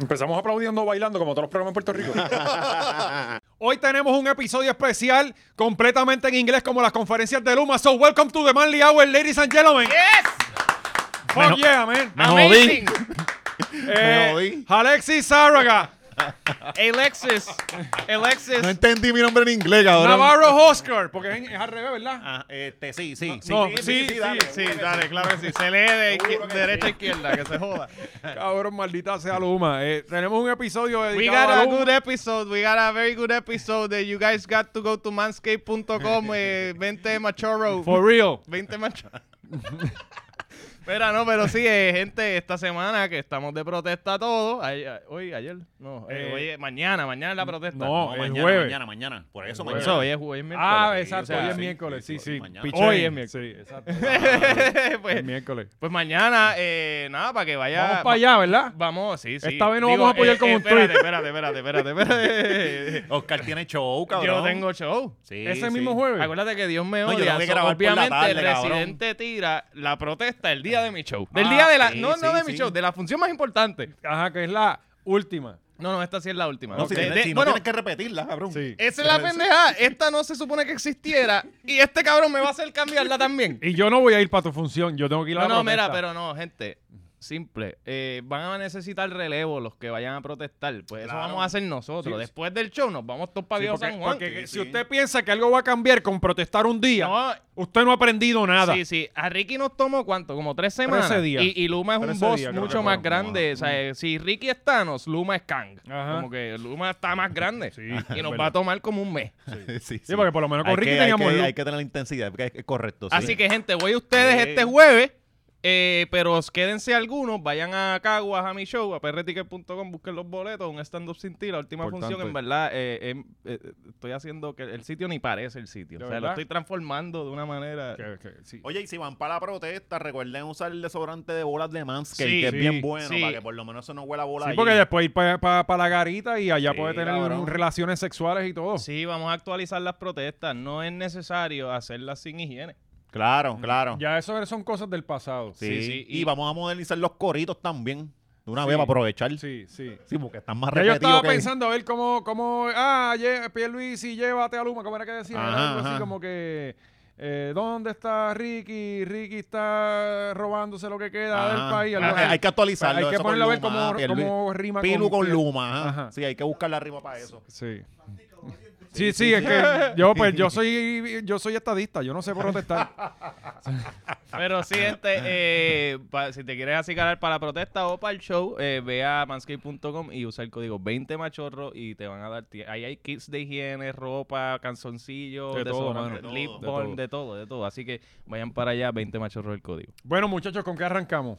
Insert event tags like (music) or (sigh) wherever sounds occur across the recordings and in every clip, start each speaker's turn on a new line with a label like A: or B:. A: Empezamos aplaudiendo, bailando, como todos los programas en Puerto
B: (laughs)
A: Rico. Hoy tenemos un episodio especial completamente en inglés, como las conferencias de Luma. So, welcome to the Manly Hour, ladies and gentlemen.
C: ¡Yes!
A: Fuck yeah, man.
B: Me jodí.
C: Amazing.
A: Eh,
B: jodí.
A: Alexis Zárraga,
C: Alexis. Alexis.
B: No entendí mi nombre en inglés, cabrón.
A: Navarro Oscar, porque es, es al revés, ¿verdad?
C: Ah, este, sí, sí.
A: no,
C: sí,
A: sí, sí,
C: dale, sí, dale, claro que sí. Se lee de izquier- derecha a izquierda, que se (laughs) joda.
A: Cabrón, maldita sea Luma. Eh, tenemos un episodio
C: We
A: dedicado
C: got
A: a
C: a
A: Luma.
C: good episode. We got a very good episode that you guys got to go to manscape.com. Eh, 20 Machorro.
A: For real.
C: 20 Machorro. Mira, no, pero sí, eh, gente, esta semana que estamos de protesta todos. Ay- ay- Hoy, ayer. No, eh,
A: Eh,
C: hoy es- mañana, mañana es la protesta.
A: no,
B: No, eh,
A: el
B: mañana,
A: jueves.
B: mañana, mañana. Por eso
C: Por
B: mañana.
C: eso, hoy es, hoy es miércoles.
A: Ah, exacto,
B: o sea,
A: hoy es
B: sí,
A: miércoles, sí,
B: sí,
A: sí.
B: mañana.
A: Pichén.
C: Hoy es miércoles.
A: Sí,
C: (laughs)
A: exacto.
C: pues,
A: Es miércoles.
C: pues mañana, eh, nada, para que vaya.
A: Vamos para allá, ¿verdad?
C: Vamos, sí, sí.
A: Esta vez no vamos a apoyar con un
C: espérate,
A: tweet.
C: espérate, espérate, espérate, (laughs) espérate.
B: Oscar tiene show, cabrón.
C: Yo tengo show.
B: Sí,
A: Ese
B: sí.
A: mismo jueves.
C: Acuérdate que Dios me
B: No, yo
C: odia.
B: tengo que
C: so,
B: grabar por la
C: obviamente, el
B: tarde, cabrón.
C: residente tira la protesta el día de mi show.
A: Ah,
C: Del día de la.
B: sí,
C: no, no
B: sí,
C: de mi
B: sí.
C: show, de la función más importante.
A: Ajá, que es la última.
C: No, no, esta sí es la última.
B: No, si
C: De-
B: tienes-
C: de-
B: si no
C: bueno,
B: tienes que repetirla, cabrón.
A: Sí.
C: esa es
B: (laughs)
C: la pendeja. Esta no se supone que existiera. Y este cabrón me va a hacer cambiarla (laughs) también.
A: Y yo no voy a ir para tu función, yo tengo que ir a
C: No,
A: la
C: no,
A: protesta.
C: mira, pero no, gente. Simple. Eh, van a necesitar relevo los que vayan a protestar. Pues
B: Claro.
C: eso vamos a hacer nosotros.
A: Sí,
C: Después del show nos vamos todos para
A: Sí,
C: Dios
A: porque,
C: San Juan.
A: porque
B: Sí,
A: si
B: sí.
A: usted piensa que algo va a cambiar con protestar un día,
C: No,
A: usted no ha aprendido nada.
C: sí, sí. A Ricky nos tomó cuánto, como tres semanas.
A: días.
C: Y, y Luma es un
A: Trece
C: boss
A: días, creo
C: mucho
A: que
C: más
A: fueron,
C: grande. O sea, si Ricky es Thanos, Luma es Kang.
A: Ajá.
C: Como que Luma está más grande.
A: Sí,
C: y nos
A: es
C: va a
A: verdad.
C: tomar como un mes.
B: Sí, sí.
A: Sí, porque por lo menos con
B: Hay
A: Ricky
B: que- hay
A: teníamos
B: que-
A: luz.
B: Hay que tener la intensidad, porque es correcto. sí.
C: Así que, gente, voy a ustedes
B: Sí.
C: este jueves. eh, pero quédense algunos, vayan a Caguas a mi show, a prticket.com, busquen los boletos, un stand-up sin ti, la última
A: Importante.
C: función, en verdad, eh, em, eh, estoy haciendo que el sitio ni parece el sitio,
A: ¿De
C: o sea, lo
A: verdad?
C: estoy transformando de una manera...
A: Que- que- sí.
B: Oye, y si van para la protesta, recuerden usar el desodorante de bolas de Manscaped,
C: Sí,
B: que
A: sí,
B: es bien bueno,
C: sí.
B: para que por lo menos eso no huela a bola
A: Sí,
B: allí.
A: porque después ir para la garita y allá
B: Sí,
A: puede tener
B: cabrón.
A: relaciones sexuales y todo.
C: Sí, vamos a actualizar las protestas, no es necesario hacerlas sin higiene.
B: Claro, claro.
A: Mm, Ya eso son cosas del pasado.
B: Sí,
C: Sí, sí,
B: Y,
C: y-
B: vamos a modernizar los coritos también, de una
A: Sí.
B: vez para aprovechar. Sí.
A: sí. sí.
B: porque están más
A: Ya yo
B: repetidos
A: estaba
B: que-
A: pensando a ver cómo, cómo ah, lle- Pierluisi, llévate a Luma, ¿cómo era que decía? Era
B: Ajá,
A: algo así
B: ajá.
A: como que, eh, ¿dónde está Ricky? Ricky está robándose lo que queda del
B: Ajá.
A: país. algo
B: Ah,
A: así.
B: hay que actualizarlo.
A: Hay que
B: eso con
A: ponerlo a ver
B: Luma,
A: cómo,
B: ah, Pierluisi.
A: cómo rima
B: Pilu con Luma, ajá.
A: Ajá.
B: Sí, hay que buscar la rima para eso.
A: Sí. Sí, sí, es que (laughs) yo pues yo soy yo soy estadista, yo no sé protestar.
C: Pero sí, gente, eh, pa- si te quieres acicalar para la protesta o para el show, eh, ve a manscape.com y usa el código 20machorro y te van a dar... ti- Ahí hay kits de higiene, ropa, canzoncillos,
A: De todo,
C: desodorante,
B: mano.
C: lip
B: De
A: todo.
C: balm, de todo, de todo. Así que vayan para allá, 20machorro el código.
A: Bueno, muchachos, ¿con qué arrancamos?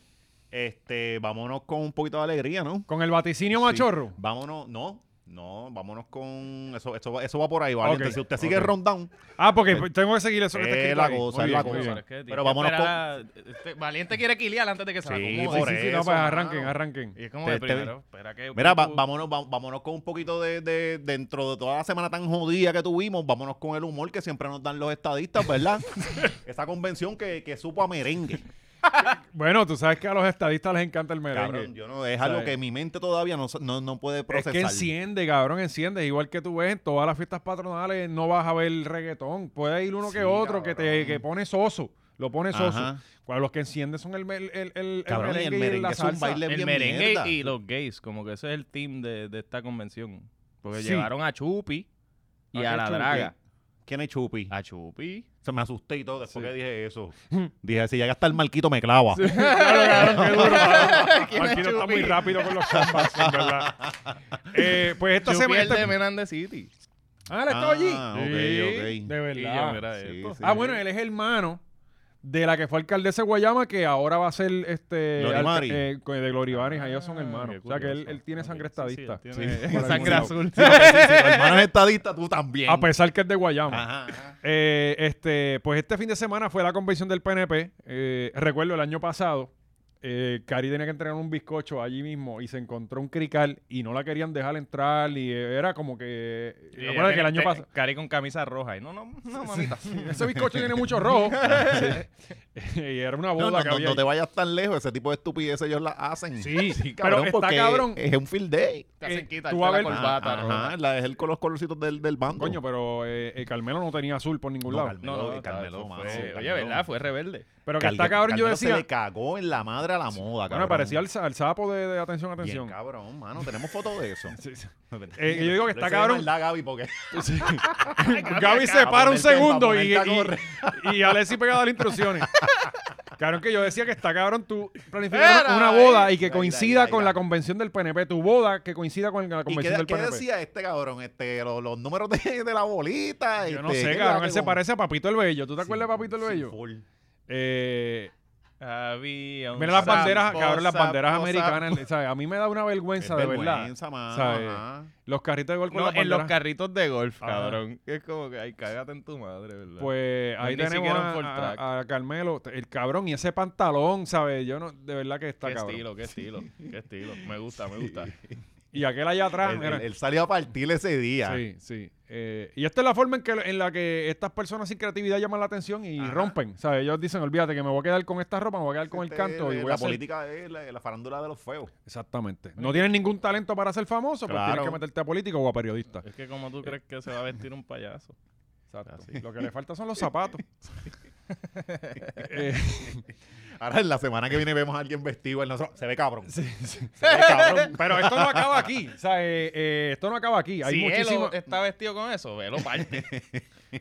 B: Este, vámonos con un poquito de alegría, ¿no?
A: Con el vaticinio
B: Sí.
A: machorro.
B: Vámonos, no, no, vámonos con eso, eso, va- eso va por ahí, ¿vale?
A: Ok,
B: Entonces, si usted
A: ok.
B: sigue el rundown,
A: Ah, porque tengo que seguir eso que
B: Eh, Es
A: está escrito
B: la
A: ahí.
B: cosa,
A: Muy
B: es la
A: bien, muy
B: cosa.
A: bien.
C: Pero, es que
B: Pero
C: tienes que
B: vámonos
C: esperar a- este, Valiente quiere quiliar antes de que se la
B: Sí,
C: acomode.
B: por
A: Sí, sí, sí,
B: eso,
A: no, pues
B: mano.
A: arranquen, arranquen.
C: Y es como
B: Te-
C: de
B: te-
C: primero, espera que...
B: mira, va-
C: tú-
B: vámonos, va- vámonos con un poquito de, de- dentro de toda la semana tan jodida que tuvimos, vámonos con el humor que siempre nos dan los estadistas,
A: (laughs)
B: ¿verdad? Esa convención que, que supo a merengue.
A: Bueno, tú sabes que a los estadistas les encanta el merengue.
B: Cabrón, yo no, es algo
A: ¿Sabes?
B: que mi mente todavía no, no, no puede procesar.
A: Es que enciende, cabrón, enciende. Igual que tú ves en todas las fiestas patronales, no vas a ver reggaetón. Puede ir uno
B: Sí,
A: que otro que te
B: cabrón.
A: que pone soso. Lo pone soso.
B: Ajá.
A: Cuando los que encienden son el, me- el, el, el
B: Cabrón, y el merengue es un
A: (laughs)
B: baile
C: el
B: bien
C: merengue
B: mierda.
C: y los gays, como que ese es el team de, de esta convención. Porque
A: Sí.
C: llevaron a Chupi y
B: Ah,
A: ¿A
C: a,
A: qué
C: la
A: Chupi?
C: draga.
B: ¿Quién es Chupi?
C: A Chupi.
B: Se me asusté y todo después
A: Sí.
B: que dije eso. dije, si llega hasta el marquito me clava. (laughs)
A: Claro, cabrón, qué duro, cabrón.
C: ¿Quién es
A: Marquito está
C: Chupi?
A: muy rápido con los combats, en verdad.
B: (laughs)
A: Eh, pues esta
C: Chupi
A: semana.
C: es de
A: este-
C: Menande City.
A: Ah, él estaba allí.
B: Ah, ok,
A: Sí,
B: ok.
A: De
C: Y
A: verdad.
C: yo, mira
B: Sí,
C: esto.
B: sí.
A: Ah, bueno, él es hermano de la que fue alcaldesa de Guayama, que ahora va a ser este
B: Glorimaris.
A: alca- eh, co- de Glorimaris. Ellos son
C: Ah,
A: hermanos.
C: qué
A: O sea que él,
C: curioso.
A: él tiene
C: Ok,
A: sangre
C: sí, sí, él
A: estadista.
C: tiene
A: Sí, por
C: sangre
A: algún
C: azul.
B: Sí, sí, sí, tu hermano es estadista, tú también.
A: lado. A pesar que es de Guayama.
B: Ajá, ajá.
A: Eh, este, pues este fin de semana fue la convención del PNP. eh, recuerdo el año pasado. eh, Cari tenía que entregar un bizcocho allí mismo y se encontró un crical y no la querían dejar entrar y eh, era como que... Acuérdate que el año pasado...
C: Cari con camisa roja. Y
A: (laughs)
C: no, no, no, mamita.
A: Ese bizcocho tiene mucho
C: (laughs)
A: rojo. (laughs) y era una
B: No,
A: boda
B: no,
A: que
B: no,
A: había
B: no
A: ahí.
B: te vayas tan lejos, ese tipo de estupideces ellos la hacen.
A: Sí, sí,
B: Cabrón,
A: pero está
B: porque
A: cabrón.
B: Es un field day.
C: Te hacen
A: Eh,
C: quitarte
A: tú vas a
C: la
A: ver- Ah,
C: corbata,
B: Ajá,
C: roja.
B: ajá, la- es el con los colorcitos del, del bando.
A: Coño, pero eh, eh, Carmelo no tenía azul por ningún
B: No,
A: lado.
B: Carmelo.
C: No, no,
B: Carmelo,
C: Carmelo,
B: mano,
C: fue-
B: Carmelo.
C: Oye, ¿verdad? Fue rebelde.
A: Pero que
B: Carl-
A: está cabrón, yo
B: Carmelo
A: decía...
B: se le cagó en la madre a la moda,
A: Bueno,
B: cabrón.
A: parecía al, sa- al sapo de, de atención,
B: Bien,
A: atención.
B: cabrón, mano. Tenemos fotos de eso.
A: (laughs) Sí,
B: (laughs)
A: sí. Eh, yo digo que está cabrón.
B: La Gaby, porque
A: Sí. Gaby se
B: a
A: para un
B: ponerte- para
A: segundo y,
B: ponerte a correr.
A: y, y Alexis pega a dar instrucciones. (laughs) Cabrón, que yo decía que está cabrón tú planificar
B: Era,
A: una
B: ahí.
A: boda y que
B: Ahí,
A: coincida
B: ahí, ahí,
A: con
B: ahí.
A: la convención del PNP. Tu boda que coincida con la
B: ¿Y qué,
A: convención del
B: qué
A: PNP.
B: decía este cabrón? Este, lo- los números de, de la bolita.
A: Yo
B: este,
A: no sé,
B: ¿qué
A: cabrón.
B: era
A: Él se
B: que-
A: parece a Papito el Bello. ¿Tú te acuerdas de
B: Sí,
A: Papito el
B: sí,
A: Bello?
B: full.
A: eh,
C: Había un
A: mira las
C: sapo,
A: banderas, cabrón, las banderas
B: sapo, sapo.
A: americanas. ¿sabes? A mí me da una
B: Es
A: vergüenza, de verdad.
B: vergüenza, mano,
A: ¿Sabes?
B: ajá.
A: Los carritos de gol con
C: No,
A: las
C: en los
A: banderas.
C: carritos de golf,
A: Ajá.
C: cabrón. Es como que, ay, cágate en tu madre, ¿verdad?
A: Pues
C: No
A: ahí
C: es ni
A: tenemos
C: siquiera un
A: a,
C: full
A: a-
C: track.
A: a Carmelo, el cabrón, y ese pantalón, ¿sabes? Yo no, de verdad que está
C: qué
A: cabrón.
C: estilo, qué estilo, qué estilo. Me gusta, me gusta.
A: Y aquel allá atrás,
B: Él,
A: mira.
B: él- él salió a partir ese día.
A: sí, sí. Eh, y esta es la forma en, que, en la que estas personas sin creatividad llaman la atención y
B: Ajá.
A: rompen, ¿sabes? Ellos dicen, olvídate que me voy a quedar con esta ropa, me voy a quedar con el
B: Este,
A: canto y
B: la
A: voy a hacer...
B: política es la, la farándula de los feos.
A: Exactamente. No tienes ningún talento para ser famoso, pues
B: Claro.
A: tienes que meterte a político o a periodista.
C: Es que como tú crees que se va a vestir un payaso.
A: Exacto.
C: Así.
A: Lo (laughs) que le falta son los zapatos. (laughs) Eh,
B: Ahora en la semana que viene vemos a alguien vestido. él nosotros- se ve cabrón.
A: sí, (laughs) sí.
B: Se ve cabrón.
A: Pero esto no acaba aquí. O sea, eh, eh, esto no acaba aquí. Hay
C: si
A: muchísima-
C: él está vestido con eso, velo parte.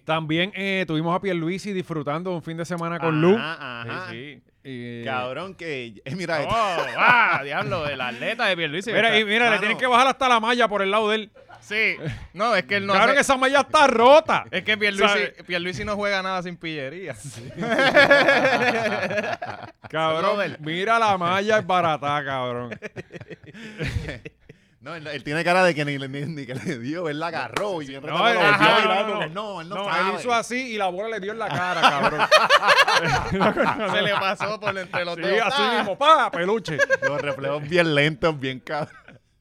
A: También eh, tuvimos a Pierluisi disfrutando de un fin de semana con
B: Ajá,
A: Lu.
B: ajá.
C: Ah, Sí, sí.
A: Eh,
B: Cabrón que... eh, mira,
C: ¡Oh,
B: esto-
C: va! Diablo, el atleta de Pierluisi.
A: Mira,
C: está-
A: y mira, le
B: Mano.
A: tienen que bajar hasta la malla por el lado de él.
C: Sí. No, es que él no
A: cabrón,
C: hace-
A: esa malla está rota.
C: (laughs) Es que Pierluisi,
A: ¿Sabe?
C: Pierluisi no juega nada sin pillería. (laughs)
A: Cabrón, mira la malla es barata, cabrón.
B: no, él, él tiene cara de que ni, le- ni- ni que le dio. Él la agarró y bien
A: No,
B: retado
A: él-
B: lo volvió
A: ajá,
B: a mirar
A: no, no,
B: porque no, él no,
A: No,
B: sabe.
A: él hizo así y la bola le dio en la
C: Ah, (laughs)
A: cara, cabrón. (laughs)
C: Se le pasó por entre los Ah.
A: Sí,
C: dedos.
A: así mismo, pa, peluche.
B: Los reflejos bien lentos, bien cabrón.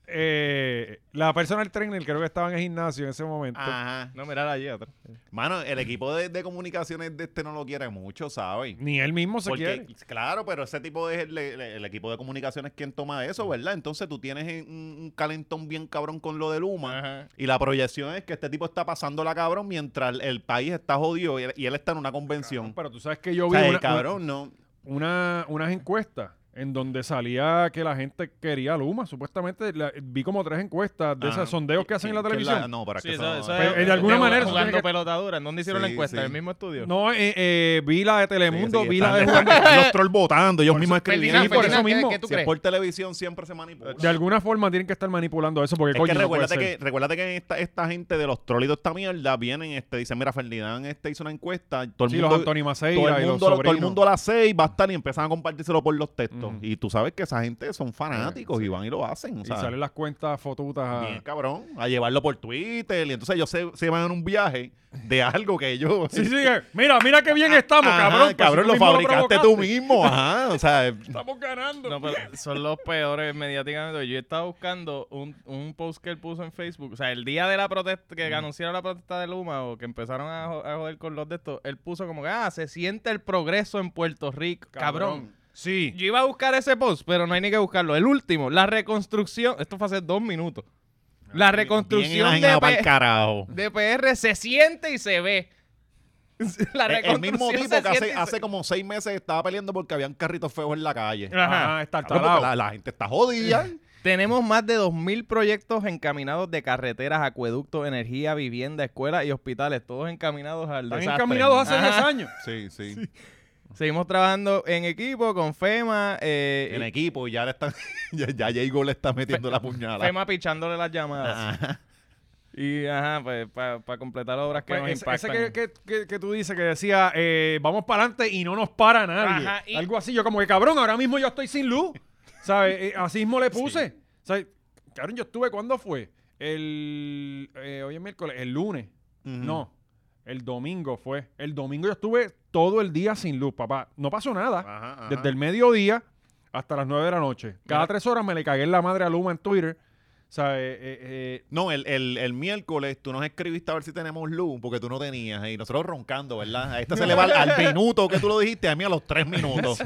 A: Eh, la personal trainer creo que estaba en el gimnasio en ese momento.
B: Ajá.
C: No, mirar allí atrás.
B: Mano, el equipo de, de comunicaciones de este no lo quiere mucho, ¿sabes?
A: Ni él mismo se
B: Porque,
A: quiere.
B: claro, pero ese tipo es el, el- el equipo de comunicaciones quien toma eso, ¿verdad? Entonces tú tienes en- un, un calentón bien cabrón con lo de Luma.
C: Ajá.
B: Y la proyección es que este tipo está pasando la cabrón mientras el, el país está jodido y él, y él está en una convención.
A: Pero tú sabes que yo
B: o
A: vi
B: sea, el
A: una-
B: cabrón, no.
A: una, unas encuestas en donde salía que la gente quería a Luma. Supuestamente la- vi como tres encuestas de
B: Ajá.
A: esos sondeos que hacen en la
B: Ah, Que- que
A: televisión.
B: la- no, para
C: Sí,
B: que
C: eso-
B: eso-
C: eso
A: Pero,
C: es-
A: eh, de alguna
C: jug-
A: manera, eso
C: Jugando
A: tiene que-
C: pelotadura. ¿En dónde hicieron la
B: Sí,
C: encuesta?
B: sí.
C: ¿En el mismo estudio?
A: No, eh, eh, vi la de
B: Sí,
A: Telemundo,
B: sí,
A: vi la
B: están-
A: de
B: están los troll votando, ellos mismos
C: Ferdinand,
B: escribiendo.
A: Sí, por eso
C: Ferdinand, ¿qué-
A: mismo.
C: ¿Qué tú
B: si es
C: crees?
B: por televisión siempre se manipula.
A: De alguna forma tienen que estar manipulando eso porque
B: Es
A: coño,
B: que
A: no puede
B: recuérdate, que
A: ser.
B: recuérdate que esta, esta gente de los trolls de esta mierda vienen, este, dicen, mira, Ferdinand este hizo una encuesta, todo el
A: Sí, los
B: mundo,
A: Anthony Maceira
B: todo el
A: y los
B: mundo, todo el
A: sobrinos.
B: mundo a las seis va a estar y empiezan a compartírselo por los textos.
A: Ujú.
B: Y tú sabes que esa gente son fanáticos
A: Sí,
B: y van y lo hacen. o
A: y
B: sea,
A: salen las cuentas fotutas. a-
B: Bien, cabrón, a llevarlo por Twitter. Y entonces ellos se, se van en un viaje de algo que ellos.
A: Sí, sí,
B: (laughs)
A: que, mira, mira qué bien estamos,
B: Ah, Ajá,
A: cabrón. pues,
B: cabrón,
A: si
B: lo
A: tú mismo
B: fabricaste tú
A: provocaste.
B: mismo. Ajá, o sea,
A: Estamos ganando.
C: No, pero son los peores mediáticamente. Yo estaba buscando un, un post que él puso en Facebook. O sea, el día de la protesta,
B: Mm.
C: que anunciaron la protesta de Luma o que empezaron a, jo- a joder con los de estos, él puso como que, ah, se siente el progreso en Puerto Rico. Cabrón.
A: Sí.
C: Yo iba a buscar ese post, pero no hay ni que buscarlo. El último, la reconstrucción. Esto fue hace dos minutos. La reconstrucción
B: bien
C: de,
B: para
C: P-
B: carajo.
C: de PR se siente y se ve. (laughs) La
B: El- Eh, El mismo
C: reconstrucción
B: tipo
C: se
B: que hace,
C: siente y se-
B: hace como seis meses estaba peleando porque habían carritos feos en la calle.
A: Ajá, está
B: ah, Cabrón, porque la, la gente está jodida.
C: Tenemos más de 2.000 proyectos encaminados de carreteras, acueductos, energía, vivienda, escuelas y hospitales, todos encaminados al
A: Están
C: desastre.
A: encaminados hace
C: Ajá.
A: 10 años.
B: Sí, sí.
C: Seguimos trabajando en equipo con FEMA. eh,
B: En
C: y-
B: equipo, y ya le están. (laughs) Ya, ya Jago le está metiendo la puñalada.
C: FEMA pichándole las llamadas.
B: (laughs) Ajá.
C: Y ajá, pues para completar obras que
A: Pues
C: nos
A: ese-
C: impactan.
A: Ese que, que- que- que tú dices que decía, eh, vamos para adelante y no nos para nadie.
C: Ajá, y-
A: Algo así. Yo como que, cabrón, ahora mismo yo estoy sin luz. ¿Sabes? Eh, así mismo le puse. ¿Sabes? Cabrón, yo estuve, ¿cuándo fue? El... eh, hoy es miércoles. El lunes.
B: Ujú.
A: No. El domingo fue. El domingo yo estuve todo el día sin luz, papá. No pasó nada.
B: Ajá, ajá.
A: Desde el mediodía hasta las 9 de la noche. Cada
C: Mira.
A: tres horas me le cagué en la madre a Luma en Twitter. O sea, eh, eh, eh,
B: No, el, el, el miércoles tú nos escribiste a ver si tenemos luz, porque tú no tenías, y nosotros roncando, ¿verdad? A esta se le va al, al minuto que tú lo dijiste, a mí a los
A: (laughs)
B: tres minutos.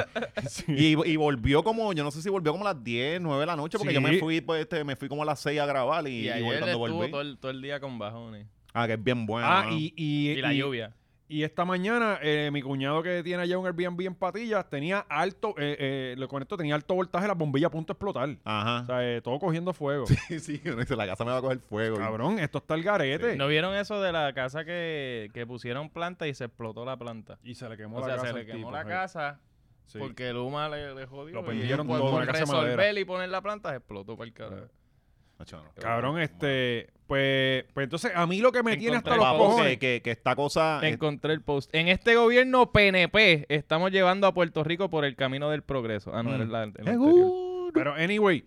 B: y, y volvió como, yo no sé si volvió como a las 10, 9 de la noche, porque
A: Sí.
B: yo me fui, pues, este, me fui como a las 6 a grabar y,
C: Y,
B: y
C: ayer
B: cuando
C: estuvo
B: volví.
C: todo el, todo el día con bajones.
B: Ah, que es bien bueno.
A: ah,
B: mano.
A: y, y,
C: Y, la
A: y-
C: lluvia.
A: y esta mañana, eh, mi cuñado que tiene allá un Airbnb en Patillas, tenía alto, eh, eh, lo conecto, tenía alto voltaje, la bombilla a punto de explotar. O
B: Ajá.
A: sea, eh, todo cogiendo fuego.
B: (laughs) Sí, sí, uno dice, la casa me va a coger fuego.
A: Cabrón, esto está el garete.
C: ¿No vieron eso de la casa que, que pusieron planta y se explotó la planta?
A: Y se le quemó
C: O
A: la
C: sea,
A: casa.
C: se le
A: al
C: quemó
A: tipo,
C: la
A: sí.
C: casa
A: Sí. Eh,
C: porque Luma le, le jodió.
A: Lo
C: y
A: prendieron
C: por,
A: todo,
C: por
A: la casa de
C: resolver
A: madera.
C: y poner la planta se explotó para el carajo.
B: Nacho, no.
A: Cabrón, este. Pues, pues entonces, a mí lo que me
C: Te
A: tiene hasta
C: encontré
A: los
B: Papo,
A: cojones.
B: que, que, que esta cosa...
C: Te encontré el post. En este gobierno PNP estamos llevando a Puerto Rico por el camino del progreso. Ah, no,
B: Mm.
C: era la- el
B: es-
C: anterior.
A: Pero, anyway,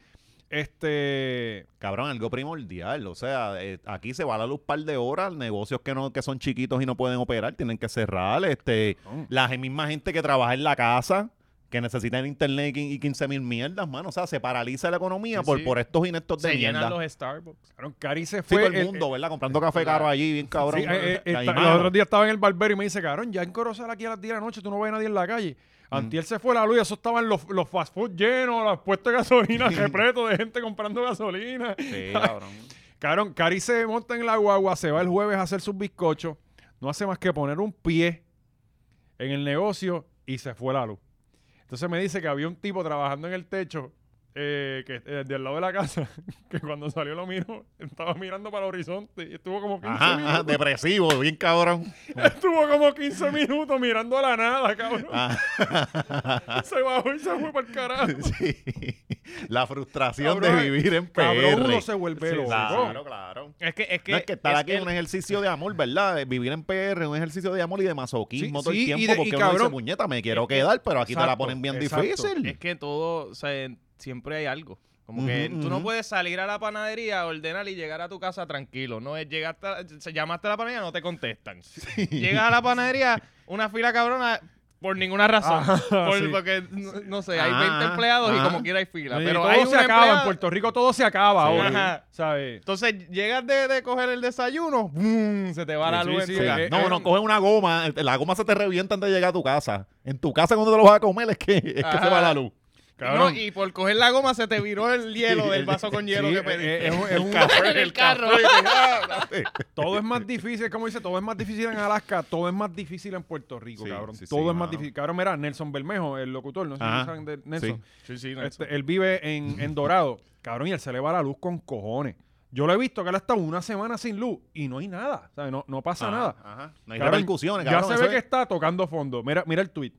A: este.
B: Cabrón, algo primordial. O sea, eh, aquí se va la luz un par de horas, negocios que no que son chiquitos y no pueden operar, tienen que cerrar. Este, la gen- misma gente que trabaja en la casa, que necesita el internet y quin- y 15 mil mierdas, mano. O sea, se paraliza la economía
C: Sí,
B: por,
C: sí.
B: por estos inectos de
C: Se llenan
B: mierda.
C: los Starbucks.
A: Cabrón, Cari se
B: Sí,
A: fue.
B: todo el mundo, ¿verdad? Comprando café caro allí, bien cabrón.
A: Sí, eh, eh,
B: Ahí,
A: está-
B: mano.
A: los otros días estaba en el barbero y me dice, cabrón, ya en Corozal aquí a las 10 de la noche tú no ves a nadie en la calle. Antier se fue la luz y eso estaban los, los fast food llenos, las puestas de
B: (laughs)
A: gasolina repleto de gente comprando gasolina.
B: Sí,
A: (laughs)
B: cabrón.
A: Cabrón, Cari se monta en la guagua, se va el jueves a hacer sus bizcochos, no hace más que poner un pie en el negocio y se fue la luz. Entonces me dice que había un tipo trabajando en el techo eh, que, eh, del lado de la casa, (laughs) que cuando salió lo miró, estaba mirando para el horizonte y estuvo como 15
B: Ajá,
A: minutos.
B: ajá, depresivo,
A: (laughs)
B: bien cabrón.
A: Estuvo como 15 minutos mirando a la nada, cabrón.
B: Ah,
A: (laughs) Se bajó y se fue para el
B: (laughs)
A: carajo.
B: sí. La frustración
A: Cabrón, eh,
B: de vivir en PR.
A: Cabrón, uno se vuelve
B: Sí,
A: loco.
B: Claro, claro.
C: Es que, es que,
B: No, es que estar
C: es
B: aquí
C: que
B: es un ejercicio de amor, ¿verdad? De Vivir en PR es un ejercicio de amor y de masoquismo
A: Sí,
B: todo
A: sí,
B: el tiempo.
A: y de- y
B: porque uno
A: cabrón-
B: dice, muñeta, me quiero quedar, pero aquí te la
A: Exacto,
B: ponen bien
A: exacto.
B: difícil.
C: Es que todo, o sea, en- siempre hay algo. Como que
B: Ujú,
C: tú no
B: ujú.
C: puedes salir a la panadería, ordenar y llegar a tu casa tranquilo. No es llegaste, a- se- llamaste a la panadería, no te contestan. Llegas a la panadería, una fila cabrona por ninguna razón.
A: Ajá,
C: (laughs) Por-
A: sí.
C: Porque, no, no sé, hay
B: Ah,
C: 20 empleados y
B: ah.
C: como quiera hay fila.
A: Y
C: Pero
A: todo
C: hay
A: se
C: una
A: acaba, en
C: empleada-
A: Puerto Rico todo se acaba
B: Sí.
A: ahora.
C: Ajá.
A: ¿Sabes?
C: Entonces llegas de, de coger el desayuno, ¡boom! se te va la
A: Sí,
C: luz.
A: sí,
C: en
A: sí,
C: tu
A: eh,
C: casa.
A: eh,
B: no, no, coge una goma. eh, La goma se te revienta antes de llegar a tu casa. En tu casa cuando te lo vas a comer es que, es que
C: Ajá.
B: se va
A: Ah,
B: la luz.
C: No,
A: Cabrón.
C: y por coger la goma se te viró el hielo del vaso con hielo
A: Sí,
C: que
A: eh,
C: pediste.
A: eh, es un- es un- (laughs)
C: en el carro.
A: todo es más difícil, como dice, todo es más difícil en Alaska, todo es más difícil en Puerto Rico,
B: Sí,
A: cabrón.
B: sí, sí,
A: todo es más
B: mano.
A: difícil. Cabrón, mira, Nelson Bermejo, el locutor, no sé
B: Ajá.
A: si saben de Nelson.
C: Sí, sí,
A: Este, él vive en, en Dorado, (laughs) cabrón, y él se le va la luz con cojones. Yo lo he visto que él ha estado una semana sin luz y no hay nada, ¿sabes? No, no pasa
B: Ajá,
A: nada.
B: ajá. No hay
A: Cabrón,
B: repercusiones,
A: Ya
B: cabrón.
A: se
B: eso
A: ve
B: es-
A: que está tocando fondo. Mira, mira el tweet.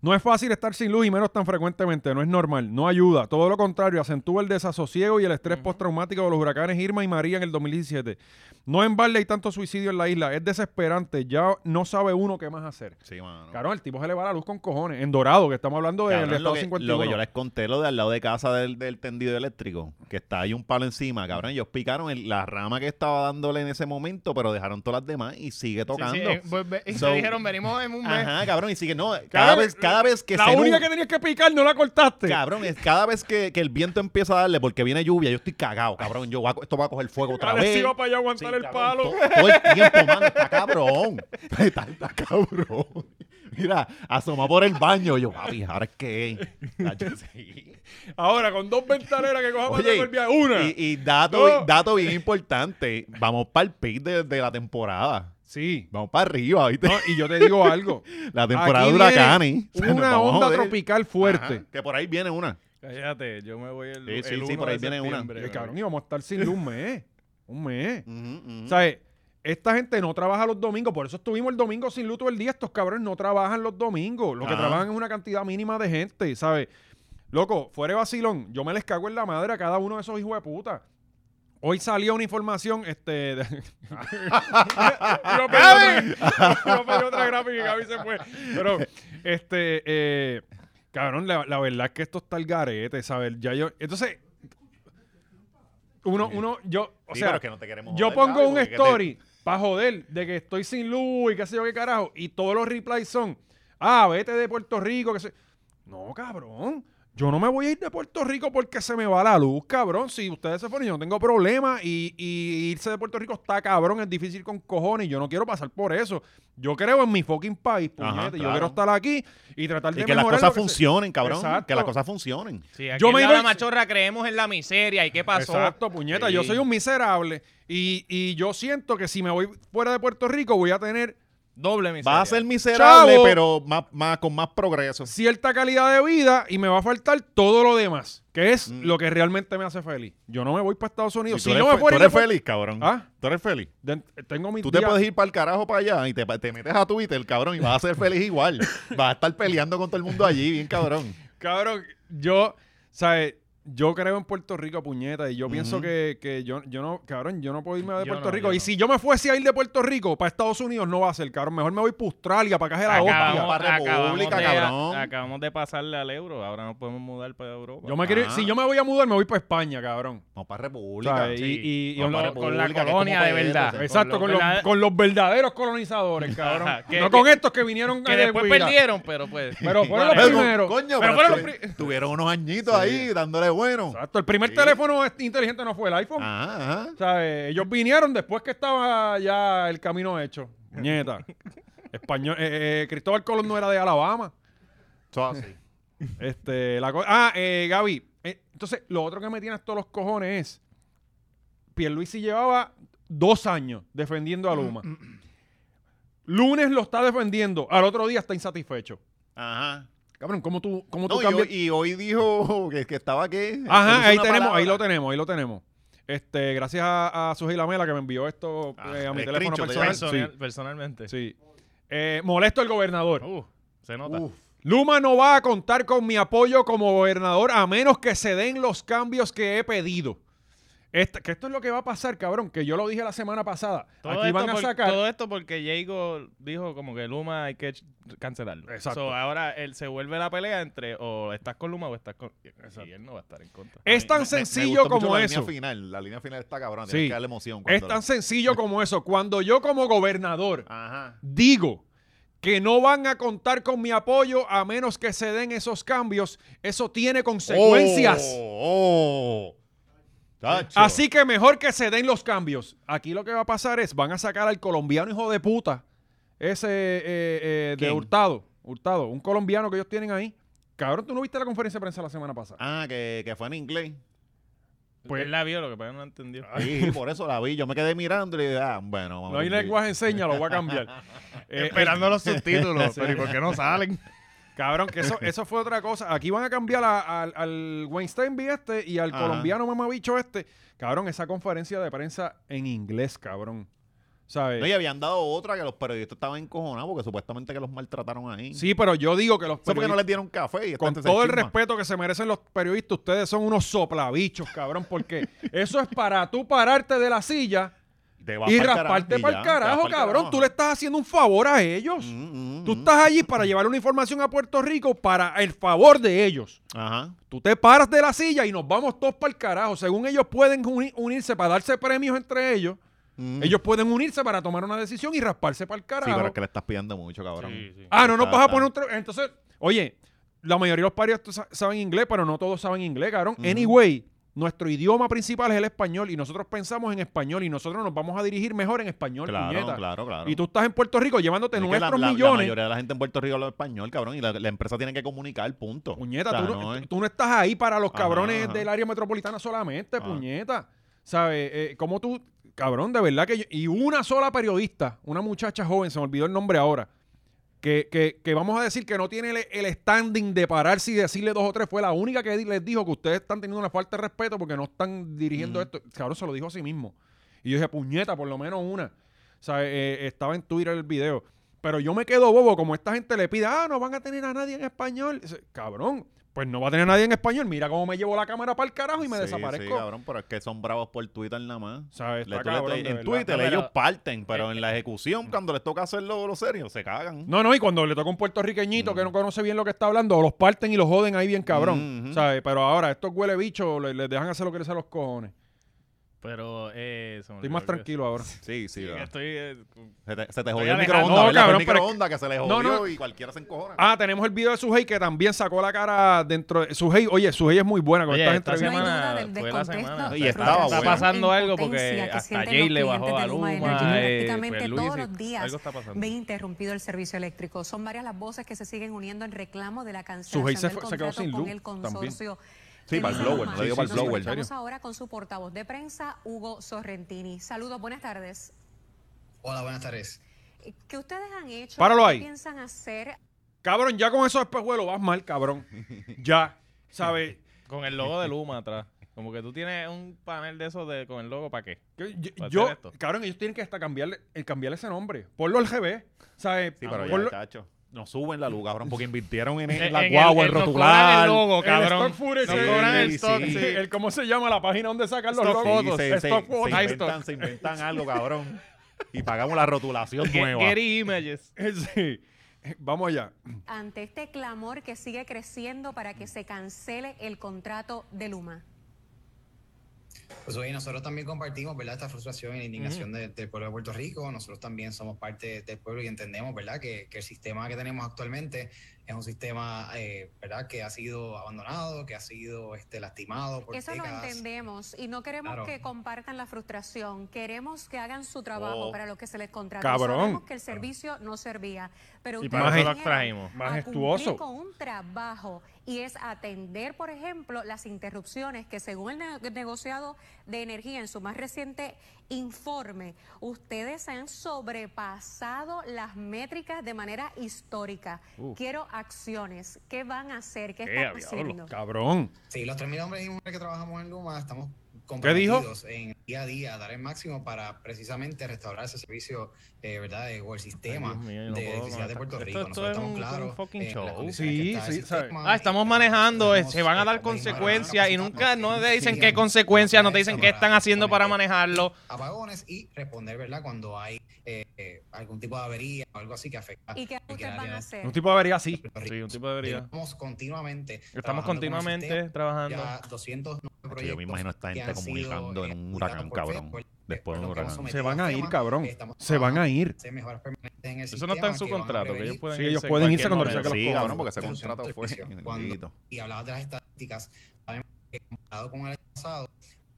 A: No es fácil estar sin luz y menos tan frecuentemente, no es normal, no ayuda. Todo lo contrario, acentúa el desasosiego y el estrés postraumático de los huracanes Irma y María en el 2017. No en balde hay tanto suicidio en la isla, es desesperante, ya no sabe uno qué más hacer.
B: Sí, mano.
A: Cabrón, el tipo se le va la luz con cojones. En Dorado, que estamos hablando
D: pues,
A: del
B: Cabrón, lo,
A: Estado
B: que,
A: 51.
B: lo que yo les conté, lo de al lado de casa del, del tendido eléctrico, que está ahí un palo encima, cabrón. Ellos picaron el- la rama que estaba dándole en ese momento, pero dejaron todas las demás y sigue tocando.
A: eh, pues,
C: y
B: So-
C: te dijeron, venimos en eh, un mes.
B: Ajá, cabrón, y sigue, no, cada vez, cada vez que
A: La
B: se
A: única
B: nubla-
A: que tenías que picar no la cortaste.
B: Cabrón, es cada vez que, que el viento empieza a darle porque viene lluvia, yo estoy cagado, cabrón. Yo, voy a co- esto va a coger fuego otra
A: Alex
B: vez.
A: iba para allá a aguantar
B: Sí,
A: el
B: cabrón,
A: palo.
B: to- Todo, el tiempo, mano, está cabrón. Está, está cabrón. Mira, asoma por el baño. Yo, papi, ahora es que. Sí.
A: Ahora, con dos ventaneras que cojamos
B: Oye,
A: el viaje, una.
B: y, y dato,
A: dos.
B: bi- dato bien importante. Vamos para el pit de, de la temporada.
A: Sí.
B: Vamos para arriba, ¿viste?
A: No, y yo te digo algo.
B: La temporada de
A: Aquí
B: huracanes.
A: viene
B: (laughs) O sea, nos
A: Una
B: vamos a
A: onda
B: joder.
A: tropical fuerte.
B: Ajá, que por ahí viene una.
C: Cállate, yo me voy el,
B: Sí, sí,
C: el
B: sí,
C: 1
B: por ahí
C: de
B: viene una.
C: septiembre,
A: Eh,
C: bro.
A: cabrón, íbamos a estar sin luz un mes. Un mes.
B: Ujú, ujú.
A: ¿Sabes? Esta gente no trabaja los domingos, por eso estuvimos el domingo sin luz todo el día. Estos cabrones no trabajan los domingos. Lo que
B: Ajá.
A: trabajan es una cantidad mínima de gente, ¿sabes? Loco, fuera de vacilón, yo me les cago en la madre a cada uno de esos hijos de puta. Hoy salió una información, este... (laughs) de- yo pedí otra, yo pedí otra gráfica y Gaby se fue. Pero, este, eh, cabrón, la, la verdad es que esto está el garete, ¿sabes? Ya yo, entonces, uno, uno, yo, o
B: Sí,
A: sea,
B: pero es que no te queremos
A: yo
B: joder,
A: pongo
B: Gaby,
A: un
B: porque que te-
A: story para joder de que estoy sin luz y qué sé yo qué carajo. Y todos los replies son, ah, vete de Puerto Rico, que sé. No, cabrón.
D: Yo no me voy a ir de Puerto Rico porque se me va la luz, cabrón. Si ustedes se fueron, yo no tengo problema. Y, y irse de Puerto Rico está cabrón, es difícil con cojones. Yo no quiero pasar por eso. Yo creo en mi fucking país,
B: Ajá,
D: puñete. Yo
B: claro.
D: quiero estar aquí y tratar de
B: Y que las
D: mejorar
B: cosas
D: lo que se-
B: funcionen, cabrón.
D: Exacto.
B: Que las cosas funcionen.
A: Sí, aquí
D: Yo
A: en
D: me
A: la
D: iba-
A: Hora machorra creemos en la miseria. ¿Y qué pasó?
D: Exacto, puñeta.
A: Sí.
D: Yo soy un miserable y, y yo siento que si me voy fuera de Puerto Rico voy a tener
A: Doble miseria.
B: Va a ser miserable,
D: Chavo.
B: pero más, más- con más progreso.
D: cierta calidad de vida y me va a faltar todo lo demás, que es
B: Mm.
D: lo que realmente me hace feliz. Yo no me voy para
B: Y
D: Estados
B: tú,
D: Unidos. si
B: eres,
D: no me
B: fe-
D: fuera
B: tú eres
D: de Puer-
B: feliz, cabrón.
D: ¿Ah?
B: Tú eres feliz.
D: de- tengo mis
B: Tú te
D: días-
B: puedes ir para el carajo para allá y te, pa- te metes a Twitter, cabrón, y vas a ser feliz
D: (laughs)
B: igual. Vas a estar peleando con todo el mundo allí, bien cabrón.
D: Cabrón, yo, ¿sabes? Yo creo en Puerto Rico, puñeta, y yo pienso
B: Ujú.
D: que, que yo, yo no, cabrón, yo no puedo irme de
A: Yo
D: Puerto
A: no,
D: Rico.
A: yo
D: Y
A: no.
D: si yo me fuese a ir de Puerto Rico para Estados Unidos, no va a ser, cabrón. Mejor me voy para Australia, para caja de la hostia.
A: Acabamos,
B: Para
A: acabamos
B: República,
A: de,
B: cabrón.
A: acabamos de pasarle al euro. Ahora nos podemos mudar para Europa.
D: Yo me quiero ir-
B: Ah.
D: si yo me voy a mudar, me voy para España, cabrón.
B: No para República.
D: ¿Sabes? Y-
A: sí.
D: y- y-
B: No,
D: lo-
B: para
A: con la
B: República, que es
A: colonia
B: como
A: de
B: PR,
A: verdad.
B: o sea,
D: exacto, con
A: con
D: los,
A: los verdad-
D: con los verdaderos colonizadores, cabrón.
A: (laughs) Ajá, que-
D: no
A: que-
D: con estos que vinieron
A: Que
D: ahí de
A: después
D: Guira.
A: perdieron, pero pues. (laughs)
D: Pero fueron los
A: Vale.
B: Pero,
D: primeros.
B: Coño,
D: Pero
B: pero,
D: fueron los
B: tuvi-
D: pri-
B: tuvieron unos añitos
D: Sí.
B: ahí dándole bueno.
D: Exacto, el primer
B: Sí. Ah.
D: teléfono este inteligente no fue el iPhone.
B: Ajá, ajá.
D: O sea, eh, ellos vinieron después que estaba ya el camino hecho.
B: (laughs)
D: Nieta. Español, eh, eh, Cristóbal Colón no era de Alabama. (laughs)
B: Eso así.
D: Este, la co- ah, eh, Gaby. eh, entonces, lo otro que me tiene hasta los cojones es. Pierluisi llevaba dos años defendiendo a Luma. Lunes lo está defendiendo. Al otro día está insatisfecho.
B: Ajá.
D: Cabrón, ¿cómo tú, cómo tú
B: No, y,
D: cambias?
B: hoy, y hoy dijo (laughs) que, que estaba que.
D: (laughs) Ajá, ahí
B: una
D: tenemos, ahí lo
B: palabra.
D: tenemos, ahí lo tenemos. Este, gracias a, a Suji Lamela que me envió esto
B: Ah,
D: eh, a mi
B: el
D: teléfono
B: screenshot,
D: personal.
A: Personal-
D: Sí.
A: Personalmente.
D: Sí. Eh, molesto el gobernador.
A: Uh, se nota.
B: Uf.
D: Luma no va a contar con mi apoyo como gobernador a menos que se den los cambios que he pedido. Esta- que esto es lo que va a pasar, cabrón, que yo lo dije la semana pasada.
A: Todo,
D: Aquí
A: esto
D: van a
A: por-
D: sacar.
A: todo esto porque Jago dijo como que Luma hay que ch- cancelarlo.
D: Exacto.
A: So, ahora él se vuelve la pelea entre o estás con Luma o estás con. Y él no va a estar en contra.
D: Es
B: Me-
D: tan
B: me- me
D: sencillo
B: gustó mucho
D: como
B: la
D: eso.
B: Línea final. La línea final está cabrón.
D: Sí.
B: Tienes que darle emoción.
D: Es
B: cuando
D: tan
B: la-
D: sencillo como eso. Cuando yo como gobernador
B: Ajá.
D: digo que no van a contar con mi apoyo a menos que se den esos cambios, eso tiene consecuencias.
B: Oh, oh. Tacho.
D: Así que mejor que se den los cambios. Aquí lo que va a pasar es, van a sacar al colombiano hijo de puta, ese eh, eh, de
B: ¿Quién?
D: Hurtado, Hurtado, un colombiano que ellos tienen ahí. Cabrón, ¿tú no viste la conferencia de prensa la semana pasada?
B: Ah, que, que fue en inglés.
D: pues-
A: él la vio, lo que pasa es que no la entendió.
B: Sí, por eso la vi. Yo me quedé mirando y dije, ah, bueno. vamos
D: no
B: a
D: hay
B: ver.
D: lenguaje en señas, lo voy a (laughs) cambiar. Eh,
C: (laughs)
A: los subtítulos, pero ¿y por qué no salen?
D: Cabrón,
B: (laughs)
D: que eso, eso fue otra cosa. Aquí van a cambiar a- al- al Weinstein este y al
B: Ajá.
D: colombiano mamabicho este. Cabrón, esa conferencia de prensa en inglés, cabrón. ¿Sabes?
B: No, y habían dado otra que los periodistas estaban encojonados porque supuestamente que los maltrataron ahí.
D: sí, pero yo digo que los
B: Eso porque no
D: periodistas-
B: les dieron café. Y esta
D: con
B: gente se
D: todo el
B: chisma.
D: respeto que se merecen los periodistas, ustedes son unos soplabichos, cabrón,
B: (laughs)
D: porque eso es para tú pararte de la silla
B: Te vas
D: y
B: pa'l carajo
D: rasparte
B: y
D: para
B: ya,
D: el
B: te vas
D: carajo,
B: pa'l
D: cabrón. Tú le estás haciendo un favor a ellos.
B: Mm, mm,
D: Tú
B: mm.
D: estás allí para llevar una información a Puerto Rico para el favor de ellos.
B: Ajá.
D: Tú te paras de la silla y nos vamos todos para el carajo. Según ellos pueden uni- unirse para darse premios entre ellos,
B: Mm.
D: ellos pueden unirse para tomar una decisión y rasparse para el
B: Sí,
D: carajo.
B: pero es que le estás pidiendo mucho, cabrón.
A: Sí, sí.
D: Ah, no nos
B: Está-
D: vas a
B: está-
D: poner otro. Entonces, oye, la mayoría de los parios sa- saben inglés, pero no todos saben inglés, cabrón.
B: Ujú.
D: Anyway, nuestro idioma principal es el español y nosotros pensamos en español y nosotros nos vamos a dirigir mejor en español,
B: Claro,
D: puñeta.
B: claro, claro.
D: Y tú estás en Puerto Rico llevándote
B: Es que la-
D: nuestros
B: la, la
D: millones.
B: mayoría de la gente en Puerto Rico habla español, cabrón, y la, la empresa tiene que comunicar, punto.
D: Puñeta,
B: O sea,
D: tú,
B: no
D: no, tú-
B: es-
D: tú no estás ahí para los
B: Ajá,
D: cabrones
B: ajá. Ah.
D: del área metropolitana solamente,
B: Ajá.
D: puñeta. ¿Sabes? Eh, ¿Cómo tú, cabrón, de verdad que yo- Y una sola periodista, una muchacha joven, se me olvidó el nombre ahora, que, que- que vamos a decir que no tiene el, el standing de pararse y decirle dos o tres, fue la única que di- les dijo que ustedes están teniendo una falta de respeto porque no están dirigiendo
B: Ujú.
D: esto. Cabrón, se lo dijo a sí mismo. Y yo dije, puñeta, por lo menos una. ¿Sabes? Eh, estaba en Twitter el video. Pero yo me quedo bobo como esta gente le pide, ah, no van a tener a nadie en español. Dice, Cabrón, pues no va a tener a nadie en español. Mira cómo me llevo la cámara para el carajo y me
B: Sí, Sí,
D: desaparezco.
B: cabrón, pero es que son bravos por Twitter nada más.
D: ¿Sabes?
B: Le-
D: Está
B: tú le-
D: cabrón, de
B: en
D: verdad. eh,
B: Twitter
A: No, pero-
B: ellos parten, pero en la ejecución, cuando les toca hacerlo lo serio, se cagan.
D: No, no, y cuando le toca a un puertorriqueñito
B: Mm.
D: que no conoce bien lo que está hablando, los parten y los joden ahí bien cabrón.
B: Ujú.
D: ¿Sabes? Pero ahora estos huele bichos le- les dejan hacer lo que les a los cojones.
C: Pero eh, se me
D: Estoy
C: olvidó
D: más
C: que-
D: tranquilo ahora.
B: Sí, sí.
C: Sí,
B: va.
C: estoy, eh, con-
B: Se te, se te
C: Estoy
B: jodió el
C: alejado.
B: microondas,
D: No,
B: ¿verdad?
D: cabrón,
B: el
D: pero es que-
B: microondas que se le
D: No,
B: jodió
D: no.
B: y cualquiera se encojona.
D: Ah, tenemos el video de Sujei que también sacó la cara dentro de... Sujei, oye, Sujei es muy buena con
C: Oye,
D: estas
C: esta
D: entrevistas.
C: semana
E: del
C: fue la
E: descontexto,
C: semana.
B: Y estaba
E: frustración,
B: bueno. Está
C: pasando algo porque
E: impotencia que
C: hasta
E: sienten
C: Jay
E: los
C: le bajó
E: clientes
C: a
E: de Luma
C: Luma,
E: Energy,
C: eh,
E: que prácticamente
C: pues, Luis,
E: todos
C: sí,
E: los días
C: algo está pasando.
E: ven interrumpido el servicio eléctrico. Son varias las voces que se siguen uniendo en reclamo de la
D: Sujei
E: cancelación
D: se
E: del
D: fue- se quedó
E: contrato
D: sin
E: con
D: luz
E: el
D: también.
E: consorcio.
B: Sí,
E: de
B: para el
E: Luma.
B: blower, no le digo
D: para el
E: Nos
D: blower.
E: encontramos ahora con su portavoz de prensa, Hugo Sorrentini. Saludos, buenas tardes.
F: Hola, buenas tardes.
E: ¿Qué ustedes han hecho?
D: Páralo
E: ¿Qué
D: ahí.
E: piensan hacer?
D: Cabrón, ya con esos espejuelos vas mal, cabrón. Ya, ¿sabes?
C: con el logo de Luma atrás. Como que tú tienes un panel de esos de, con el logo, ¿para qué?
D: Yo, yo-
C: ¿Para
D: yo-
C: hacer esto?
D: cabrón, ellos tienen que hasta cambiarle, eh, cambiarle ese nombre. Ponlo al GB, ¿sabes?
B: Sí, pero
D: Ponlo-
B: ya, chacho. No suben la luz, cabrón, porque invirtieron en,
C: En-
B: en la
C: en
B: guagua, el,
C: en- nos cobran
B: rotular.
C: el logo,
D: El
C: cabrón.
D: stock
C: (laughs)
D: footage,
C: Nos
D: sí,
C: cobran el
B: sí,
C: stock,
B: sí.
C: sí.
D: el- ¿Cómo se llama la página donde sacan los
C: Stock
D: logos?
B: Sí,
C: fotos,
B: se, se-
D: stock photos.
B: se
C: ahí
B: inventan,
C: está.
B: se inventan algo, cabrón. Y pagamos la rotulación
C: Get-
B: nueva.
C: Getty Images.
D: Sí. Eh, Vamos allá.
E: ante este clamor que sigue creciendo para que se cancele el contrato de Luma.
F: Pues hoy nosotros también compartimos, ¿verdad? Esta frustración y la indignación de- del pueblo de Puerto Rico. Nosotros también somos parte del pueblo y entendemos, ¿verdad? Que, que el sistema que tenemos actualmente es un sistema, eh, ¿verdad? Que ha sido abandonado, que ha sido este, lastimado por
E: Eso lo
F: décadas.
E: entendemos y no queremos
F: Claro.
E: que compartan la frustración. Queremos que hagan su trabajo
B: Oh.
E: para lo que se les contrató.
D: Cabrón.
E: Sabemos que el servicio no servía, pero
C: Y
E: ustedes
C: para eso los
E: vinieron
C: trajimos.
E: a
D: Majestuoso.
E: cumplir con un trabajo y es atender, por ejemplo, las interrupciones que según el ne- negociado de energía en su más reciente informe, ustedes han sobrepasado las métricas de manera histórica. Quiero acciones. ¿Qué van a hacer? ¿Qué
C: Eh,
E: están haciendo?
D: Cabrón.
F: Sí, los 3.000 hombres y mujeres que trabajamos en Luma estamos
D: ¿Qué dijo?
F: comprometidos en día a día a dar el máximo para precisamente restaurar ese servicio, eh, ¿verdad? Eh, o el sistema
C: Ay, Dios mío, yo no puedo con
F: de electricidad de
C: esta-
F: Puerto
C: esto-
F: Rico.
C: esto
F: Nosotros
C: es
F: estamos
C: un-
F: claros
C: un fucking
F: en las
C: show.
F: condiciones que
D: Sí,
F: está el
D: sí, sabe.
F: sistema
C: Ah, estamos
F: y-
C: manejando, eh,
F: Tenemos,
C: se van a
F: eh,
C: dar
F: también
C: consecuencias y
F: para-
C: nunca no te dicen qué
F: Sí,
C: consecuencias, no te dicen
F: para-
C: qué están haciendo para manejarlo.
F: apagones y responder, ¿verdad? Cuando hay eh, eh, algún tipo de avería o algo así que afecta.
E: ¿Y qué ustedes
F: cualquier
E: van
F: área
E: a
F: de
E: hacer?
D: Un tipo de avería así.
F: Puerto Rico.
C: Sí, un tipo de avería.
F: Estamos continuamente.
C: Estamos
F: trabajando con el
C: continuamente
F: sistema.
C: trabajando.
F: Ya 209
B: Yo me
F: proyectos
B: imagino esta
F: que
B: gente
F: han sido,
B: comunicando en
F: eh,
B: un
F: cuidados
B: huracán,
F: por
B: cabrón.
F: Facebook,
B: Después de un
F: lo que hemos
B: huracán.
D: Se van a ir,
F: Tema,
D: cabrón.
F: eh, estamos
D: Se van a ir.
F: hacer mejoras permanentes en el
C: Eso no está en
F: sistema
C: su
F: que van a
C: contrato, que ellos
F: prevenir
C: pueden
D: Sí, ellos
C: en
D: pueden irse
C: cualquier
D: cuando les
C: momento.
D: saque
B: Sí,
D: los
B: cabrón,
D: cojones.
B: porque ese contrato fue.
F: Cuando-
B: bendito.
F: y hablaba de las estadísticas, sabemos que comparado con el año pasado,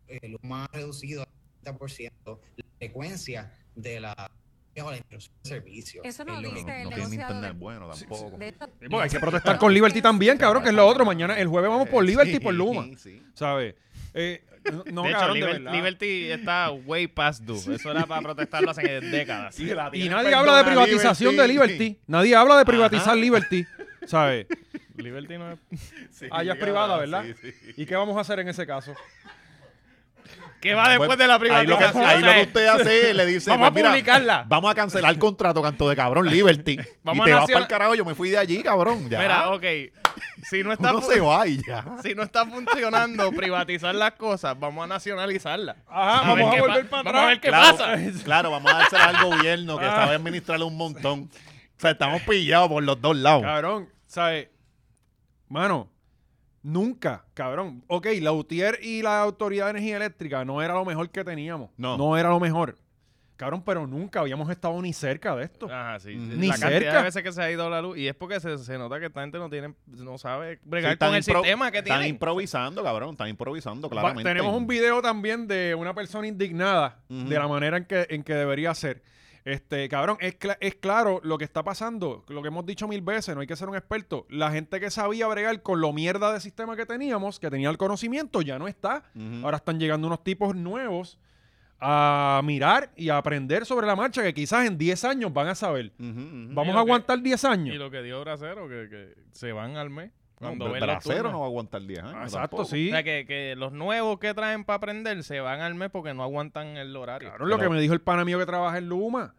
F: el humano ha reducido al 30% la frecuencia de la, o la interrupción de servicio.
E: Eso no
F: Es lo que-
E: dice el
B: No tiene
E: negociado
B: internet
E: de-
B: bueno tampoco.
E: de esto-
D: Sí, porque hay que protestar con Liberty también, cabrón, que es lo otro. Mañana, el jueves vamos por Liberty y por (laughs) Luma.
B: Eh, (laughs) Sí, sí.
D: ¿Sabes? Eh, no, no,
C: de hecho,
D: cabrón, de
C: Liber-
D: verdad.
C: Liberty está way past due. Eso era para protestarlo hace (laughs) décadas.
B: Y la
D: Y
B: tienen
D: nadie habla de
B: perdona,
D: privatización de Liberty. Nadie habla de privatizar
B: Ajá.
D: Liberty. ¿Sabes?
C: Liberty no es...
B: Sí,
D: Ah, ya es
B: cabrón,
D: privada, ¿verdad?
B: sí, sí.
D: ¿Y qué vamos a hacer en ese caso?
C: ¿Qué va después de la
B: Ahí lo, que,
C: privatización?
B: ahí lo que
C: ¿sabes?
B: usted hace le dice:
D: Vamos a
B: pues, mira,
D: publicarla.
B: Vamos a cancelar el contrato, canto de cabrón, Liberty.
C: Vamos
B: y te
C: a
B: vas para
C: nacional-
B: el carajo. Yo me fui de allí, cabrón. Ya.
C: (laughs) Mira, ok. Si no está,
B: Uno
C: fu-
B: se va y ya.
C: si no está funcionando privatizar las cosas, vamos a nacionalizarlas.
D: Ajá,
C: ver
D: vamos a
C: qué pa-
D: volver para atrás.
C: Vamos a ver qué
B: claro,
C: pasa.
B: Claro, vamos a dársela al gobierno
D: Ah.
B: que sabe administrarlo un montón. O sea, estamos pillados por los dos lados.
D: Cabrón, ¿sabes? Mano, nunca, cabrón. Ok, la UTIER y la Autoridad de Energía Eléctrica no era lo mejor que teníamos.
B: No.
D: No era lo mejor. Cabrón, pero nunca habíamos estado ni cerca de esto.
C: Ajá, sí.
D: Ni
C: la cantidad
D: cerca.
C: de veces que se ha ido la luz. Y es porque se, se nota que esta gente no tiene, no sabe
B: Sí,
C: bregar con el
B: impro-
C: sistema que
B: están
C: tienen.
B: improvisando, cabrón. Están improvisando,
D: Va-
B: claramente.
D: Tenemos un video también de una persona indignada
B: Ujú.
D: de la manera en que, en que debería ser. Este, cabrón, es, cla- es claro lo que está pasando, lo que hemos dicho mil veces, no hay que ser un experto. La gente que sabía bregar con lo mierda de sistema que teníamos, que tenía el conocimiento, ya no está.
B: Ujú.
D: Ahora están llegando unos tipos nuevos a mirar y a aprender sobre la marcha que quizás en 10 años van a saber.
B: Ujú, ujú.
D: Vamos
C: lo
D: a
C: que-
D: aguantar 10
C: Y
D: años.
C: lo que dio Bracero, que, que se van al mes. Cuando
B: No,
C: ven los
B: Bracero
C: turnos.
B: no va a aguantar 10 años.
D: Ah,
B: tampoco.
D: Exacto, sí.
C: O sea, que, que los nuevos que traen para aprender se van al mes porque no aguantan el horario.
D: Claro, lo que
B: Pero-
D: me dijo el pana mío que trabaja en Luma,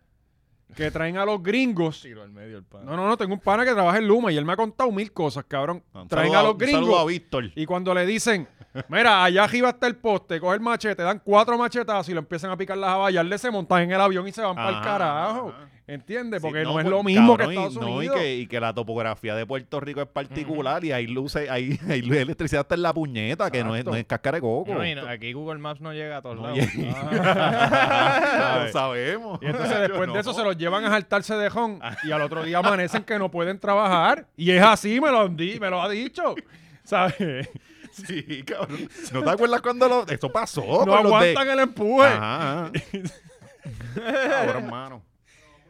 D: que traen a los gringos.
C: Tiro al medio el pan.
D: No, no, no, tengo un pana que trabaja en Luma y él me ha contado mil cosas, cabrón.
B: Un
D: Traen
B: saludo
D: a los
B: un saludo a
D: gringos
B: Víctor.
D: y cuando le dicen, Mira, allá arriba está el poste, coge el machete, dan cuatro machetazos y lo empiezan a picar las avallas, se montan en el avión y se van para el
B: Ajá,
D: carajo.
B: ajá.
D: ¿Entiendes?
B: Sí,
D: Porque no,
B: pues,
D: es lo mismo
B: cabrón,
D: que
B: y-
D: Estados
B: no,
D: Unidos.
B: Y que, y que la topografía de Puerto Rico es particular y hay luces, hay, (laughs) hay luz- electricidad hasta en la puñeta, que no es,
D: Exacto.
B: no es cáscara de coco. (laughs)
C: No, y no- aquí Google Maps no llega a todos
B: No
C: lados.
B: llega. (laughs)
D: Ah,
B: Lo sabemos.
D: Y entonces
B: (laughs)
D: después
B: Yo
D: de
B: no. Ah.
D: eso se los llevan a saltarse de jón y al otro día amanecen que no pueden trabajar. Y es así, me lo, han di- me lo ha dicho.
B: (laughs)
D: ¿Sabes?
B: Sí, cabrón. ¿No te acuerdas cuando lo... Eso pasó? con
D: No
B: los de-
D: aguantan el empuje.
B: Ajá. Ahora, hermano.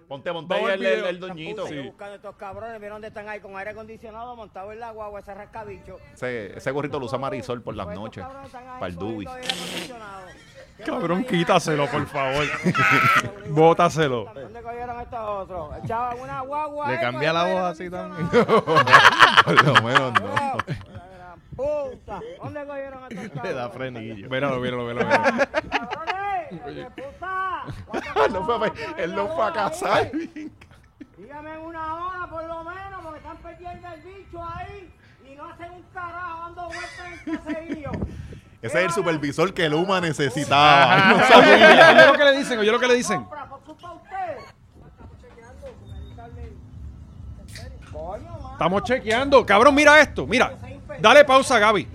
B: Ponte, ponte
D: Vamos
B: ahí el,
D: al
B: el,
D: video.
B: el doñito.
G: Puse, yo buscando estos cabrones, vieron dónde están ahí con aire acondicionado, montado en la guagua, ese rascabicho.
B: Ese, ese gorrito lo usa Marisol por las
G: Pues estos
B: noches.
G: cabrones están ahí
B: Para el
G: cogiendo
B: dubi.
G: aire acondicionado. ¿Qué
D: Cabrón,
G: pasa ahí?
D: quítaselo, por favor.
G: Seguro igual.
D: Bótaselo.
G: ¿Dónde cogieron estos otros? Echaban una guagua.
C: Le
G: ahí
C: cambia
G: con
C: la
G: aire
C: voz así también.
G: acondicionado.
B: Por lo menos
G: Cabrón, la gran Puta, ¿dónde cogieron estos cabrones?
C: Le da frenillo.
D: Míralo, míralo, míralo. míralo.
G: Cabrones, de puta.
B: No fue, pa- él no fue a casar.
G: ¿eh? Dígame en una hora por lo menos, porque están perdiendo el bicho ahí y no hacen un carajo dando vueltas en el caserío.
B: Ese es el supervisor que Luma
D: Ay,
B: necesitaba.
D: no sabía. Oye lo que le dicen, oye lo que le dicen.
G: Compra por culpa de ustedes. Estamos chequeando, lamentablemente. Coño, mano.
D: Estamos chequeando. Cabrón, mira esto. Mira. Dale pausa, Gaby.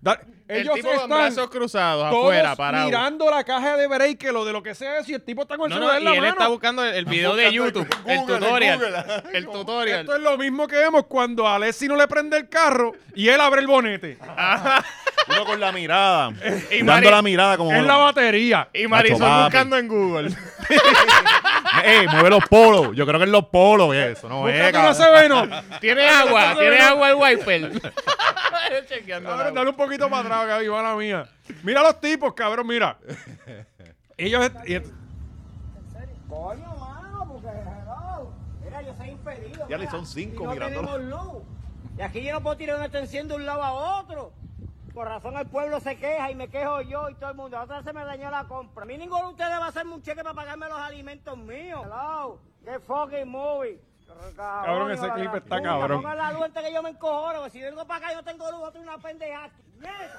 D: Da-
C: El
D: ellos
C: tipo con
D: están
C: brazos cruzados
D: todos
C: afuera, parado.
D: mirando la caja de break, que lo de lo que sea eso, y el tipo está con el
C: No,
D: celular
C: no,
D: en
C: y
D: la
C: él
D: mano.
C: está buscando el, el video de
B: buscando en
C: YouTube,
B: Google,
C: el
B: en
C: tutorial,
B: Google.
C: el tutorial.
D: Esto es lo mismo que vemos cuando a Alessi no le prende el carro y él abre el bonete.
B: Uno con la
D: (laughs)
B: mirada.
C: Y
B: dando
C: Mari-
B: la mirada como.
D: Es la batería.
C: Y Marisol
B: Nacho, papi.
C: buscando en Google.
B: (laughs) ¡Ey, mueve los polos! Yo creo que es los polos eso. No es,
D: Búscate
B: cabrón.
D: una Seveno.
C: (laughs) Tiene agua, tiene agua el wiper. (laughs) Chequeando la
D: Cabrón,
C: agua.
D: dale un poquito para atrás, Gaby, mala mía. Mira los tipos, cabrón, mira. Ellos... est- y est-
G: Coño, mano, porque hello. Mira, yo soy impedido.
B: Ya le
G: mira.
B: son cinco
G: y no
B: mirándolo.
G: tenemos luz. Y aquí yo no puedo tirar una extensión de un lado a otro. Por razón el pueblo se queja y me quejo yo y todo el mundo. La otra se me dañó la compra. A mí ninguno de ustedes va a hacerme un cheque para pagarme los alimentos míos. Hello. Qué fucking movie.
D: Cabrón, ese
G: hijo de
D: clip
G: la
D: está
G: puta,
D: cabrón.
G: Pongan la luz antes que yo me encojono, porque si vengo para acá y no tengo luz, voy a tener una pendeja. ¡Mierda!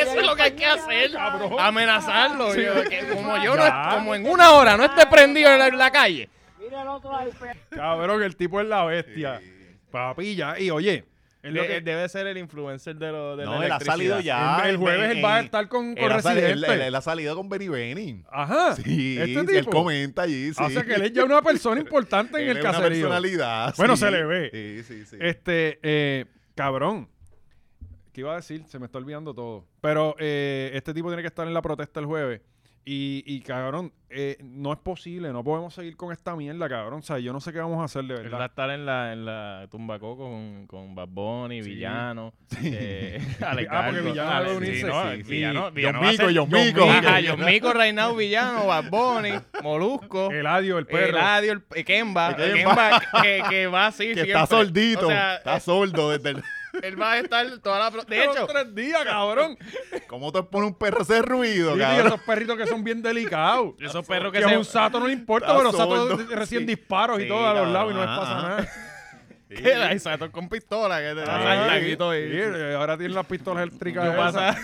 C: Eso es lo que hay que hacer,
G: Cabrón.
C: (laughs) amenazarlo. yo, que como yo no,
D: Ya.
C: como en una hora no esté prendido en la, en la calle.
G: Mira el otro ahí. pe-
D: Cabrón, el tipo es la bestia. Papilla. Y oye, es lo que-
C: debe ser el influencer de, lo, de
B: No, él ha salido ya.
D: El- el jueves él va a
B: en-
D: estar con- con
B: él ha sali-
D: Residente.
B: Él, él ha salido con Benny Benny. (laughs)
D: Ajá.
B: Sí,
D: este
B: él
D: tipo.
B: comenta allí, sí.
D: O sea que él es ya una persona importante en
B: Él
D: el
B: es una
D: caserío.
B: personalidad. (laughs)
D: Bueno,
B: sí.
D: se le ve.
B: Sí, sí, sí.
D: Este, eh, cabrón. ¿Qué iba a decir? Se me está olvidando todo. Pero eh, este tipo tiene que estar en la protesta el jueves. Y, y, cabrón, eh, no es posible. No podemos seguir con esta mierda, cabrón. O sea, yo no sé qué vamos a hacer de
C: Él va a
D: verdad.
C: estar en la, en la tumba coco con, con Bad Bunny, Villano. (laughs) Eh, Alex
D: Ah, porque
C: Gargo.
D: Villano va a
C: Alex-
D: unirse.
C: sí, no,
D: Sí,
B: sí.
C: Villano,
B: Y
C: Villano
B: John
C: va a
B: Mico,
C: ser-
B: John Mico.
C: Ajá, John Mico, Reinao, Villano, Bad (laughs) Bunny, Molusco.
D: El adiós,
C: El
D: el perro.
C: radio, el el Kemba,
B: El
C: el
B: Kemba.
C: Kemba que, (laughs) que va así
B: que
C: siempre.
B: está sordito.
C: O sea,
B: está sordo desde el... (laughs)
C: él va a estar toda la... pro- De
D: Los
C: hecho,
D: tres días, cabrón.
B: ¿Cómo te pone un perro ese ruido,
D: Sí,
B: cabrón?
D: esos perritos que son bien delicados.
C: esos perros
D: Que
C: que
D: a
C: se... (laughs)
D: un sato no le importa,
B: Está
D: pero sato
B: sordo.
D: recién
B: Sí.
D: disparos y
B: Sí,
D: todo a los lados y no les
B: cabrón,
D: pasa
B: ajá.
D: nada.
C: (laughs)
D: (laughs)
C: que hay satos con pistola que te
B: Ah,
D: Ajá.
C: dan el todo
D: Sí,
C: y...
D: eh, ahora tienen las pistolas eléctricas.
C: Tú
D: esas.
C: pasa,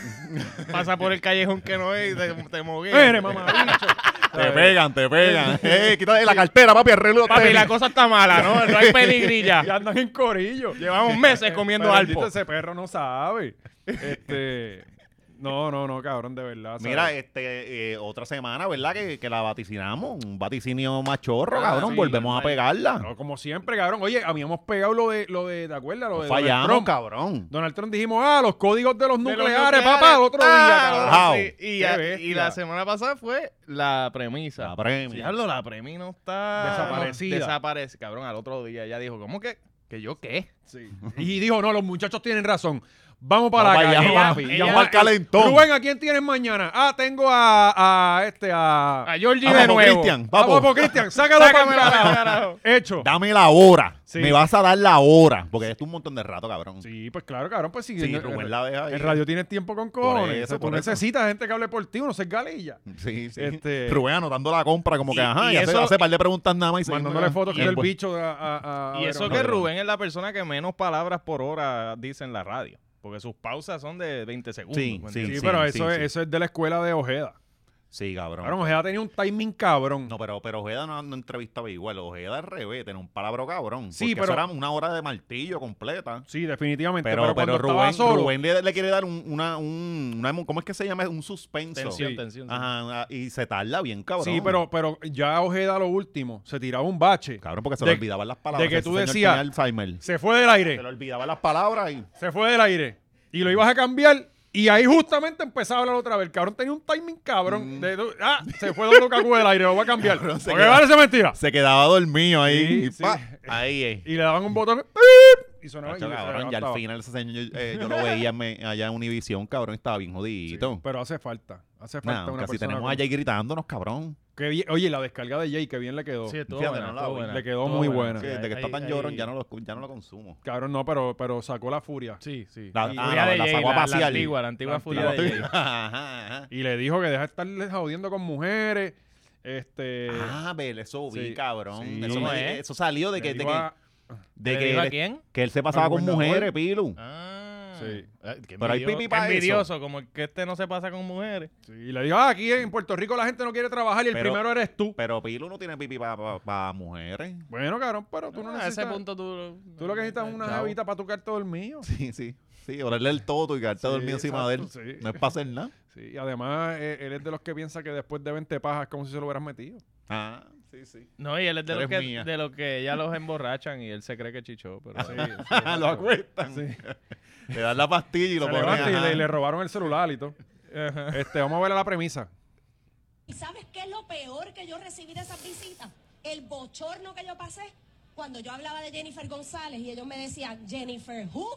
C: pasa por el callejón que no es y te, te mogueas.
B: (laughs)
D: Eres mamabicho.
B: Te pegan, te (laughs) pegan. Eh, quítale la cartera, papi, el reloj.
C: Papi, la cosa está mala, ¿no?
D: (laughs)
C: No hay
D: Y
C: peligrilla.
D: andan en corillo.
C: Llevamos
D: (laughs)
C: meses comiendo
D: Pero
C: alpo.
D: bendito, Ese perro no sabe. Este, no, no, no, cabrón, de verdad. ¿sabes?
B: Mira, este, eh, otra semana, ¿verdad? Que, que la vaticinamos. Un vaticinio machorro,
D: Ah,
B: cabrón.
D: sí,
B: Volvemos
D: normal.
B: a pegarla.
D: No, como siempre, cabrón. Oye, habíamos pegado lo de, lo de ¿te acuerdas? Lo de Donald
B: Fallamos,
D: Trump.
B: cabrón.
D: Donald Trump dijimos, ah, los códigos de los,
C: De los
D: nucleares,
C: nucleares.
D: papá, el otro día,
C: Ah,
D: cabrón.
B: Wow.
C: sí. Y,
D: Qué
C: a- y
D: bestia.
C: la semana pasada fue la premisa.
B: La premisa.
C: Diablo, la premisa no está...
D: Desaparecida.
C: Desaparece. Cabrón, al otro día ya dijo, ¿cómo que? ¿Que yo qué?
D: Sí. Y dijo, no, los muchachos tienen razón. Vamos para
B: Vamos
D: la
B: para
D: calle,
B: allá,
D: papi.
C: ella-
D: Llamó al-
B: calentón.
D: Rubén, ¿a quién tienes mañana? Ah, tengo a, a este, a...
C: A Georgie
B: Vamos
C: de
B: con
C: nuevo.
B: Cristian,
D: Ah,
B: vamos. (laughs)
D: pues, Cristian, sácalo para
C: Sácame
D: el
C: la
D: carajo.
C: carajo.
D: Hecho.
B: Dame la hora.
D: Sí.
B: Me vas a dar la hora. Porque esto es un montón de rato, cabrón.
D: Sí, pues claro, cabrón, pues si
B: Sí,
D: en-
B: Rubén
D: en-
B: la deja ahí.
D: En radio tienes tiempo con cojones.
B: eso,
D: O sea, tú
B: por eso.
D: necesitas gente que hable por ti, uno se galilla.
B: Sí, sí.
D: Este-
B: Rubén anotando la compra, como que,
C: Y-
B: ajá,
C: y
B: y, hace-
C: eso-
B: hace par de preguntas nada más. Y seguimos
D: Mandándole
B: acá.
D: fotos
B: Y pues.
D: que el
B: envu-
D: bicho a, a- a- a
C: Y
D: ver,
C: eso
D: no,
C: que
D: no.
C: Rubén es la persona que menos palabras por hora dice en la radio. Porque sus pausas son de 20 segundos.
B: Sí,
C: ¿me
B: sí,
A: Sí,
C: entiendes?
A: pero
B: sí,
A: eso,
B: sí,
A: es,
B: sí.
A: eso es de la escuela de Ojeda.
B: Sí, cabrón.
A: Claro, Ojeda tenía un timing cabrón.
B: No, pero, pero Ojeda no, no entrevistaba igual. Ojeda al revés, tenía un palabro cabrón.
A: Sí,
B: porque
A: pero-
B: eso era una hora de martillo completa.
A: Sí, definitivamente.
B: Pero,
A: Pero,
B: pero,
A: cuando estaba
B: Rubén,
A: solo,
B: Rubén le, le quiere dar un, una, un, una- ¿Cómo es que se llama? Un suspenso.
C: Tensión,
A: Sí.
C: tensión. sí.
B: Ajá, ah, y se tarda bien, cabrón.
A: Sí, pero, pero ya Ojeda lo último, se tiraba un bache.
B: Cabrón, porque se
A: De-
B: le olvidaban las palabras.
A: de que
B: Ese
A: tú
B: señor
A: decías-
B: tenía Alzheimer.
A: Se fue del aire.
B: Se le olvidaban las palabras y...
A: Se fue del aire. Y lo ibas a cambiar. Y ahí justamente empezaba a hablar otra vez. El cabrón tenía un timing cabrón. de- de- ah, se fue Don Cacu del aire. Lo voy a cambiar.
B: Mm. Cabrón, se
A: Porque
B: queda-
A: parece mentira.
B: Se quedaba dormido ahí.
A: Sí,
B: y
A: sí.
B: pa, Ahí es.
A: Y le daban un botón. ¡pip! Y sonaba.
B: Cacho,
A: y se
B: cabrón, ya al
A: levantaba.
B: final ese señor, eh, yo lo veía me- allá en Univisión, cabrón, estaba bien jodidito.
A: Pero hace falta. Hace
B: Nah,
A: falta una
B: casi
A: persona.
B: tenemos
A: como-
B: a Jay gritándonos, cabrón.
A: Qué bien- Oye, la descarga de Jay, que bien le quedó.
C: Sí, estuvo
B: Fíjate,
C: buena,
B: no la
C: estuvo
B: vi.
C: buena,
A: Le quedó
C: estuvo
A: muy
C: buena.
A: Ah,
B: Sí,
A: buena.
B: desde que está
C: Ahí-
B: tan
C: ahí-
B: llorón, ya no, lo, ya no lo consumo.
A: Cabrón, no, pero, pero sacó la furia.
C: Sí, sí.
B: La-
C: Y
B: ah,
C: furia
B: no,
C: de
B: la
C: Jay,
B: sacó a pasear.
C: la antigua, la antigua
A: La
C: furia de Jay.
B: (laughs) Ajá, ajá.
A: Y le dijo que deja de estarles jodiendo con mujeres. Este.
B: Ah, Bel, eso vi,
A: sí,
B: cabrón.
A: sí.
B: Eso,
C: ¿Cómo
B: me-
C: es?
B: eso salió de
A: le
B: que, de
A: dijo
B: que,
A: a-
B: de
C: ¿Le
B: que
C: dijo a
B: él-
C: quién?
B: que él se pasaba
A: Al
B: con
A: gobernador.
B: mujeres, Pilu.
C: Ah.
A: Sí.
C: Ah, qué
B: Pero hay
C: envidioso-
B: pipí pa' eso.
C: envidioso, como el que este no se pasa con mujeres.
A: sí, y le dijo, ah, aquí en Puerto Rico la gente no quiere trabajar y el
B: Pero-
A: primero eres tú.
B: Pero Pilu no tiene pipi para mujeres. (laughs)
A: Bueno, cabrón, pero tú no,
C: Ah,
A: necesitas.
C: A ese punto tú...
A: Tú lo que necesitas es una
C: Chao.
A: jevita para tu quedarte dormido.
B: Sí, sí. Sí, orarle el toto y quedarte
A: Sí,
B: dormido encima de él.
A: exacto, sí.
B: No es para hacer nada.
A: Sí, y además eh, él es de los que piensa que después de 20 pajas es como si se lo hubieras metido.
B: Ah, sí, sí.
C: No, y él es de
B: Tú
C: los,
B: eres
C: que,
B: mía.
C: de los que ya los (laughs) emborrachan y él se cree que chichó, pero
A: Sí,
C: (laughs) sí.
A: sí,
B: (laughs) lo acuestan. (laughs) Le dan la pastilla y lo
A: Se
B: ponen.
A: levanta y
B: ajá.
A: le, le robaron el celular y todo. Este, vamos a ver a la premisa.
H: ¿Y sabes qué es lo peor que yo recibí de esas visitas? El bochorno que yo pasé cuando yo hablaba de Jennifer González y ellos me decían, Jennifer, ¿who?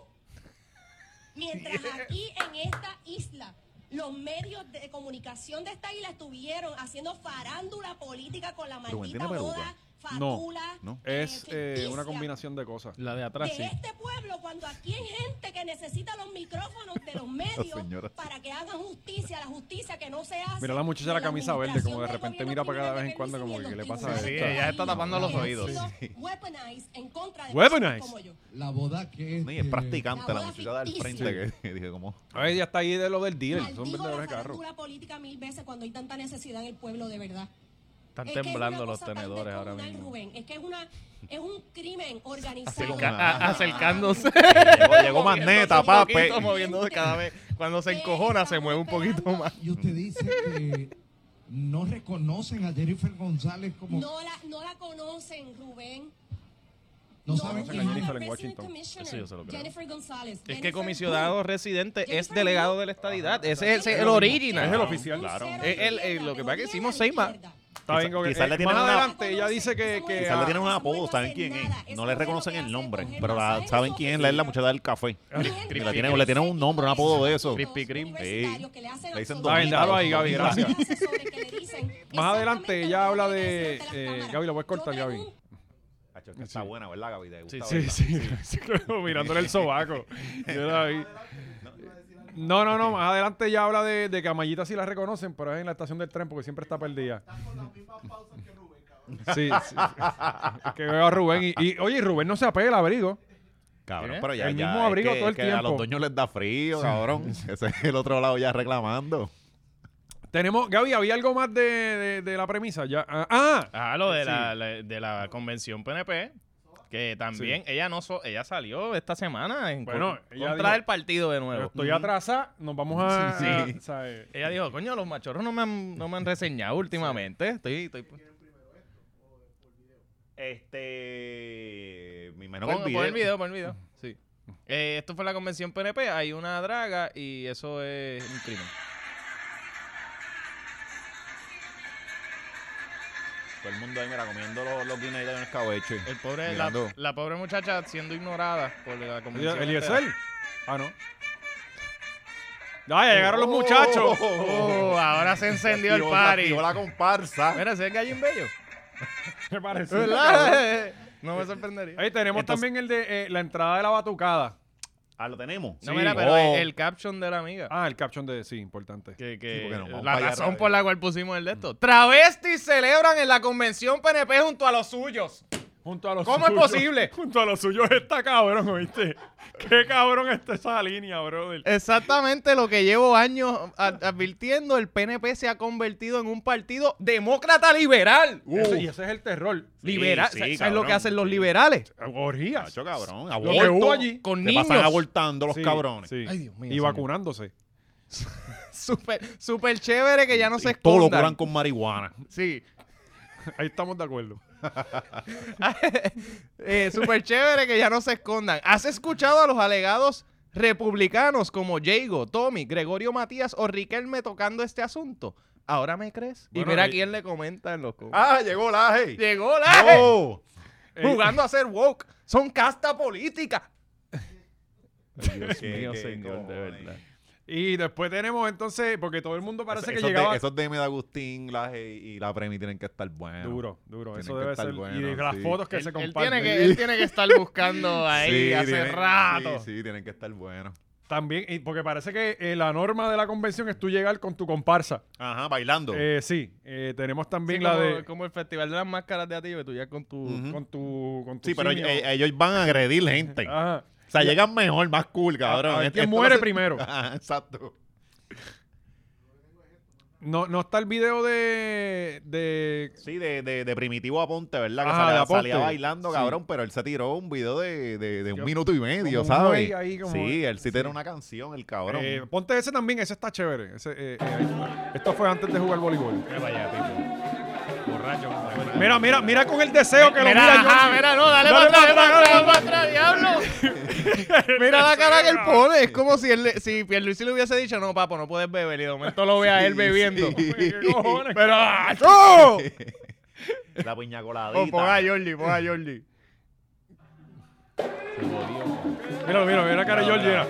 H: Mientras aquí en esta isla, los medios de comunicación de esta isla estuvieron haciendo farándula política con la
B: Rubén,
H: maldita
B: ¿tiene
H: boda,
A: No,
H: fatula,
B: no.
H: eh,
A: Es eh, una
H: ficticia
A: combinación de cosas.
C: La de atrás, sí.
H: de este pueblo cuando aquí hay gente que necesita los micrófonos de
A: (laughs)
H: los medios
B: señora.
H: para que hagan justicia, la justicia que no se hace.
A: Mira la muchacha de la camisa verde,
H: administración
A: como de
H: del
A: repente
H: gobierno
A: mira para acá de
H: criminal
A: vez en cuando, como
H: Pierluisi
A: que
H: y
A: le
H: los
A: pasa
H: tribunales
C: esto. Sí, ella está
H: del
C: tapando los
H: país
C: oídos.
H: que han sido weaponized en contra de
A: Weaponized.
H: personas como yo.
F: La boda que
B: No, y es practicante la
H: La
B: muchacha del
H: ficticia.
B: frente que (laughs) dije como
A: Ay, ya está ahí de lo del dealer. Son
H: Maldigo
A: vendedores
H: la
A: de carro.
H: farándula política mil veces cuando hay tanta necesidad en el pueblo de verdad.
C: Están
H: Es que es una
C: temblando los
H: cosa tan
C: tenedores ahora
H: descomunal,
C: mismo.
H: Rubén. Es que es, una, es un
C: (laughs)
H: crimen organizado.
B: Acerca-
C: a-
H: (laughs)
C: acercándose.
B: llegó, llegó más
C: Moviéndose
B: neta
C: un
B: papi
C: poquito, moviéndose cada vez. Cuando se encojona, se mueve un poquito más.
F: Y usted dice que no reconocen a Jennifer González como...
H: No la, no la conocen, Rubén.
F: no saben
H: es
A: conocen
F: quién
A: a
F: es.
H: la
A: Jennifer en
H: resident
A: Washington.
H: commissioner,
C: Eso yo se lo creo.
H: Jennifer González.
C: Es que
H: Jennifer
C: comisionado residente es
H: Jennifer
C: delegado
H: Bull.
C: de la estadidad. Ese es el, el original.
A: Es el oficial.
H: Un
A: Claro.
H: cero
C: Es el-
H: izquierda,
C: el- lo que
H: pero
C: pasa es que
H: bien
C: hicimos
H: a la
C: Seis más.
H: izquierda.
A: Está bien, como que-
B: Quizás
A: eh,
B: le tienen
A: más
B: una-
A: adelante ella dice que, que
H: Quizás
B: Quizás le
A: ah,
B: tienen un
H: no
B: apodo
H: puede
B: saben
H: hacer
B: quién
H: nada.
B: es
H: Esa
B: no le
H: mujer
B: reconocen
H: lo que
B: el
H: hace es
B: nombre
H: coger
B: pero la-
H: masajes
B: saben quién es la es la muchacha del café
H: Mientras
B: le tienen- le tienen un nombre, un apodo de eso.
H: Crispy Kreme.
B: Universitarios
H: Sí.
B: que le hacen
A: absolutamente
H: déjalo
A: todo.
B: (laughs)
H: Más adelante ella habla de. eh, Gaby, lo voy a cortar, Gaby.
B: Cacho, que está
A: Sí.
B: buena verdad Gaby Te gusta,
A: Sí,
B: ¿verdad?
A: sí, sí, (laughs) claro, mirándole el sobaco. Yo la vi. No, no, no, más adelante ya habla de, de que a Mayita sí la reconocen, pero es en la estación del tren porque siempre está perdida. Sí, sí. Es que veo a Rubén y, y- oye, Rubén no se apega al abrigo.
B: cabrón
C: ¿Qué?
B: pero ya
A: ¿Eh? El
B: ya,
A: mismo
B: es
A: abrigo
B: que-
A: todo el
B: que a
A: tiempo.
B: los dueños les da
A: (laughs)
B: frío cabrón ese es el otro lado ya reclamando
A: Tenemos, Gaby, había algo más de, de- de la premisa. Ya, ah, ah,
C: Ah, lo de,
A: Sí.
C: la, la- de la convención PNP. Que también ella no so- ella salió esta semana en
A: Bueno,
C: con-
A: ella
C: contra
A: dijo-
C: el partido de
A: pero
C: nuevo.
A: estoy atrasada, nos vamos a.
C: Sí, sí.
A: a- ¿sabes?
C: Ella dijo, coño, los machorros no me han, no me han reseñado últimamente. Estoy, estoy...
B: este mi menos
C: Pon, pon el video, pon el video. Sí. Eh, esto fue la convención PNP, hay una draga y eso es un crimen.
B: todo el mundo ahí mira comiendo los, los guineos en el escabeche
C: El pobre, la,
B: Mirando.
C: la pobre muchacha siendo ignorada por la convención.
A: ¿El
C: PNP.
A: ISL? Ah, no. Ah, ya llegaron los muchachos.
B: (laughs)
C: Oh, ahora se encendió el
B: Activó-
C: party.
B: activó la comparsa
C: Mira, ese es Gallín
B: (laughs)
C: Bello.
A: ¿Qué parece?
C: ¿Verdad? No me sorprendería.
A: Ahí tenemos
B: Entonces-
A: también el de eh, la entrada de la batucada.
B: Ah, lo tenemos.
C: No,
A: Sí.
C: mira, pero
B: Oh.
C: el, el caption de la amiga.
A: Ah, el caption de sí, importante.
C: Que, que
B: Sí, porque nos vamos
C: la
B: pa' allá
C: razón
B: rápido.
C: por la cual pusimos el de esto. Travestis celebran en la convención PNP junto a los suyos.
A: Junto a los
I: ¿Cómo es
A: suyos.
I: posible?
A: (laughs) Junto a los suyos está cabrón, ¿oíste? Qué cabrón está esa línea, brother.
C: Exactamente lo que llevo años ad- advirtiendo, el PNP se ha convertido en un partido demócrata liberal.
A: Eso-
B: Uh.
A: y ese es el terror.
C: Liberal,
B: sí,
C: ¿sabes
B: cabrón,
C: lo que hacen los
B: sí.
C: liberales?
A: Orgías.
B: Cacho, cabrón.
A: Lo
B: Aborto.
A: que hubo allí.
C: Con
B: Te
C: niños.
B: pasan abortando los
A: Sí,
B: cabrones.
A: sí.
C: Ay, Dios mío,
A: y
C: señor.
A: vacunándose.
C: (laughs) Súper, súper chévere que ya no se
B: Y todo lo
C: escondan.
B: curan con marihuana.
C: Sí.
A: (laughs) Ahí estamos de acuerdo.
C: (laughs) eh, súper chévere que ya no se escondan. ¿Has escuchado a los alegados republicanos como Jago, Tommy, Gregorio Matías o Riquelme tocando este asunto? ¿Ahora me crees?
A: Bueno,
C: y mira
A: y-
C: quién le comenta en los com-
B: Ah, llegó la hey.
C: ¡Llegó la
B: (laughs) Oh.
A: Eh,
C: Jugando a ser woke. Son casta política. Dios
B: Qué-
C: mío,
B: qué
C: señor, de
B: cojones.
C: verdad.
A: Y después tenemos entonces, porque todo el mundo parece
B: Eso-
A: que
B: esos
A: llegaba.
B: de- esos DM de Agustín, la Hey y la Premi tienen que estar
A: (laughs)
B: buenos.
A: duro, duro.
B: Tienen
A: Eso
B: que
A: debe
B: estar
A: ser. y
B: buenos,
A: las
B: sí.
A: fotos que
C: Él,
A: se
C: él
A: comparten. (laughs)
C: tiene que, él tiene que estar buscando ahí
B: Sí,
C: hace
B: tienen-
C: rato.
B: Sí, sí, tienen que estar buenos.
A: También, y porque parece que eh, la norma de la convención es tú llegar con tu comparsa.
B: Ajá, bailando.
A: Eh, sí, eh, tenemos también
C: Sí,
A: la
C: como,
A: de.
C: como el festival de las máscaras de Atillo, que tú ya con tu...
B: Ujú.
A: Con tu. Con tu
B: sí, pero eh,
A: simio.
B: ellos, ellos van a agredir gente.
A: Ajá.
B: O sea, llegan mejor, más cool, cabrón. Este
A: a ver
B: Esto
A: quién
B: no
A: muere
B: se-
A: primero.
B: (laughs) Ajá, exacto.
A: No, no está el video de. de
B: Sí, de, de, de Primitivo Aponte, ¿verdad? Que
A: Ajá, Ah, de
B: salía,
A: Aponte.
B: salía bailando,
A: Sí.
B: cabrón, pero él se tiró un video de, de, de un
A: Yo-
B: minuto y medio,
A: como un güey
B: ¿sabes?
A: ahí, como-
B: sí, él sí tiene una canción, el cabrón.
A: eh, ponte ese también, ese está chévere. Ese, eh, eh, ahí. esto fue antes de jugar voleibol. Mira, mira, mira con el deseo que lo
C: Mira,
A: mira.
C: ajá,
A: Johnson.
C: mira, no, dale,
A: Dale
C: para
A: para
C: atrás, dale
A: atrás,
C: para atrás, diablo. mira la cara que él pone, es como si él, le- si Pierluisi le hubiese dicho, no, papo, no puedes beber, y de momento lo ve a él (laughs) bebiendo.
A: ¿Qué cojones?
C: Pero, ¡ah, ¡no!
B: La piña coladita.
C: Oh, pon a Jordi, pon a Jordi.
A: Mira, mira, mira la cara de Georgie. mira.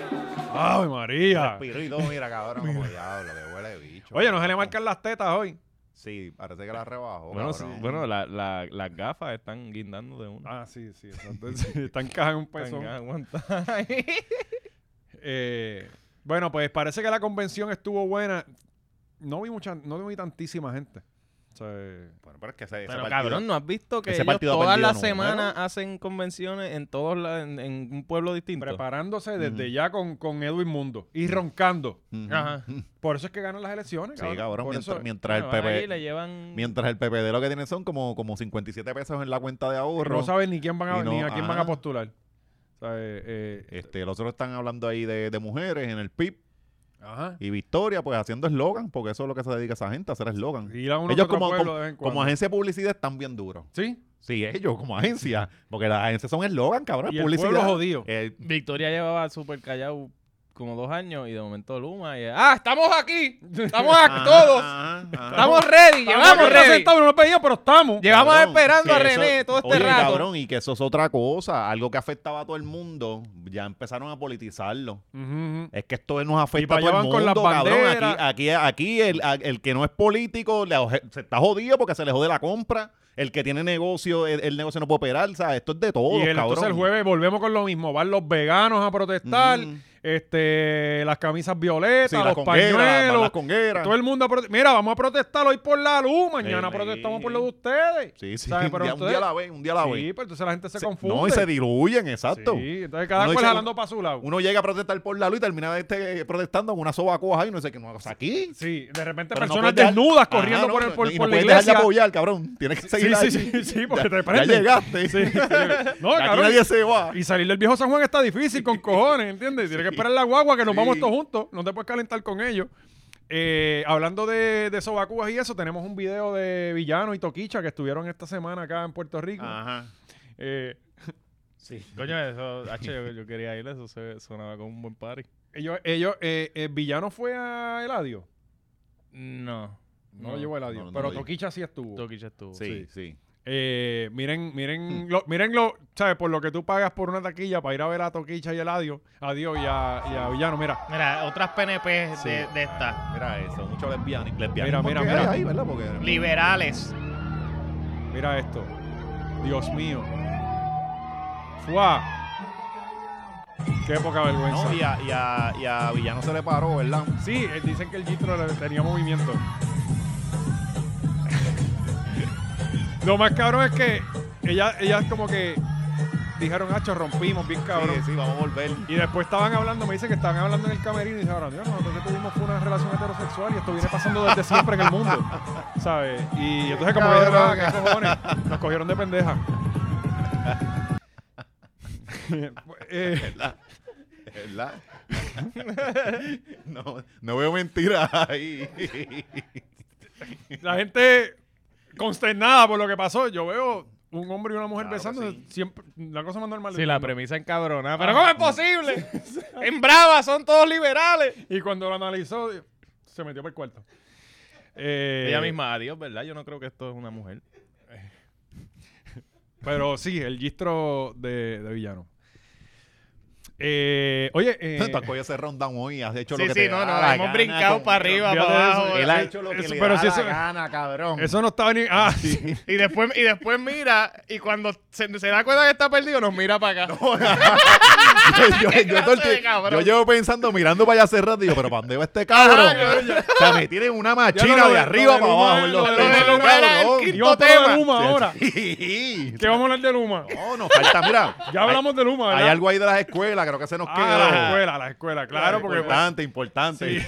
A: ¡Ay, María!
B: Respiró y todo, mira, cabrón, como diablo, que huele de bicho.
A: Oye, no se le marcan las tetas hoy.
B: Sí, parece que la rebajó, cabrón.
C: las gafas están guindando de uno.
A: Ah, sí, (laughs) sí. exacto. Sí, (laughs) Está encajado en un
C: pues
A: pezón.
C: (laughs)
A: Eh, bueno, pues parece que la convención estuvo buena. No vi mucha, no vi tantísima gente. O sea, eh,
B: Bueno, pero es que ese, ese
C: Pero
B: partido-
C: cabrón, ¿no has visto que
B: ese
C: ellos
B: partido ha
C: todas
B: perdido
C: las
B: número?
C: semanas hacen convenciones en todos la- en, en un pueblo distinto?
A: preparándose desde ya con, con Edwin Mundo y roncando.
B: Ujú.
C: Ajá.
A: Por eso es que ganan las elecciones.
B: Sí, cabrón,
A: Por
B: mientras,
A: eso-
B: mientras
C: Bueno, van allí,
B: el
C: le
B: PP...
C: llevan...
B: Mientras el PPD lo que tiene son como, como 57 pesos en la cuenta de ahorro.
A: no saben ni quién van a,
B: Y no-
A: ni a quién van a
B: ajá.
A: postular. O sea, eh, eh,
B: Este, los otros están hablando ahí de, de mujeres en el PIB
A: ajá.
B: y Victoria, pues haciendo eslogan, porque eso es lo que se dedica esa gente, a hacer eslogan.
A: Ir a uno
B: Ellos
A: que otro
B: como,
A: pueblo
B: como-
A: de vez en
B: como
A: cuando.
B: agencia de publicidad están bien duros.
A: Sí,
B: Sí, ellos como agencia, porque las agencias son eslogan, cabrón,
A: Y
B: es
A: el
B: publicidad.
A: pueblo jodido.
B: Eh,
C: Victoria llevaba súper callado como dos años y de momento Luma y... ¡Ah, estamos aquí!
A: (laughs)
C: ¡Estamos aquí
B: ajá,
C: todos!
B: ajá, ajá.
C: ¡Estamos ready! ¡Llevamos
A: Estamos
C: ready!
A: sentados, no nos pedían, pero estamos.
C: Llevamos
B: Cabrón,
C: esperando a
B: que eso-
C: René todo este
B: oye,
C: rato.
B: cabrón, y que eso es otra cosa, algo que afectaba a todo el mundo, ya empezaron a politizarlo.
A: Ujú, ujú.
B: Es que esto nos afecta
A: para
B: a todo el
A: allá
B: mundo,
A: van con las
B: cabrón. Aquí,
A: banderas.
B: aquí, aquí el, a- el que no es político le oje- se está jodido porque se le jode la compra. El que tiene negocio, el, el negocio no puede operar. O sea, esto es de todo,
A: y el,
B: cabrón.
A: entonces el jueves volvemos con lo mismo. Van los veganos a protestar,
B: Ujú.
A: este, las camisas
B: Sí,
A: violetas,
B: las
A: los
B: congueras, van
A: pañuelos.
B: las congueras.
A: Todo el mundo a prote- Mira, vamos a protestar hoy por la luz, mañana
B: Sí.
A: protestamos por lo de ustedes.
B: Sí, sí,
A: ¿Sabes?
B: un,
A: Pero
B: día, un
A: entonces-
B: día a la vez, un día a la
A: Sí,
B: vez.
A: pero entonces la gente se
B: Se-
A: confunde.
B: No, y se diluyen, exacto.
A: Sí, entonces cada
B: Uno
A: cual
B: dice-
A: jalando para su lado.
B: Uno llega a protestar por la luz y termina este, protestando con una sobacoja y no sé qué no cosa aquí.
A: Sí, de repente
B: Pero no
A: personas
B: puedes dejar-
A: desnudas
B: Ajá,
A: corriendo
B: no,
A: por, el,
B: no,
A: por,
B: y no
A: por la
B: puedes dejar de
A: iglesia.
B: apoyar, cabrón. Tienes que seguir
A: sí,
B: ahí.
A: sí, sí,
B: (laughs)
A: sí, porque
B: Ya-
A: te prenden.
B: Ya llegaste.
A: Sí, sí,
B: (laughs)
A: sí. No,
B: De aquí
A: cabrón.
B: nadie se va.
A: Y salir del viejo San Juan está difícil
B: (laughs)
A: con cojones, ¿entiendes? Tienes que esperar la guagua que nos vamos todos juntos. No te puedes calentar con ellos. Eh, hablando de, de sobacubas y eso, tenemos un video de Villano y Toquicha que estuvieron esta semana acá en Puerto Rico.
B: Ajá.
A: Eh,
C: Coño, eso, hacho, yo, yo quería ir, eso se- sonaba como un buen party.
A: ellos, ellos, eh, eh, Villano fue a Eladio.
C: No.
A: No, lo llevó a Eladio,
B: no, no
A: pero
B: lo llevó.
A: Toquicha sí estuvo.
C: Toquicha estuvo.
B: Sí, sí.
A: Eh, miren, miren,
B: Hmm.
A: lo, miren lo, ¿sabes? Por lo que tú pagas por una taquilla para ir a ver a Toquicha y Eladio, adiós y a, y a Villano, mira.
I: Mira, otras PNP de, de estas.
B: Mira eso, mucho lesbiani- lesbianismo.
A: mira,
B: que
A: mira.
B: hay ahí, ¿verdad? Porque-
I: Liberales.
A: Mira esto. Dios mío. ¡Fua! Qué poca vergüenza.
B: No, y a, y, a, y a Villano se le paró, ¿verdad?
A: Sí, eh, dicen que el Gistro le- tenía movimiento. (laughs) Lo más cabrón es que
D: ellas, ellas como que dijeron, hacho, rompimos bien cabrón.
B: Sí, sí, vamos a volver.
D: Y después estaban hablando, me dicen que estaban hablando en el camerino y dije, ahora, Dios, nosotros que tuvimos fue una relación heterosexual y esto viene pasando desde siempre en el mundo, ¿sabes? Y entonces como que dijeron, ah, ¿qué cojones? Nos cogieron de pendeja. (laughs) Eh,
B: (laughs) (laughs) ¿Verdad? no, no veo mentiras (laughs) ahí.
D: la gente consternada por lo que pasó. Yo veo un hombre y una mujer
B: Claro que
D: besándose
B: sí.
D: siempre la cosa más normal del
A: Sí, la
D: mundo.
A: premisa encabrona. Pero ¿cómo es posible? en Brava son todos liberales.
D: Y cuando lo analizó, se metió por el cuarto. Eh,
A: Ella misma, adiós, ¿verdad? Yo no creo que esto es una mujer.
D: Pero sí, el gistro de, de villano. Eh, oye, eh,
B: Tú has cogido ese rundown hoy, has hecho
C: Sí,
B: lo que
C: sí,
B: te
C: no,
B: da
C: no,
B: la
C: hemos
B: gana
C: brincado
B: con-
C: para arriba,
D: Fíjate
C: para
D: eso,
C: abajo.
B: Él ha hecho lo que
D: Eso,
B: le
D: pero
B: da
D: si
B: la
D: eso-
B: gana, cabrón.
D: eso no estaba ni. Ah, sí.
C: Y después, y después mira, y cuando se, se da cuenta que está perdido, nos mira para acá.
D: (laughs)
B: yo, yo-
C: Qué
B: yo todo el
C: clase de
B: tie-
C: cabrón.
B: yo llevo pensando, mirando para allá hace rato, y yo, pero ¿para dónde va este cabrón? o sea, me tienen una
D: Ah, Ya
B: machina
D: lo de-
B: de arriba
D: lo de
B: para
D: Luma
B: abajo.
D: es
B: en
D: lo
B: los
D: de
B: tenis,
D: Luma,
C: era el
B: cabrón.
C: quinto
D: Y vamos a hablar de
C: tema.
D: Luma ahora.
B: Sí.
D: (laughs) ¿Qué vamos a hablar de Luma?
B: No, nos falta, mira.
D: Ya hablamos de Luma,
B: Hay,
D: ¿verdad?
B: hay algo ahí de las escuelas, creo que se nos
D: Ah,
B: queda.
D: las escuelas, las escuelas, claro, porque. pues, (laughs)
B: Importante, importante.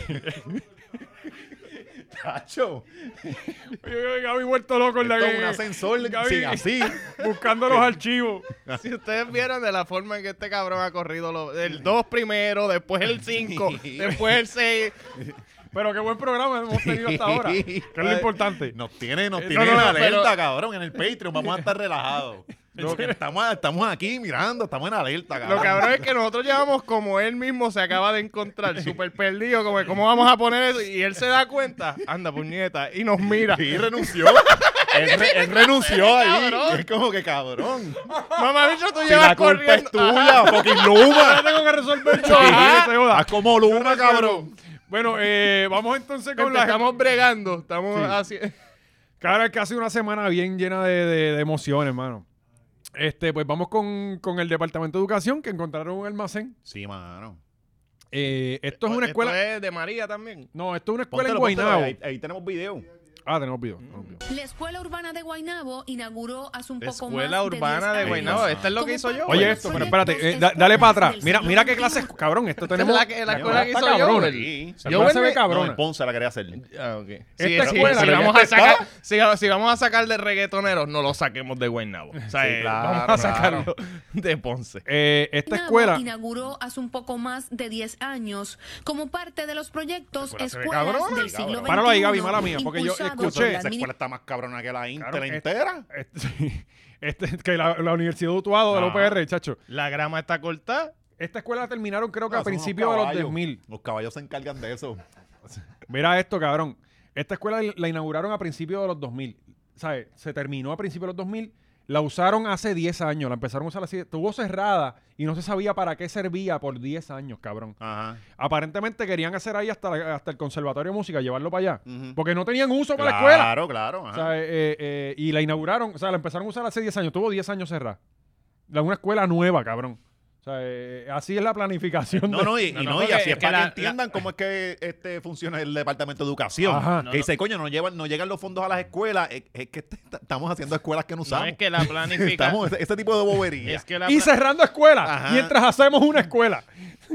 B: (laughs) Tacho,
D: Oye, Gaby vuelto loco en la
B: esto es un
D: que-
B: ascensor
D: Gaby-
B: sin así. (laughs)
D: Buscando los archivos.
C: (laughs) Si ustedes vieron de la forma en que este cabrón ha corrido los- el 2 primero, después el 5,
B: Sí.
C: después el 6.
D: Pero qué buen programa hemos tenido hasta ahora. Que es
C: (laughs)
D: lo importante.
B: Nos tiene, nos
D: Eh,
B: tiene
D: no, no,
B: en
D: no,
B: alerta,
D: pero-
B: cabrón, en el Patreon. Vamos a estar relajados. Lo que estamos, estamos aquí mirando, estamos en alerta, cabrón.
C: Lo cabrón es que nosotros llevamos como él mismo se acaba de encontrar, súper perdido, como que, cómo vamos a poner eso. Y él se da cuenta, anda puñeta, y nos mira.
B: Sí, renunció. él, re- él renunció ahí. Es como que cabrón.
C: Mamá, bicho, tú
B: Si
C: llevas
B: la culpa
C: corriendo.
B: es tuya, fucking Luma.
D: Ahora (laughs) tengo que resolver
B: (laughs)
D: yo.
B: Ajá.
D: que se joda.
B: Haz como Luma, cabrón.
D: Bueno,
B: (laughs)
D: eh, vamos entonces
C: Gente,
D: con la
C: estamos bregando, estamos haciendo.
D: Cara, es que ha sido una semana bien llena de, de- de emociones, hermano. Este, pues vamos con, con el Departamento de Educación, que encontraron un almacén.
B: Sí, mano.
D: Eh, esto es una
C: Esto
D: escuela.
C: es de María también.
D: No, esto es una escuela
B: Póntelo,
D: en
B: póntelo,
D: Guaynabo.
B: Ahí, ahí tenemos video.
D: Ah, tenemos video.
B: Mm.
D: tenemos video.
H: La Escuela Urbana de Guaynabo inauguró hace un poco más
C: Escuela Urbana de
H: años.
C: Guaynabo. Esta es lo que
H: Como
C: hizo yo.
H: parte
D: Oye,
H: de
D: esto,
H: los
D: pero espérate,
H: proyectos
D: eh, da- dale para
H: escolares
D: atrás.
H: del
D: Mira,
H: siglo
D: mira qué
H: XXI.
D: clases, cabrón. Esto tenemos.
C: la que- la escuela que
D: está
C: hizo yo,
D: cabrona.
C: el-
B: Sí.
D: Esa escuela se
C: venía-
B: No,
D: ve cabrona.
B: en Ponce la quería hacer.
C: Ah, ok.
D: Esta
C: Sí, sí,
D: escuela,
C: si,
D: la
C: vamos
D: que
C: a sacar, si, si vamos a sacar de reggaetoneros, no lo saquemos de Guaynabo. O sea,
B: Sí,
C: eh,
B: claro,
C: vamos a sacarlo de Ponce.
D: Eh, esta
H: Guaynabo
D: escuela.
H: inauguró hace un poco más de 10 años como parte de los proyectos
C: Escuela se ve
H: escuelas
C: cabrona,
H: del siglo XXI.
D: Páralo ahí, Gaby, mala mía, porque yo
H: impulsados
D: escuché- (laughs)
H: por la
B: Esa
H: administ-
B: escuela está más cabrona que la Inter
D: Claro, es-
B: entera.
D: este- este- que la, la Universidad de Utuado, de la
C: Ah.
D: UPR, chacho.
C: La grama está cortada.
D: Esta escuela la terminaron, creo que
B: No,
D: a
B: Ah, son unos
D: principios de los
B: caballos.
D: 2000.
B: Los caballos se encargan de eso.
D: Mira esto, cabrón. Esta escuela la inauguraron a principios de los 2000. ¿Sabes? Se terminó a principios de los 2000. La usaron hace 10 años. La empezaron a usar así. Estuvo cerrada y no se sabía para qué servía por 10 años, cabrón.
B: Ajá.
D: Aparentemente querían hacer ahí hasta, la- hasta el Conservatorio de Música, llevarlo para allá.
B: Ujú.
D: Porque no tenían uso para la escuela.
B: Mm. Claro, claro.
D: O
B: ajá.
D: sea, eh, eh, y la inauguraron, o sea, la empezaron a usar hace 10 años. Estuvo 10 años cerrada. La- Una escuela nueva, cabrón. O sea, eh, así es la planificación.
B: (laughs) No,
D: de-
B: no, y,
C: No,
B: y
C: no,
B: no, y
C: porque
B: así es
C: es que
B: para que
C: la-
B: entiendan cómo es que este funciona el departamento de educación.
D: Ajá.
B: que
D: No,
B: dice, coño, no llevan, no llegan los fondos a las escuelas. Es, es que est- estamos haciendo escuelas que no
C: No
B: usamos.
C: es que la planificación.
B: estamos, ese, ese tipo de bobería.
C: es, que la
D: (laughs) Y
C: pla-
D: cerrando escuelas
B: Ajá.
D: mientras hacemos una escuela.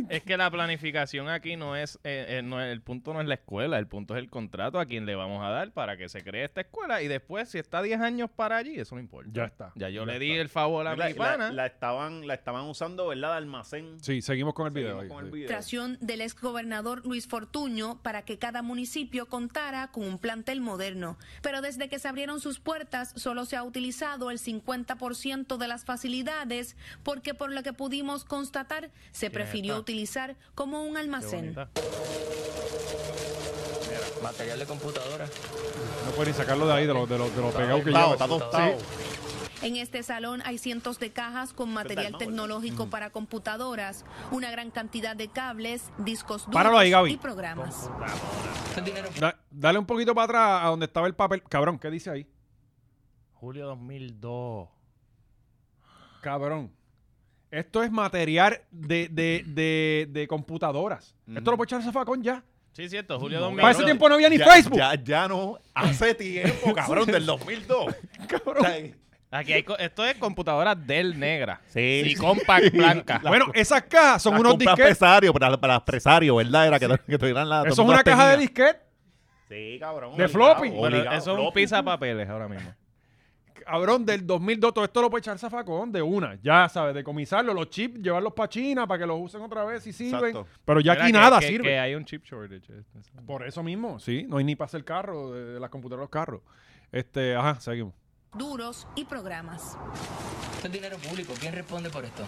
C: es que la planificación aquí no es, eh, eh, no es- El punto no es la escuela, el punto es el contrato a quien le vamos a dar para que se cree esta escuela. Y después, si está 10 años para allí, eso no importa.
D: Ya está.
C: Ya yo
D: Ya
C: le di
D: está.
C: el favor a
B: la,
C: mi
B: la-
C: pana.
B: la estaban, la estaban usando, ¿verdad? De almacén.
D: Sí, seguimos con el video.
B: Seguimos
D: ahí,
B: con
D: sí.
B: el video.
H: administración del exgobernador Luis Fortuño para que cada municipio contara con un plantel moderno. Pero desde que se abrieron sus puertas, solo se ha utilizado el 50% de las facilidades, porque por lo que pudimos constatar, se prefirió utilizar como un almacén.
J: Material de computadora.
D: No pueden ni sacarlo de ahí, de los de lo, de lo pegado que
B: Tostado,
D: lleva.
B: está tostado.
H: En este salón hay cientos de cajas con material
B: mármol.
D: Mm.
H: tecnológico para computadoras, una gran cantidad de cables, discos
D: Páralo
H: duros
D: ahí, Gaby.
H: y programas.
J: Este dinero
D: Da- dale un poquito para atrás a donde estaba el papel. Cabrón, ¿qué dice ahí?
C: Julio 2002.
D: Cabrón. Esto es material de, de, de, de computadoras. Esto
B: Mm.
D: lo puede echar el zafacón ya.
C: Sí, cierto, Julio 2002.
D: Para ese tiempo no había ni
B: Ya-
D: Facebook. (laughs)
B: Ya, ya no. Hace tiempo, cabrón, del 2002. O sea,
C: Aquí hay co- esto es computadoras Dell negra
B: Sí.
C: y (laughs) compact blanca.
D: bueno, esas cajas son unos disquetes.
B: Presario, para, para las presario, ¿verdad? Era que, que tuvieran la. todo el
D: Eso es
B: mundo
D: una
B: las
D: caja de
B: tenía.
D: disquetes.
B: Sí, cabrón.
D: De
B: obligado,
D: floppy.
C: Pero
B: obligado,
C: eso es un
B: floppy.
C: pizza papeles ahora mismo.
D: Cabrón, del 2002, todo esto lo puede echar zafacón de una, ya sabes, de comisarlo, los chips, llevarlos para China para que los usen otra vez y sirven.
B: Exacto.
D: Pero ya
C: Mira
D: aquí
C: que-
D: nada
C: que-
D: sirve.
C: Que hay un chip shortage.
D: Por eso mismo, sí, no hay ni para hacer carro, de, de las computadoras los carros. Este, ajá, seguimos.
H: duros y programas.
J: Esto es dinero público. ¿Quién responde por esto?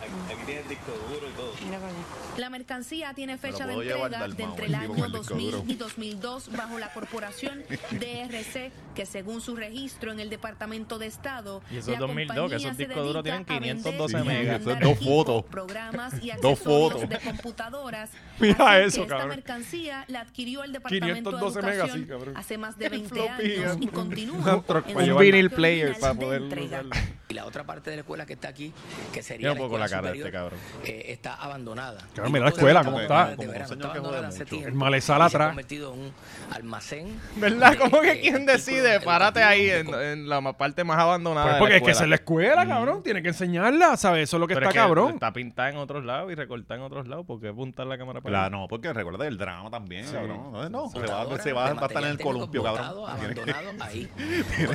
H: La mercancía tiene fecha de
B: puedo llevar
H: entrega
B: Dalmau,
H: de entre
B: el
H: el
B: tipo
H: año
B: con el disco
H: 2000
B: duro.
H: y 2002 bajo la corporación DRC, que según su registro en el Departamento de Estado,
C: Y esos
H: la
C: 2002, que
H: compañía
C: esos
H: se
C: discos duros
H: dedica
C: tienen
H: a vender
C: 512
H: y
C: megas.
H: arrendar
B: Eso es dos
H: equipos,
B: fotos.
H: Programas y accesorios
B: Dos fotos.
H: de computadoras.
D: Mira
H: Así que
D: eso,
H: esta
D: cabrón.
H: mercancía la adquirió el Departamento
D: 512
H: de
D: megas,
H: Educación
D: sí, cabrón. (laughs)
H: hace más de 20
D: floppy,
H: años y
D: cabrón.
H: continúa
D: Un truck
H: en
D: para
H: su
D: llevar.
C: Vinyl
H: parte
C: player
H: original
C: para
H: de
C: poder
H: entrega.
C: usarlo.
J: Y la otra parte de la escuela que está aquí, que sería
C: Yo no
J: la
C: puedo con la
J: escuela
C: cara de
J: superior,
C: este cabrón.
J: eh, está abandonada.
D: Claro,
J: Y
D: mira la
J: no se
D: escuela,
J: trata
D: cómo
J: de
D: está.
J: abandonada de
B: Como
J: verano,
B: un señor que
J: abandonada
B: jode
J: hace
B: mucho.
J: tiempo.
D: El
J: Y
D: malezal
J: se ha
D: atrás.
J: convertido en un almacén.
C: ¿Verdad?
J: de,
C: ¿Cómo que
J: eh,
C: quién
J: artículos
C: decide? Párate ahí en,
J: educativos de
C: en la ma- parte más abandonada. de
D: Pues porque
C: la
D: es que esa es la
C: escuela.
D: escuela, cabrón, tiene que enseñarla, ¿sabes? Eso es lo que
C: Pero
D: está
C: es que
D: cabrón.
C: Está pintada en otros lados y recortada en otros lados. ¿Por qué apuntar la cámara para
B: La,
C: allá?
B: no, porque recuerda el drama también, cabrón. Entonces, No, se va,
J: computadoras,
B: se va,
J: de
B: va a
J: material
B: estar en el
J: técnico
B: columpio,
J: botado,
B: cabrón.
J: Abandonado
B: (laughs)
J: ahí.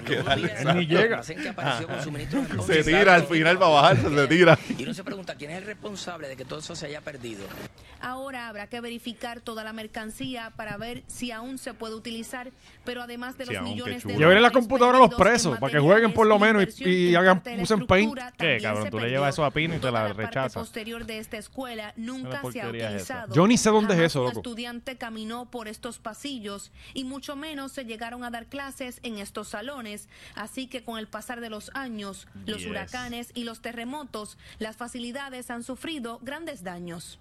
B: que darle esa-
D: Él ni llega.
B: Se tira al final para bajarse, se tira.
J: Y uno se pregunta quién es el responsable de que todo eso se haya perdido.
H: Ahora habrá que verificar toda la mercancía para ver si aún se puede utilizar, pero además de
B: Sí,
H: los
B: aún, qué
H: millones de
B: chulo.
D: Llévenle la
H: dólares
D: computadora a los
H: perdidos en
D: presos, para que
H: materiales
D: jueguen por lo
H: e
D: menos y-
H: inversión
D: y
H: en
D: hagan-
H: parte de la
D: usen Paint.
H: estructura también
C: cabrón,
H: se
C: tú le
H: perdió.
C: llevas eso a Pino y te
H: Toda
C: la
H: parte
C: rechazas.
H: posterior de esta escuela
C: Una
H: nunca se ha
C: porquería es esa.
H: utilizado.
D: Yo ni sé dónde es
H: Jamás
D: eso,
H: un
D: loco.
H: estudiante caminó por estos pasillos y mucho menos se llegaron a dar clases en estos salones, así que con el pasar de los años, los
C: Yes.
H: huracanes y los terremotos, las facilidades han sufrido grandes daños.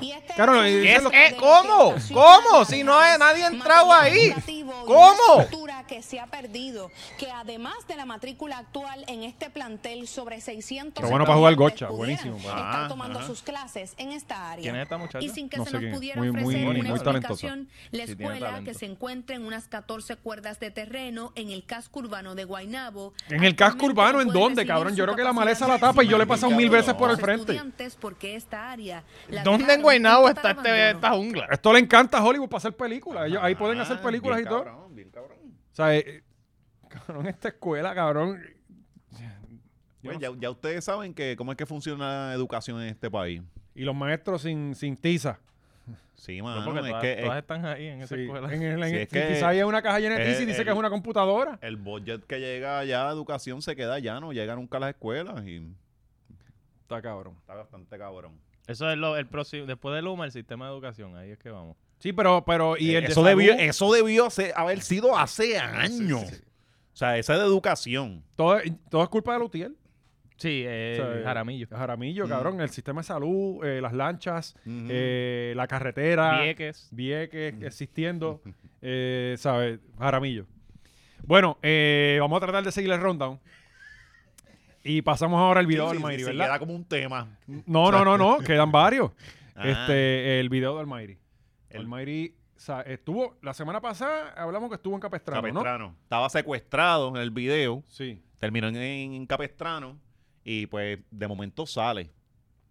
H: Y este
D: Claro,
H: hecho
D: y
H: de
D: ¿Qué es-
H: los-
D: eh,
H: de
C: cómo?
H: educación
C: ¿Cómo? Si
H: además,
C: no hay- nadie ha entrado ahí.
H: material educativo y
C: ¿Cómo?
H: una estructura que se ha perdido, que además de la matrícula actual en este plantel sobre 600
D: Qué bueno para jugar
H: estudiantes
D: gocha,
H: pudieran
D: buenísimo.
H: Estar
B: Ah,
H: tomando
B: ajá.
H: sus clases en esta área.
C: ¿Quién es esta muchacha?
H: Y sin que
D: No
H: se
D: sé
H: nos
D: quién es.
H: pudiera
D: Muy- muy
H: ofrecer
D: bonita.
H: una
D: Muy talentosa.
H: explicación, la
C: Sí, tiene
H: escuela que
C: talento.
H: se encuentra en unas 14 cuerdas de terreno en el casco urbano de Guaynabo.
D: ¿En el casco
H: Actualmente
D: urbano
H: no
D: en
H: puede
D: dónde,
H: recibir
D: cabrón?
H: su
D: Yo creo que la
H: capacidad
D: maleza la tapa y yo le he
H: máxima
D: pasado mil veces por el
H: los
D: frente.
H: estudiantes porque esta área la
C: ¿Dónde en
H: dejaron
C: Guaynabo está
H: total
C: este,
H: abandono.
C: esta jungla?
D: Esto le encanta a Hollywood para hacer películas. (laughs) Ellos ahí pueden
H: Ah,
B: Ah,
D: hacer películas y todo. O sea, eh, eh, cabrón, esta escuela, cabrón.
B: Bueno, ya, ya ustedes saben que cómo es que funciona la educación en este país.
D: Y los maestros sin, sin tiza.
B: Sí,
C: No,
B: mano,
C: porque
B: es
C: todas,
B: que es-
C: todas están ahí en esa
D: Sí,
C: escuela.
D: en el- en
B: Sí,
D: el-
B: es
D: si
B: que-
D: tiza hay una caja llena de
B: el-
D: tiza y dice
B: el-
D: que es una computadora.
B: el budget que llega ya a educación se queda ya, no llega nunca a las escuelas y
D: Está cabrón.
B: está bastante cabrón.
C: Eso es lo, el próximo. Después del UMA, el sistema de educación. Ahí es que vamos.
D: Sí, pero, pero, y el de
B: Eh, eso, debió,
D: salud,
B: eso debió ser- haber sido hace años. O sea, esa es de educación.
D: todo, todo es culpa de Lutiel.
C: Sí, eh,
D: O sea,
C: Jaramillo.
D: Jaramillo,
B: Mm.
D: cabrón. El sistema de salud, eh, las lanchas,
B: Ujú.
D: eh, la
C: Ah,
D: carretera.
C: Vieques.
D: Vieques existiendo, eh, ¿sabes? Jaramillo. Bueno, eh, vamos a tratar de seguir el rundown. Y pasamos ahora al video
B: Sí,
D: del
B: sí,
D: Mayri,
B: sí,
D: ¿verdad?
B: Queda como un tema.
D: No, no,
B: (laughs)
D: no, no, quedan varios.
B: Ah.
D: Este, el video del Mayri.
B: El-
D: El Mayri sa- estuvo, la semana pasada hablamos que estuvo en Capestrano, ¿no?
B: Capestrano. Estaba secuestrado en el video.
D: Sí.
B: terminó en, en Capestrano y pues de momento sale.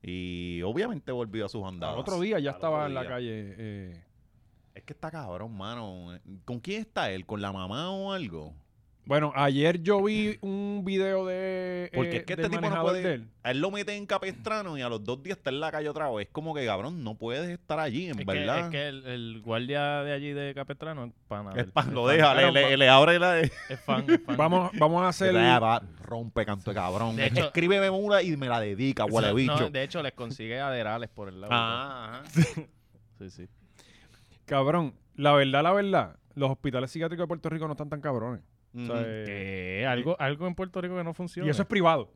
B: Y obviamente volvió a sus andadas.
D: Al otro día ya
B: Al
D: estaba
B: otro
D: en la
B: día.
D: calle. eh,
B: Es que está cabrón, mano. ¿Con quién está él? ¿Con la mamá o algo?
D: Bueno, ayer yo vi un video de. eh,
B: Porque es que
D: del
B: este tipo no
D: manejador de
B: puede.
D: él.
B: A él lo mete en Capestrano y a los dos días está en la calle otra vez. Como que cabrón, no puedes estar allí, en
C: Es que,
B: verdad.
C: es que el, el guardia de allí de Capestrano es pana.
B: (laughs) Es
C: del-
B: pan, lo
C: es
B: deja,
C: fan,
B: le, le- le abre la.
C: Es fan, es fan.
D: Vamos, vamos a hacer.
B: Le da, va, rompe canto de cabrón.
C: De hecho-
B: Escríbeme una y me la dedica,
C: O sea,
B: (laughs) huele bicho.
C: no, de hecho, les consigue aderales por el lado.
B: Ah, ajá.
C: Sí, sí.
D: Cabrón, la verdad, la verdad, los hospitales psiquiátricos de Puerto Rico no están tan cabrones. O sea,
B: Ujú.
D: eh,
C: Que algo, algo en Puerto Rico que no funciona.
D: y eso es privado.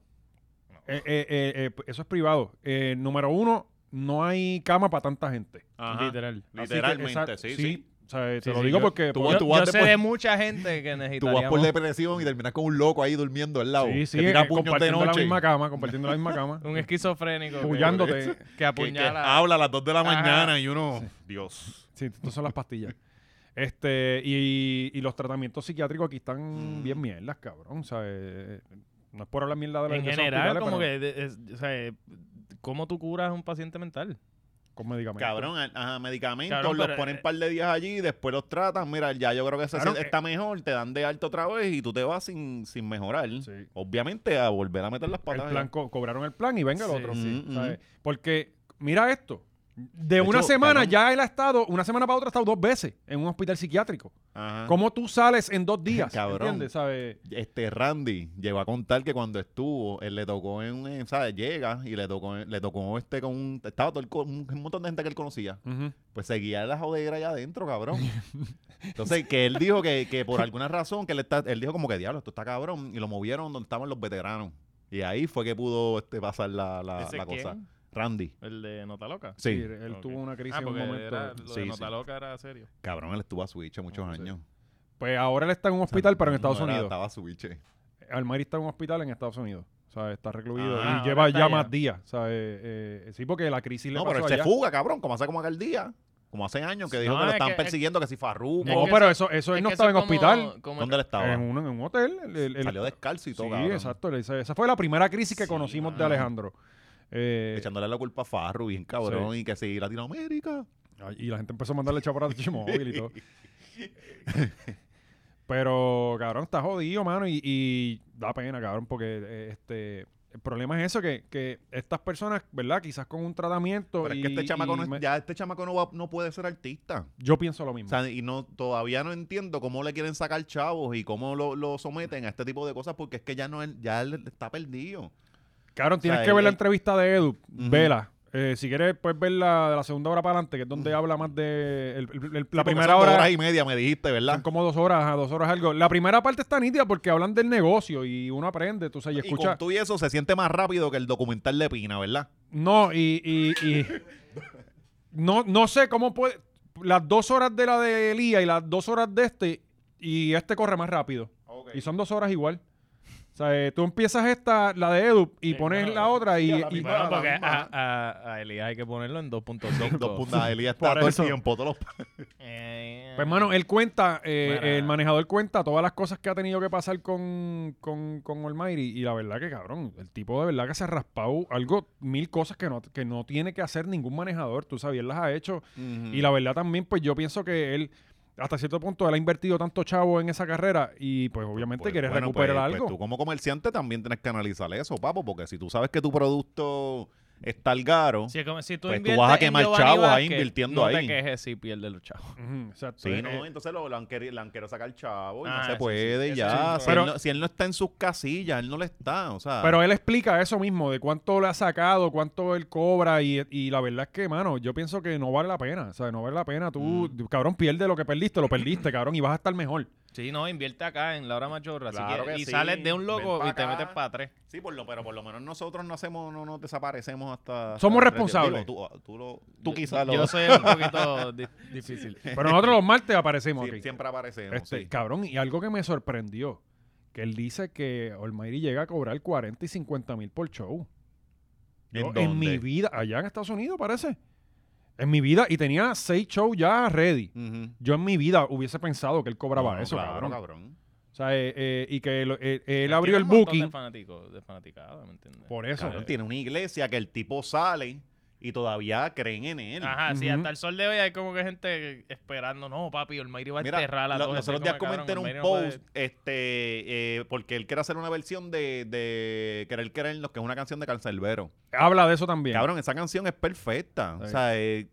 D: Eh, eh, eh, eh, eso es privado. Eh, número uno, no hay cama para tanta gente.
B: Ajá.
C: literal.
D: Así que,
B: Literalmente,
D: exacto,
B: sí, sí.
D: O sea, eh, te
C: Sí,
D: lo
C: sí,
D: digo
C: yo-
D: porque...
B: tú
D: porque-
C: Yo,
B: tú vas
C: yo sé
B: después-
C: de mucha gente que
B: (laughs) Tú vas
C: necesitaríamos...
B: por depresión y terminas con un loco ahí durmiendo al lado.
D: sí, sí,
B: que tira
D: eh,
B: puños de
D: compartiendo la
B: noche.
D: misma cama, compartiendo la misma cama.
C: Un esquizofrénico. que-
D: Puyándote.
C: (laughs) Que,
B: que, que
C: apuñala.
B: habla a las 2 de la
C: Ajá.
B: mañana y uno. Dios.
D: Sí, estas son las pastillas. Este, y, y los tratamientos psiquiátricos aquí están
B: Mm.
D: bien mierdas, cabrón. O sea, eh, No es por hablar mierda de la
C: en
D: de esos
C: general,
D: hospitales,
C: como que,
D: pero
C: de- es- o sea, eh, ¿cómo tú curas a un paciente mental?
D: Con medicamentos.
B: Cabrón, a- ajá, medicamentos,
C: Cabrón,
B: los
C: pero,
B: ponen
C: eh,
B: un par de días allí, después los tratan. Mira, ya yo creo que ese
D: Claro,
B: se-
D: eh.
B: está mejor, te dan de alto otra vez y tú te vas sin, sin mejorar.
D: Sí.
B: Obviamente a volver a meter las
D: El
B: patas. Mm,
D: plan, co- cobraron el plan y venga el
C: Sí,
D: otro.
B: sí.
D: ¿sabes? Porque, mira esto. De,
B: De
D: una
B: hecho,
D: semana
B: cabrón.
D: ya él ha estado, una semana para otra ha estado dos veces en un hospital psiquiátrico.
B: mm. Ajá.
D: ¿Cómo tú sales en dos días?
B: Ah. Cabrón.
D: ¿Entiendes? ¿Sabes?
B: Este Randy llegó a contar que cuando estuvo, él le tocó en, en- ¿sabes? Llega y le tocó, le tocó este con un, estaba todo el co- un, un montón de gente que él conocía.
D: Ujú.
B: Pues seguía la jodera allá adentro, cabrón. Entonces, que él dijo que, que por alguna razón, que él, está, él dijo como que diablo, esto está cabrón. Y lo movieron donde estaban los veteranos. Y ahí fue que pudo este, pasar la, la,
C: ¿Ese
B: la cosa.
C: quién?
B: Randy.
C: ¿El de Nota Loca?
D: Sí,
B: Sí.
D: él
C: Ok.
D: tuvo una crisis
C: Ah,
D: en un
C: porque
D: momento.
C: era, lo
B: Sí,
C: de
B: sí.
C: Nota Loca era serio.
B: Cabrón, él estuvo a Switch muchos años.
D: Pues ahora él está en un hospital, pero en Estados
B: No era-
D: Unidos.
B: Estaba a Switch.
D: Almari está en un hospital en Estados Unidos. O sea, está recluido
C: Ah,
D: y lleva
C: ahora está
D: ya
C: allá.
D: más días. O sea, eh, eh, sí, porque la crisis le
B: No,
D: pasó
B: pero él
D: allá.
B: se fuga, cabrón, como hace como aquel día. Como hace años que dijo
C: No,
B: que lo
C: es
B: están
C: que-
B: persiguiendo, que si Farruko.
D: No,
C: Es que
D: pero
C: eso-
D: eso, eso él
C: Es
D: no
C: que
D: estaba en
C: eso es como-
D: hospital.
C: como-
B: ¿Dónde él estaba?
D: En un, en un hotel. el- el- el-
B: Salió descalzo y todo,
D: Sí,
B: cabrón.
D: exacto. él- Esa, esa fue la primera crisis que
B: Sí,
D: conocimos de
B: mano.
D: Alejandro. Eh,
B: Echándole la culpa a Farru, bien cabrón, y que sí, Latinoamérica.
D: ay, y la gente empezó a mandarle chaparra de Chimóvil
B: (laughs)
D: y todo. Pero, cabrón, está jodido, mano. Y, y da pena, cabrón, porque eh, este. El problema es eso, que, que estas personas, ¿verdad? Quizás con un tratamiento.
B: Pero es que
D: y-
B: este chamaco,
D: y
B: no, es-
D: me-
B: ya este chamaco no, va- no puede ser artista.
D: Yo pienso lo
B: O
D: mismo.
B: sea, y no, todavía no entiendo cómo le quieren sacar chavos y cómo lo, lo someten a este tipo de cosas, porque es que ya no es- ya él está perdido.
D: Cabrón, tienes
B: sea,
D: que ver la
B: el-
D: entrevista de Edu,
B: Ujú.
D: vela. Eh, si quieres, puedes ver la de la segunda hora para adelante, que es donde habla más de. el- el- el- la
B: Porque
D: primera
B: son dos
D: hora.
B: horas y media, me dijiste, ¿verdad?
D: Son como dos horas, ajá, dos horas algo. La primera parte está nítida porque hablan del negocio y uno aprende, tú sabes, y
B: Y,
D: escucha.
B: con tú y eso se siente más rápido que el documental de Pina, ¿verdad?
D: No, y, y- y- no, no sé cómo puede. Las dos horas de la de Elías y las dos horas de este, y este corre más rápido. Y son dos horas igual. O sea, eh, tú empiezas esta, la de Edu, y
C: Sí,
D: pones
C: no,
D: la otra y,
B: sí, a la
D: y-
B: misma.
C: Bueno,
B: Para
C: porque
B: la
C: a,
B: más.
C: a, a Elías hay que ponerlo en 2.5.
B: Dos puntas, Elías está
D: (laughs) Por
B: todo
D: eso.
B: el tiempo, todos los
C: Eh,
D: Pues, hermano, él cuenta, eh,
C: Mira.
D: el manejador cuenta todas las cosas que ha tenido que pasar con, con, con Almighty. Y la verdad que, cabrón, el tipo de verdad que se ha raspado algo, mil cosas que no, que no tiene que hacer ningún manejador. Tú sabes, él las ha hecho. Y la verdad también, pues yo pienso que él, hasta cierto punto, él ha invertido tanto chavo en esa carrera. Y pues obviamente
B: Pues,
D: quiere
B: bueno,
D: recuperar
B: pues-
D: algo.
B: pues tú como comerciante también tienes que analizar eso, papo, porque si tú sabes que tu producto está al garo,
C: Si,
B: sí,
C: es como- si tú,
B: Pues tú
C: inviertes
B: vas a
C: en
B: quemar
C: Giovanni
B: chavos ahí
C: Vázquez,
B: invirtiendo
C: no
B: ahí.
C: te quejes si pierdes los chavos.
D: Ujú, exacto. Eh,
B: no,
D: eh,
B: entonces lo, lo han querido, le han querido sacar chavo y
C: pues, Ah,
B: no se
C: sí,
B: puede
C: sí,
B: y
C: eso
B: ya.
C: sí,
B: si,
D: pero-
B: él no, si él no está en sus casillas, él no le está, o sea.
D: Pero él explica eso mismo, de cuánto le ha sacado, cuánto él cobra, y, y la verdad es que, mano, yo pienso que no vale la pena. O sea, no vale la pena. Tú,
B: Mm.
D: cabrón, pierde lo que perdiste, lo perdiste, cabrón, y vas a
B: (laughs)
D: estar mejor.
C: Sí, no, invierte acá en la hora machorra. si
B: Claro
C: quieres,
B: que
C: y
B: sí.
C: sales de un loco
B: Ven pa'
C: y te
B: acá.
C: metes para tres.
B: Sí, por lo, pero por lo menos nosotros no hacemos, no nos desaparecemos hasta... hasta
D: Somos
B: el tres-
D: responsables.
B: digo, tú tú, lo- tú
C: Yo-
B: quizás lo...
C: Yo soy un
B: (laughs)
C: poquito di- (laughs) difícil.
D: Pero nosotros los martes aparecemos
B: sí,
D: aquí.
B: Siempre aparecemos,
D: Este,
B: sí.
D: Cabrón, y algo que me sorprendió, que él dice que Olmairi llega a cobrar 40 y 50 mil por show. Yo,
B: ¿En
D: en mi
B: dónde?
D: vida, allá en Estados Unidos parece. En mi vida, y tenía seis shows ya ready.
B: Ujú.
D: Yo en mi vida hubiese pensado que él cobraba
B: Mm. No, no,
D: eso,
B: claro,
D: cabrón.
B: cabrón.
D: O sea, eh, eh, y que lo- eh, él
C: Tiene
D: abrió el
C: un montón
D: booking.
C: De fanático, de fanaticada, ¿me entiendes?
D: Por eso.
B: Cabrón, tiene una iglesia que el tipo sale y todavía creen en él.
C: Ajá, sí,
D: Ujú.
C: hasta el sol de hoy hay como que gente esperando. No, papi, Olmairi va a
B: Mira,
C: enterrar a
B: lo-
C: todos.
B: los
C: Estoy
B: otros días
C: como que,
B: comenté en
C: cabrón,
B: un
C: Olmairi no puede-
B: post, este, eh, porque él quiere hacer una versión de, de Querer Querernos, que es una canción de Cancelbero.
D: Habla de eso también.
B: Cabrón, esa canción es perfecta. O
D: Sí.
B: sea, eh,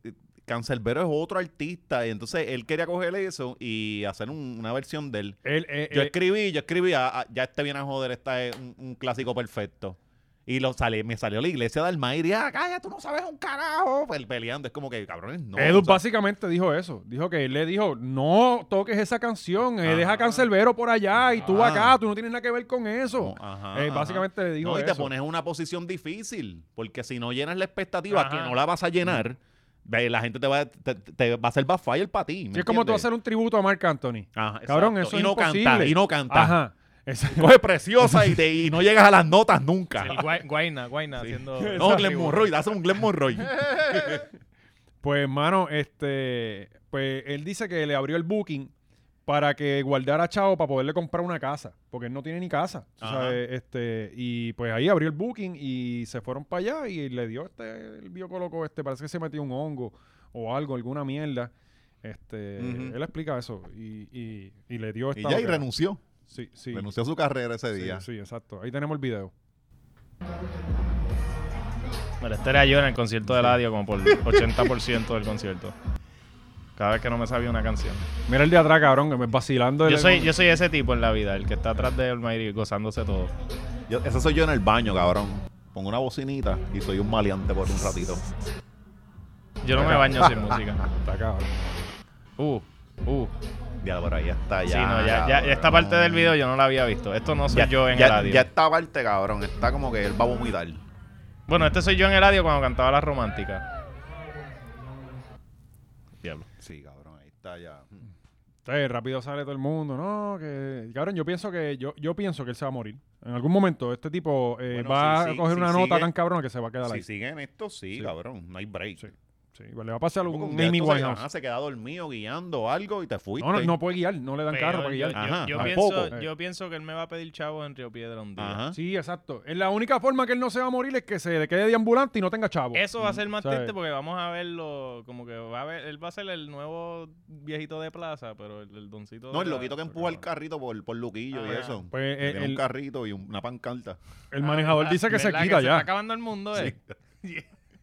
B: Cancelbero es otro artista, y entonces él quería coger eso y hacer un- una versión de él.
D: Él, eh,
B: Yo
D: eh,
B: escribí, yo escribí, ah, ah, ya este viene a joder, esta es un, un clásico perfecto. Y lo sale, me salió la iglesia de Almairi, ah, calla, tú no sabes un carajo, pe- peleando. Es como que, cabrones, no.
D: Edu
B: o sea,
D: básicamente dijo eso. Dijo que él le dijo, no toques esa canción, eh, deja
B: Ajá.
D: Cancelbero por allá y tú
B: Ah.
D: acá, tú no tienes nada que ver con eso.
B: no, ajá,
D: Eh,
B: ajá.
D: básicamente le dijo
B: No, y te
D: eso.
B: pones en una posición difícil, porque si no llenas la expectativa,
C: Ajá.
B: que no la vas a llenar, ve, la gente te va, te, te va a hacer backfire para ti. ¿me
D: Sí, es como tú
B: entiendes?
D: hacer un tributo a Mark Anthony.
B: Ajá,
D: Cabrón,
B: exacto.
D: eso
B: y
D: es
B: no
D: imposible.
B: canta, y no canta.
D: Ajá. Esa-
B: (laughs) Coge preciosa y, te- y no llegas a las notas nunca.
C: Sí, el guay- Guayna, Guayna haciendo.
B: (laughs) no, Glenn Monroy, hace un Glenn Monroy.
D: Pues, hermano, este, pues él dice que le abrió el booking para que guardara a Chavo para poderle comprar una casa, porque él no tiene ni casa. tú
B: Ajá.
D: sabes, este, y pues ahí abrió el booking y se fueron para allá y le dio este, el biocoloco este, parece que se metió un hongo o algo, alguna mierda. Este,
B: Ujú.
D: él explica eso y, y- y le dio esta
B: Y ya, y
D: loquera.
B: renunció.
D: Sí, sí.
B: Renunció a su carrera ese
D: Sí,
B: día.
D: sí, exacto. Ahí tenemos el video.
C: Pero este era yo en el concierto de Ladio,
B: (laughs)
C: como por 80% del concierto. Cada vez que no me sabía una canción.
D: Mira el de atrás, cabrón, que me vacilando.
C: Yo
D: el-
C: soy, yo soy ese tipo en la vida, el que está atrás de Almighty gozándose todo.
B: Yo- ese soy yo en el baño, cabrón. Pongo una bocinita y soy un maleante por un ratito.
C: Yo no me baño
B: (laughs)
C: sin música.
D: Está cabrón.
C: Uh, uh.
B: Ya, pero ahí está, ya.
C: sí, no, ya, ya- esta
B: cabrón.
C: parte del video yo no la había visto. Esto no soy
B: Ya,
C: yo en
B: ya-
C: el radio.
B: ya esta parte, cabrón, está como que él va a vomitar.
C: Bueno, este soy yo en el radio cuando cantaba la romántica. Diablo.
B: Sí, cabrón, ahí está ya.
D: Sí, rápido sale todo el mundo, ¿no? Que, cabrón, yo pienso que yo, yo pienso que él se va a morir. En algún momento este tipo eh,
B: Bueno,
D: va
B: sí,
D: a
B: sí,
D: coger
B: sí,
D: una
B: sigue.
D: nota tan cabrón que se va a quedar
B: Si
D: ahí.
B: siguen esto, sí,
D: Sí.
B: cabrón, no hay break.
D: Sí. Sí, pues, le va a pasar
B: Tampoco
D: algún
B: un día
D: Amy
B: esto se-
D: Winehouse.
B: ajá, se queda dormido guiando algo y te fuiste.
D: No, no, no puede guiar, no le dan carro para
C: yo,
D: guiar.
B: Ah, Ajá,
C: yo- yo
B: tampoco.
C: pienso, yo pienso que él me va a pedir chavo en Río Piedra un día.
B: Ajá.
D: Sí, exacto. Es la única forma que él no se va a morir es que se le quede de ambulante y no tenga chavo.
C: Eso va a ser más
D: ¿Sabes?
C: triste porque vamos a verlo, como que va a ver, él va a ser el nuevo viejito de plaza, pero el, el doncito...
B: No,
C: de
B: el
C: la-
B: loquito que empuja el carrito por, por Luquillo y
C: Ah,
B: eso.
D: Pues,
B: Que
D: eh,
B: tiene
D: el-
B: un carrito y un- una pancarta.
D: El manejador
C: Ah,
D: dice que se
C: ¿verdad
D: quita
C: se
D: ya.
C: está acabando el mundo, eh.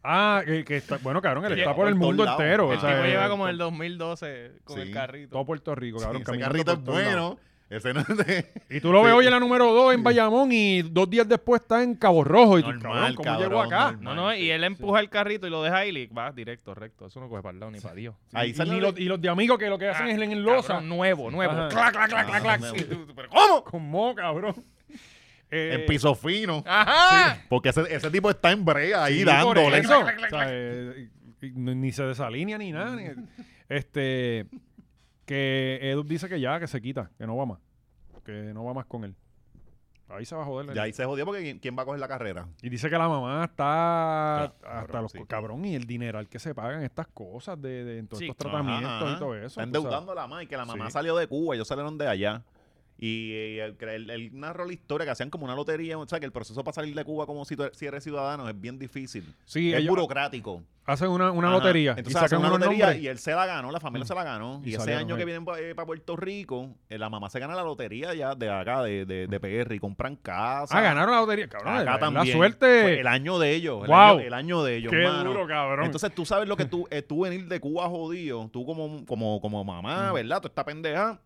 D: Ah, que, que está, bueno, cabrón, él
C: Sí,
D: está
C: está
D: por el
B: por
D: mundo
B: todos lados.
D: entero.
B: El
D: o
C: El
D: sea,
C: tipo
D: eh,
C: lleva como el 2012 con
B: Sí.
C: el carrito.
D: todo Puerto Rico, cabrón.
B: Sí, ese
D: caminando
B: carrito
D: por
B: es
D: todos lados.
B: bueno. Ese no es de...
D: (laughs) Y tú lo ves hoy en la número 2 en Bayamón y dos días después está en Cabo Rojo. Y tú,
B: Normal,
D: cabrón, ¿cómo llegó
B: cabrón,
D: acá?
B: normal.
C: No, no, y él empuja el carrito y lo deja ahí y va directo, recto. Eso no coge para el lado ni para Dios.
B: Ahí
D: Y,
B: sale
D: ni los, y los de amigos que lo que hacen es en el
C: Cabrón,
D: losa.
C: nuevo, nuevo.
D: Ajá.
C: Clac, clac, clac, clac,
B: Ah,
C: clac.
B: nuevo.
C: Sí, tú- tú- pero ¿Cómo?
B: (laughs)
D: ¿Cómo, cabrón? Eh,
B: en piso fino.
C: Ajá.
B: Porque ese, ese tipo está en brea ahí
D: Sí, por
B: dándole.
D: eso. O sea, eh, y- ni ni se desalinea ni nada.
B: (laughs)
D: ni- este, que Edu dice que ya, que se quita, que no va más. Que no va más con él. Ahí se va a joder. la
B: Ya ahí se jodió porque ¿quién, quién va a coger la carrera?
D: Y dice que la mamá está hasta
B: cabrón,
D: los
B: sí.
D: cabrón y el dineral que se pagan estas cosas de, de en todos
C: Sí,
D: estos
B: Ajá,
D: tratamientos
B: ajá.
D: y todo eso.
B: Está
D: tú sabes.
B: endeudando a la mamá y que la mamá
D: Sí.
B: salió de Cuba, ellos salieron de allá. Y eh, él, él- él narró la historia que hacían como una lotería. O sea, que el proceso para salir de Cuba como si, tú- si eres ciudadano es bien difícil.
D: Sí,
B: es
D: ellos
B: burocrático.
D: hacen una, una
B: Ajá.
D: lotería. y
B: Entonces
D: sacan
B: hacen una
D: unos
B: lotería
D: nombres.
B: y él se la ganó, la familia
D: Mm.
B: se la ganó.
D: Y
B: Y, ese
D: salieron
B: año
D: ahí.
B: que vienen para Puerto Rico, eh, la mamá se gana la lotería ya de acá, de, de, de PR, y compran casa.
D: ah, ganaron la lotería. Cabrón,
B: Acá
D: la, la
B: también. Fue
D: suerte.
B: el año de ellos. El,
D: Wow.
B: año, el año de ellos,
D: Qué
B: mano.
D: duro, cabrón.
B: Entonces tú sabes lo que tú, eh, tú venir de Cuba jodido, tú como, como, como mamá,
D: Mm.
B: ¿verdad? Tú esta pendeja,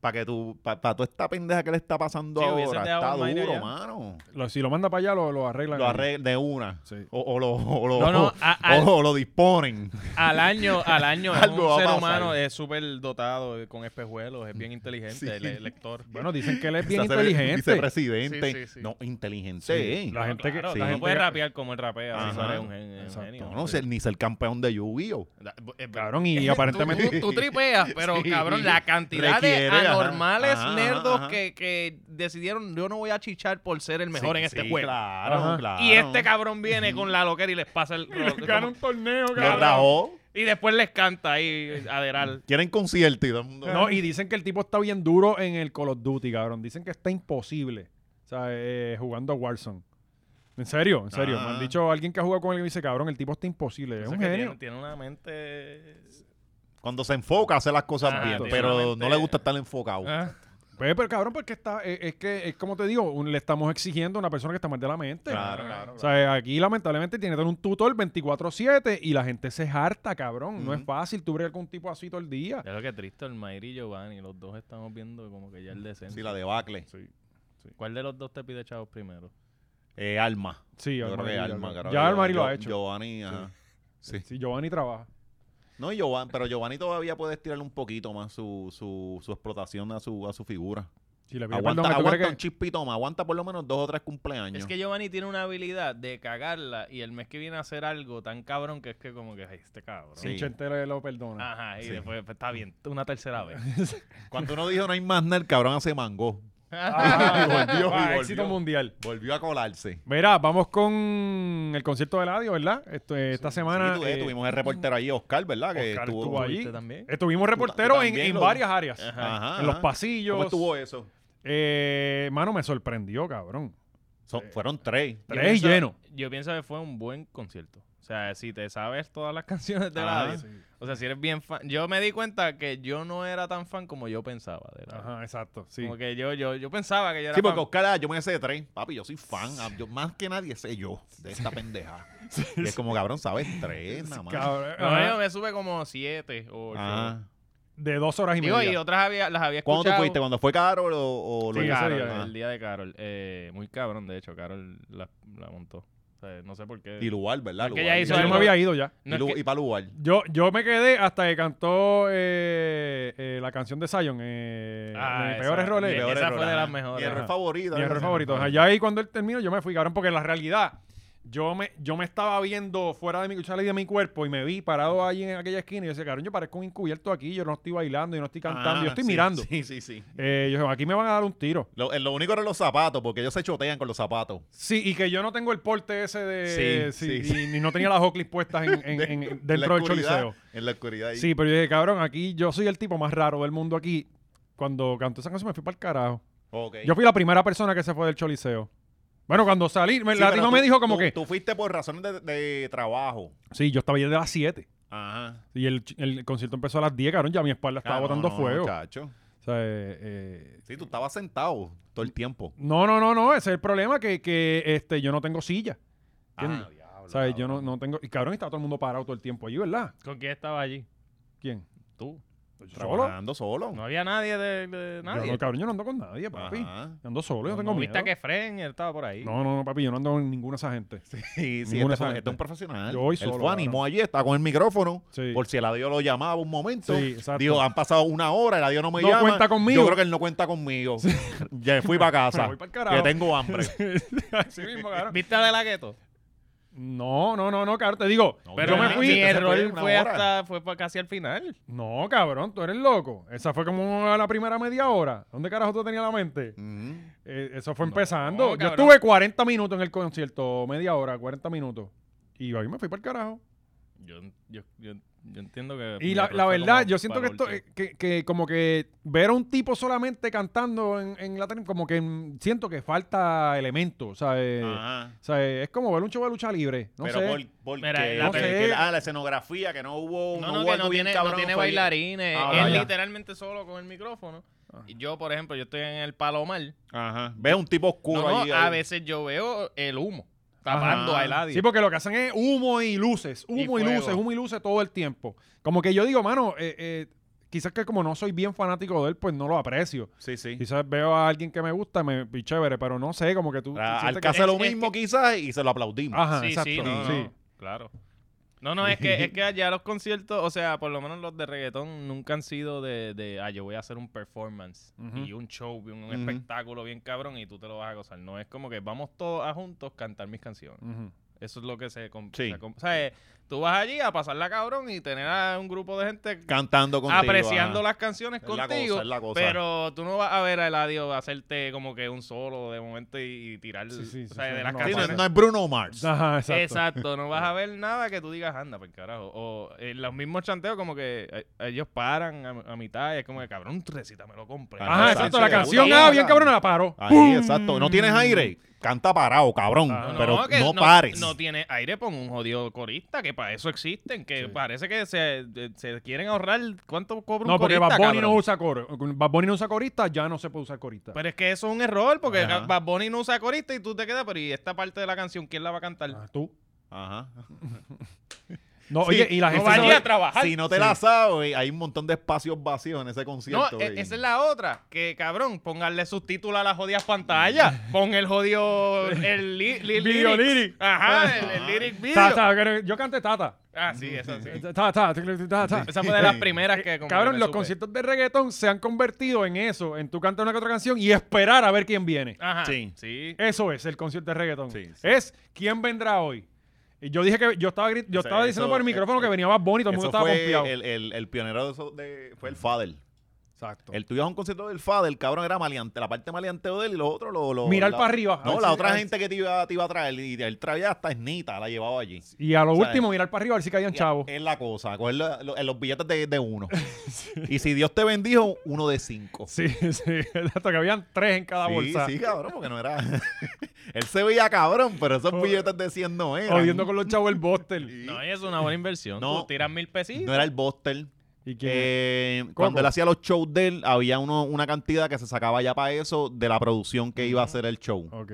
B: para que tú, para toda esta pendeja que le está pasando
C: Sí, hubiese
B: ahora,
C: dejado
B: está
C: un minor
B: duro,
C: ya.
B: mano.
D: Lo- si lo manda para allá, lo, lo arreglan.
B: Lo
D: ahí.
B: arreglan de una.
D: Sí.
B: O, o lo, o lo,
C: No, no, a- al-
B: o lo disponen.
C: (laughs) Al año, al año, es
B: Algo va a
C: un ser
B: pasar.
C: humano es súper dotado, eh, con espejuelos, es bien inteligente
B: Sí.
C: el, el lector.
D: Bueno, dicen que él es bien
B: O sea, (laughs) se ve
D: inteligente.
B: Vicepresidente.
C: Sí, sí, sí.
B: No, inteligente.
D: Sí,
B: eh.
D: la gente que.
C: Claro,
D: sí.
C: no
D: gente
C: puede
D: que-
C: rapear como él rapea,
B: Ajá.
C: eso es un, gen- un
D: Exacto.
C: genio.
B: No, no, ser- ni ser campeón de Yu-Gi-Oh!
C: La- eh,
D: Cabrón, y aparentemente.
C: Tú, tú tripeas, pero
B: Sí.
C: cabrón, la cantidad
B: Requiere,
C: de
B: ajá.
C: anormales
B: Ajá,
C: nerdos
B: ajá.
C: que, que decidieron yo no voy a chichar por ser el mejor
B: Sí,
C: en este
B: sí,
C: juego.
B: Claro,
D: Ajá.
B: claro.
C: Y este cabrón viene con la loquera y les pasa el. como-
D: Gana un torneo,
B: Lo
D: cabrón.
B: rajó.
C: y después les canta ahí Aderal.
B: Quieren concierto y todo el mundo.
D: No, y dicen que el tipo está bien duro en el Call of Duty, cabrón. Dicen que está imposible. O sea, eh, jugando a Warzone. En serio, en serio. Me
B: Ah.
D: han dicho alguien que ha jugado con él y me dice, cabrón, el tipo está imposible. Es
C: Eso
D: un
C: que tiene-
D: genio.
C: Tiene una mente.
B: Cuando se enfoca, hace las cosas
C: Ah,
B: bien,
C: tiene
B: pero
C: una
B: no
C: mente-
B: le gusta estar enfocado.
C: Ah.
D: Pues, pero cabrón, porque está, eh, es que es como te digo, un- le estamos exigiendo a una persona que está mal de la mente.
B: Claro, claro.
D: O sea, eh, aquí lamentablemente tiene que tener un tutor 24-7 y la gente se harta, cabrón. No es
B: Ujú.
D: fácil tú bregar con un tipo así todo el día.
C: Ya lo que triste, el Mayri y Giovanni, los dos estamos viendo como que ya el descenso.
B: Sí, la debacle.
C: ¿Cuál de los dos te pide chavos primero?
B: Eh, alma.
D: Sí,
B: Yo creo
D: Almari,
B: que
D: ya-
B: alma,
D: ya,
B: creo
D: ya
B: que
D: Almari lo
B: Gio-
D: ha hecho.
B: Giovanni, ajá. Sí.
D: Sí, Giovanni trabaja.
B: No, y Giovan- pero Giovanni todavía puede estirarle un poquito más su, su, su explotación a su, a su figura.
D: Si le pide
B: Aguanta,
D: perdón, ¿tú crees
B: aguanta
D: que-
B: un chispito más, aguanta por lo menos dos o tres cumpleaños.
C: Es que Giovanni tiene una habilidad de cagarla y el mes que viene a hacer algo tan cabrón que es que como que, ay, este cabrón.
B: Sí.
D: Sí, Chente le- lo
C: (laughs)
D: perdona.
C: Ajá, y
B: Sí. (laughs)
C: después pues, está bien, una tercera vez.
B: Cuando uno dijo no hay más nada, el cabrón hace mango.
D: (laughs) Ah,
B: volvió,
D: ah,
B: volvió.
D: éxito mundial.
B: Volvió a colarse.
D: Mira, vamos con el concierto de Eladio, ¿verdad? Esto, eh, esta semana.
B: Sí, tu-
D: eh,
B: eh, tuvimos el reportero ahí, Oscar, ¿verdad? Que
D: Oscar
B: estuvo,
D: estuvo allí.
C: ¿Estuviste también?
D: Estuvimos reporteros en,
B: también
D: en
B: lo-
D: varias áreas.
B: Ajá,
D: en los
B: ajá.
D: pasillos.
B: ¿Cómo estuvo eso?
D: Eh, mano, me sorprendió, cabrón.
B: Son- Fueron tres.
D: Eh, Tres
C: pienso-
D: llenos.
C: Yo pienso que fue un buen concierto. O sea, si te sabes todas las (laughs) canciones de
B: Ah,
C: la
B: sí.
C: O sea, si eres bien fan. Yo me di cuenta que yo no era tan fan como yo pensaba de Eladio.
D: Ajá, exacto. Sí.
C: Como que yo, yo, yo pensaba que yo era
B: Sí, porque
C: fan.
B: Oscar, ah, yo me sé de tres. Papi, yo soy fan. ah, Yo, más que nadie sé yo de esta
D: (laughs)
B: pendeja. Y es como, cabrón, sabes tres, nada más.
D: Cabrón,
C: No,
D: ajá,
C: yo me sube como siete o ocho.
B: Ah.
D: De dos horas y
C: Digo,
D: media.
C: y otras había, las había
B: ¿Cuándo
C: escuchado.
B: tú fuiste? ¿Cuándo fue caro o, o lo
D: Sí,
B: hizo?
D: Carol,
B: Ah.
C: El día de Carol. Eh, muy cabrón, de hecho. Carol la, la montó. O sea, no sé por qué.
B: Y lugar, ¿verdad?
C: que
B: Lugar.
C: ella hizo
D: yo
C: algo-
D: me había ido ya.
C: No,
B: y,
C: es que-
B: para lugar.
D: Yo, yo me quedé hasta que cantó eh, eh, la canción de Zion. Eh,
C: Ah,
D: mi peor
C: esa-
D: error es-
C: mi peor- Esa fue de las mejores.
B: Mi error
D: Ajá.
B: favorito.
D: Mi error favorito. Ajá, Ya ahí cuando él terminó, yo me fui, cabrón, porque la realidad, yo me, yo me estaba viendo fuera de mi salí de mi cuerpo y me vi parado ahí en aquella esquina y yo decía, cabrón, yo parezco un encubierto aquí, yo no estoy bailando, yo no estoy cantando, yo estoy
B: Ah, sí,
D: mirando.
B: Sí, sí, sí.
D: Eh, yo dije, aquí me van a dar un tiro.
B: Lo, eh, lo único eran los zapatos, porque ellos se chotean con los zapatos.
D: Sí, y que yo no tengo el porte ese de...
B: Sí,
D: Sí,
B: sí,
D: Y, y no tenía las Oakleys puestas en,
B: (laughs)
D: en-
B: En
D: en-
B: la
D: dentro del
B: oscuridad,
D: choliseo.
B: En la oscuridad. ahí.
D: Sí, pero yo dije, cabrón, aquí yo soy el tipo más raro del mundo aquí. Cuando cantó esa canción me fui para el carajo.
B: Ok.
D: Yo fui la primera persona que se fue del choliseo. Bueno, cuando salí, me-
B: Sí,
D: la
B: pero
D: tipa
B: tú-
D: me dijo como
B: tú-
D: que...
B: Tú fuiste por razones de, de trabajo.
D: Sí, yo estaba ahí desde las 7.
B: Ajá.
D: Y el, ch- el concierto empezó a las 10, cabrón. Ya mi espalda estaba
B: Ah, no,
D: botando
B: no,
D: fuego.
B: muchacho.
D: O sea, eh, eh,
B: Sí, tú estabas sentado todo el tiempo.
D: no, no, no, no. Ese es el problema que, que este, yo no tengo silla. ¿Entiendes?
B: Ah, diablo.
D: o sea, yo no, no tengo... Y cabrón, estaba todo el mundo parado todo el tiempo allí, ¿verdad?
C: ¿Con quién estaba allí?
D: ¿Quién?
C: Tú.
D: ¿Solo?
B: Trabajando solo.
C: No había nadie de, de nadie.
D: Yo no, cabrón, yo no ando con nadie, papi.
B: Ajá.
D: Yo ando solo, yo
C: No,
D: tengo
C: no
D: miedo.
C: viste a que Fren él estaba por ahí.
D: No, no, no, papi, yo no ando con ninguna de esa gente.
B: Sí, sí,
D: Ninguna
B: este, fue-
D: sabe.
B: este es un profesional.
D: Yo voy
B: Él
D: solo,
B: fue
D: cabrón.
B: animó allí, estaba con el micrófono.
D: Sí.
B: Por si el adiós lo llamaba un momento.
D: Sí, exacto.
B: Dijo, han pasado una hora, el adiós no me
D: No
B: llama.
D: cuenta conmigo.
B: Yo creo que él no cuenta conmigo. ya fui para
D: (laughs)
B: casa.
D: Me voy pa'l carajo.
B: Que tengo
D: (laughs)
B: hambre.
D: Así mismo, cabrón.
C: ¿Viste a De La Ghetto?
D: No, no, no, no, cabrón, te digo.
B: No,
C: Pero
D: yo me
C: mi-
D: fui...
C: mi
B: Entonces fue
C: error
B: una
C: fue
B: hora.
C: hasta fue pa- casi al final.
D: No, cabrón, tú eres loco. Esa fue como a la primera media hora. ¿Dónde carajo tú tenías la mente?
B: Mm.
D: Eh, eso fue empezando. Yo
C: cabrón.
D: estuve 40 minutos en el concierto, media hora, 40 minutos. Y ahí me fui para el carajo.
C: Yo, yo, yo, yo entiendo que. mi
D: Y la,
C: error
D: la
C: fue
D: verdad,
C: como
D: yo siento que
C: para
D: esto,
C: último.
D: eh, que, que como que ver a un tipo solamente cantando en, en la tele, como que mm, siento que falta elemento, ¿sabes?
C: Ah.
B: Ajá.
D: ¿Sabes? Es como ver un show de lucha libre. Eh, No
B: pero
D: sé.
B: por, porque
C: Mira, la-
B: que-
D: no sé.
B: que la, ah, la escenografía, que no hubo.
C: No, no,
B: hubo
C: que
B: algo
C: no
B: bien
C: tiene,
B: cabrón,
C: no tiene
B: fue-
C: bailarines.
B: Ah,
C: es
B: vaya. Ah.
C: literalmente solo con el micrófono. Y yo, por ejemplo, yo estoy en el Palomar.
B: Ajá. Ve un tipo oscuro
C: No, no,
B: ahí.
C: a
B: ahí.
C: veces yo veo el humo tapando
B: Ajá.
C: a Eladio.
D: Sí, porque lo que hacen es humo y luces,
C: Y
D: humo y,
C: fuego.
D: luces, humo y luces todo el tiempo. Como que yo digo, mano, eh, eh, quizás que como no soy bien fanático de él, pues no lo aprecio.
B: Sí, sí.
D: Quizás veo a alguien que me gusta, me y chévere, pero no sé, como que tú. tú
B: Ah,
D: sientes
B: Al
D: que- Ah.
B: que hace lo
C: es- es
B: mismo, quizás, y se lo aplaudimos.
D: Ajá,
C: Sí,
D: exacto.
C: sí, no,
D: sí.
C: no, claro. No, no, es que, es que allá los conciertos, o sea, por lo menos los de reggaetón nunca han sido de, de ah, yo voy a hacer un performance
D: Ujú.
C: y un show, y un
B: Ujú.
C: espectáculo bien cabrón y tú te lo vas a gozar. No es como que vamos todos a juntos cantar mis canciones.
D: Ujú.
C: Eso es lo que se... com-
B: Sí.
C: se com- o sea, eh, tú vas allí a pasarla cabrón y tener a un grupo de gente
B: Cantando contigo.
C: apreciando
B: ajá.
C: las canciones
B: Es la
C: contigo,
B: cosa, es la cosa.
C: pero tú no vas a ver a Eladio hacerte como que un solo de momento y, y tirar
D: Sí, sí,
C: o
D: sí,
C: sea,
D: sí,
C: de las
D: no
B: Sí, no,
C: canciones.
D: pasa.
B: no es Bruno Mars.
D: Ajá, exacto.
C: Exacto. no vas a ver nada que tú digas, anda, por carajo. O eh, los mismos chanteos, como que eh, ellos paran a, a mitad y es como que, cabrón, tú recítame, lo compré.
D: Ajá,
B: Ajá,
D: exacto.
B: sí,
D: La
B: sí,
D: canción,
B: sí,
D: ah,
B: sí.
D: bien cabrón, la paro.
B: Ahí,
D: ¡Pum!
B: exacto. No tienes aire, canta parado, cabrón.
D: Ah,
B: pero no,
C: que
B: pares.
C: No tiene aire, pon un jodido corista, que para eso existen, que parece que se, eh, se quieren ahorrar. ¿Cuánto cobra un
D: No, porque
C: corista,
D: Bad
C: cabrón?
D: Bunny
C: Pues,
D: no usa coro. Bad Bunny no usa corista, ya no se puede usar corista.
C: Pero es que eso es un error, porque
B: Ajá.
C: Bad Bunny no usa corista y tú te quedas, pero ¿y esta parte de la canción quién la va a cantar?
D: Ah, tú.
B: Ajá.
D: No,
B: Sí,
D: oye, y la
C: no
D: gente.
C: va
D: se
C: allí
D: (laughs) va-
C: a trabajar.
B: Si no te la sabes, hay un montón de espacios vacíos en ese concierto.
C: No, e-
B: güey.
C: esa es la otra. Que cabrón, pónganle subtítulo a las jodidas (laughs) pantallas. Pon el jodido. El li, li-
D: Video
C: lyrics.
D: lyric.
C: Ajá, el, el lyric video.
D: Ta, ta, que- yo canté Tata.
C: Ah, sí, esa sí.
D: Ta, ta, ta, ta, ta.
C: Esa fue de las primeras que. como que
D: Cabrón,
C: me
D: los
C: supe.
D: conciertos de reggaetón se han convertido en eso, en tú cantar una que otra canción y esperar a ver quién viene.
C: Ajá.
B: Sí.
C: Sí.
D: Eso es el concierto de reggaetón.
B: Sí, sí.
D: Es quién vendrá hoy. Y yo dije que yo estaba grit- yo
B: Eso-
D: estaba diciendo
B: eso-
D: por el micrófono
B: eh,
D: que venía más bonito, todo el mundo
B: Eso
D: estaba
B: fue
D: confiado.
B: el, el- el pionero de eso de- fue el Fader.
D: Exacto.
B: El tuyo es un concierto del FAD, el cabrón era maleante, la parte maleanteo de él y los otros lo, lo-
D: Mirar
B: Oh, la-
D: para arriba. A
B: No,
D: ver
B: la
D: si- a
B: otra
D: ver
B: gente que te iba, te iba a traer, y él traía hasta esnita, la llevaba allí.
D: Y a lo
B: ¿Sabes?
D: último, mirar para arriba a ver si caían chavos.
B: Es la cosa, coger la- lo- en los billetes de,
C: (laughs)
B: de uno. Y si Dios te bendijo, uno de cinco.
D: Sí, (laughs) sí. Hasta que habían tres en cada
B: sí,
D: bolsa.
B: sí, cabrón, porque no era. (laughs) él se veía cabrón, pero esos
D: Oh.
B: billetes de 100 no eran.
D: Jodiendo con los
B: (laughs)
D: chavos el bóster.
B: Sí.
C: No, y es una buena inversión.
B: No.
C: Tú tiras mil pesitos.
B: No era el Buster.
D: ¿Y quién es?
B: Eh,
D: Coco.
B: cuando él hacía los shows de él, había uno, una cantidad que se sacaba ya para eso de la producción que iba a hacer el show.
D: Ok.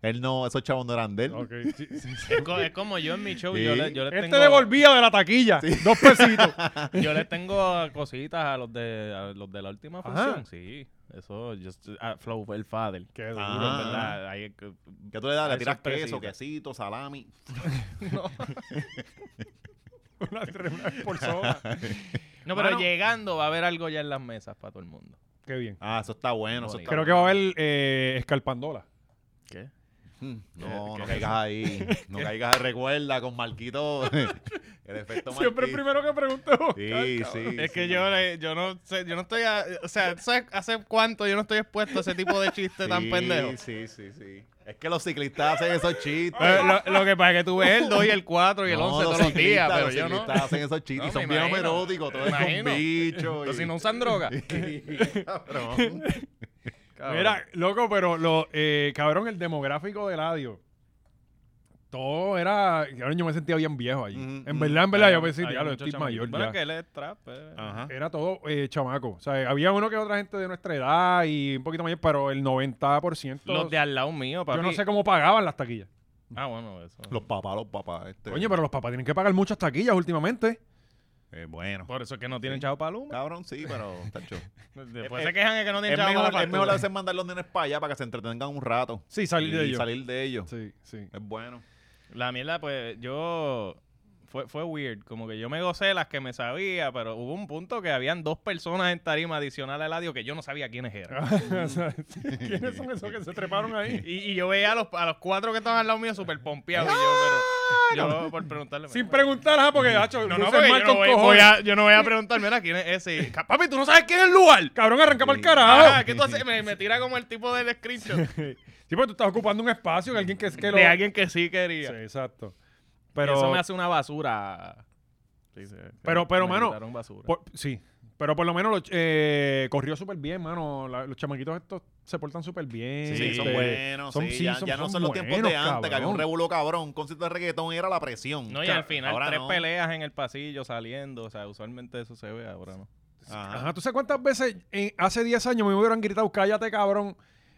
B: Él no, esos chavos no eran de él.
D: Ok. Sí,
B: (laughs)
D: sí, sí.
C: Es, co- es como yo en mi show. Yo,
B: Sí.
C: le, yo les
D: Él te
C: tengo,
D: devolvía de la taquilla. Dos pesitos.
C: yo les tengo cositas a los de, a los de la última
D: Ajá.
C: función. Sí. Eso, yo, estoy- ah, Flow el Father.
D: Qué duro,
B: Ah.
C: En verdad, ahí-
B: ¿Qué tú le das? Le
C: Hay
B: tiras
C: sorpresitas.
B: queso, quesito, salami.
D: Una, una vez por sola.
C: No, pero
D: Mano.
C: llegando va a haber algo ya en las mesas para todo el mundo.
D: Qué bien.
B: Ah, eso está bueno. Eso está
D: (laughs) Creo que va a haber eh, escalpandola.
C: ¿Qué?
D: (laughs)
B: Mm, No,
C: ¿Qué-
B: no
C: qué-
B: caigas ahí. No caigas, recuerda, con Marquito. (laughs) el efecto
D: Siempre
B: Marquito.
D: el primero que pregunto.
B: Sí, sí.
C: Es
B: sí.
C: que yo, le- yo no sé, yo no estoy, a- o sea, ¿tú ¿sabes hace cuánto yo no estoy expuesto a ese tipo de chiste este tan
B: Sí,
C: pendejo?
B: Sí, sí, sí. Es que los ciclistas hacen esos chistes.
C: Pero Eh, lo, lo que pasa es que tú ves el 2 y el 4 y el
B: No,
C: 11 todos los días,
B: ciclistas,
C: pero
B: los
C: yo no.
B: ciclistas hacen esos chistes.
C: No,
B: y son
C: me
B: bien
C: imagino.
B: homeróticos, todo
C: Me
B: es con
C: imagino.
B: bicho.
C: Pero
B: y-
C: si
B: (laughs)
C: no usan droga.
B: Cabrón.
C: Cabrón.
D: Mira, loco, pero lo, eh, cabrón, el demográfico del radio. Todo era. Cabrón, yo me sentía bien viejo allí.
B: Mm,
D: en
B: mm.
D: verdad, en verdad, yo
C: Hay
D: me decía,
C: muchos
D: ya lo estoy
C: chamaquitos".
D: mayor.
C: Bueno,
D: ya".
C: que él es trap. eh.
B: Ajá.
D: Era todo eh, chamaco. O sea, había uno que otra gente de nuestra edad y un poquito mayor, pero el 90%.
C: Los de al lado mío, papi.
D: yo no sé cómo (laughs) pagaban las taquillas.
C: Ah, bueno, eso.
B: Los papás, los papás. Este.
D: Coño, pero los papás tienen que pagar muchas taquillas últimamente.
B: Eh, bueno.
C: Por eso es que no tienen chavo para Luma.
B: Cabrón, sí, pero.
C: (laughs)
B: tacho.
C: Después se quejan de que no
B: Es
C: tienen chavo para eh, la
B: mejor, es mejor a
C: factura.
B: veces mandar los nenes para allá para que se entretengan un rato.
D: Sí, salir
B: y
D: de ellos.
B: salir de ellos.
D: Sí, sí.
B: Es bueno.
C: La mierda, pues yo. Fue, fue weird, como que yo me gocé las que me sabía, pero hubo un punto que habían dos personas en tarima adicional al radio que yo no sabía quiénes eran.
D: (laughs) O sea, ¿Quiénes son esos que se treparon ahí?
C: Y, y yo veía a los, a los cuatro que estaban al lado mío súper pompeados. y yo, pero, yo por preguntarle.
D: (laughs) Sin
C: mira,
D: preguntar, ah, porque, hacho,
C: No, no,
D: luces
C: porque yo
D: mal
C: no,
D: con
C: voy, voy
D: cojones.
C: a, yo no voy a preguntar, mira, quién es ese. Ca- Papi, tú no sabes quién es el lugar.
D: Cabrón, arranca para el carajo.
C: Ah, ¿qué tú haces? Me, me tira como el tipo del screenshot.
D: Sí, porque tú estás ocupando un espacio que alguien que, que lo...
C: De alguien que sí
D: Sí,
C: quería.
D: exacto. (laughs)
C: Pero...
D: Pero,
C: Eso me hace una basura. Sí, sí,
D: Pero- pero,
C: me
D: mano,
C: quitaron basura.
D: por- sí, pero por lo menos los, eh, corrió súper bien, mano. La- los chamaquitos estos se portan súper bien.
B: Sí,
C: Sí,
B: son
D: este,
B: buenos.
D: son-
B: sí,
D: sí,
B: ya,
D: son-
B: ya no
D: son
B: son los tiempos de
D: buenos,
B: antes, que había un
D: cabrón.
B: revuelo cabrón. Un concierto de reggaetón era la presión.
C: No, y al final
B: ahora
C: tres
B: no.
C: peleas en el pasillo saliendo. O sea, usualmente eso se ve, ahora no.
B: Ajá.
D: Ajá, ¿tú sabes cuántas veces en- hace 10 años me hubieran gritado, cállate, cabrón,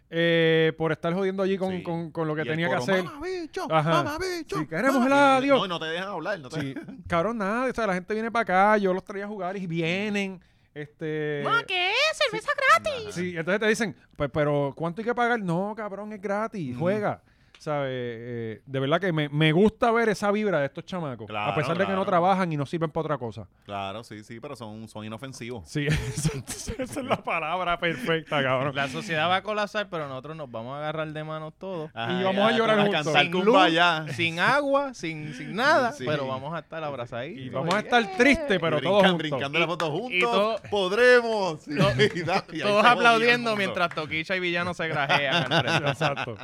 D: eh, por estar jodiendo allí con,
B: Sí.
D: con- con lo que
B: Y el
D: tenía que
B: coro,
D: hacer?
B: "Mamá, bicho,
D: Ajá.
B: mamá, bicho,
D: Sí, queremos
B: mamá".
D: el
B: Y-
D: adiós.
B: No, y no te dejan hablar. No te
D: Sí, cabrón, nada, o sea, la gente viene para acá, yo los traía a jugar y vienen, este...
E: ¿Qué es? ¿Cerveza
B: gratis.
D: Sí, entonces te dicen, "Pe- pero ¿cuánto hay que pagar? No, cabrón, es gratis, juega. ¿Sabes? Eh, de verdad que me, me gusta ver esa vibra de estos chamacos. a
B: Claro,
D: pesar de que no
B: claro.
D: trabajan y no sirven para otra cosa.
B: Claro, sí, sí, pero son, son inofensivos.
D: Sí, esa es la palabra perfecta, cabrón.
C: La sociedad va a colapsar, pero nosotros nos vamos a agarrar de manos todos.
D: Y vamos a llorar
B: a
D: juntos.
B: cantar
D: Sin
C: luz.
B: Kumbaya.
C: Sin agua, sin, sin (laughs) nada,
B: Sí.
C: pero vamos a estar abrazaditos.
D: Y vamos a estar tristes, pero
B: Y
D: todos
B: brincan-
D: juntos.
B: brincando la foto juntos.
C: y todo-
B: podremos.
D: (laughs)
B: Sí, (laughs) y da- y ahí
C: Todos
B: se
C: aplaudiendo
B: jodía el mundo.
C: mientras Toquicha y Villano se
B: (laughs)
C: grajean. al frente.
D: Exacto.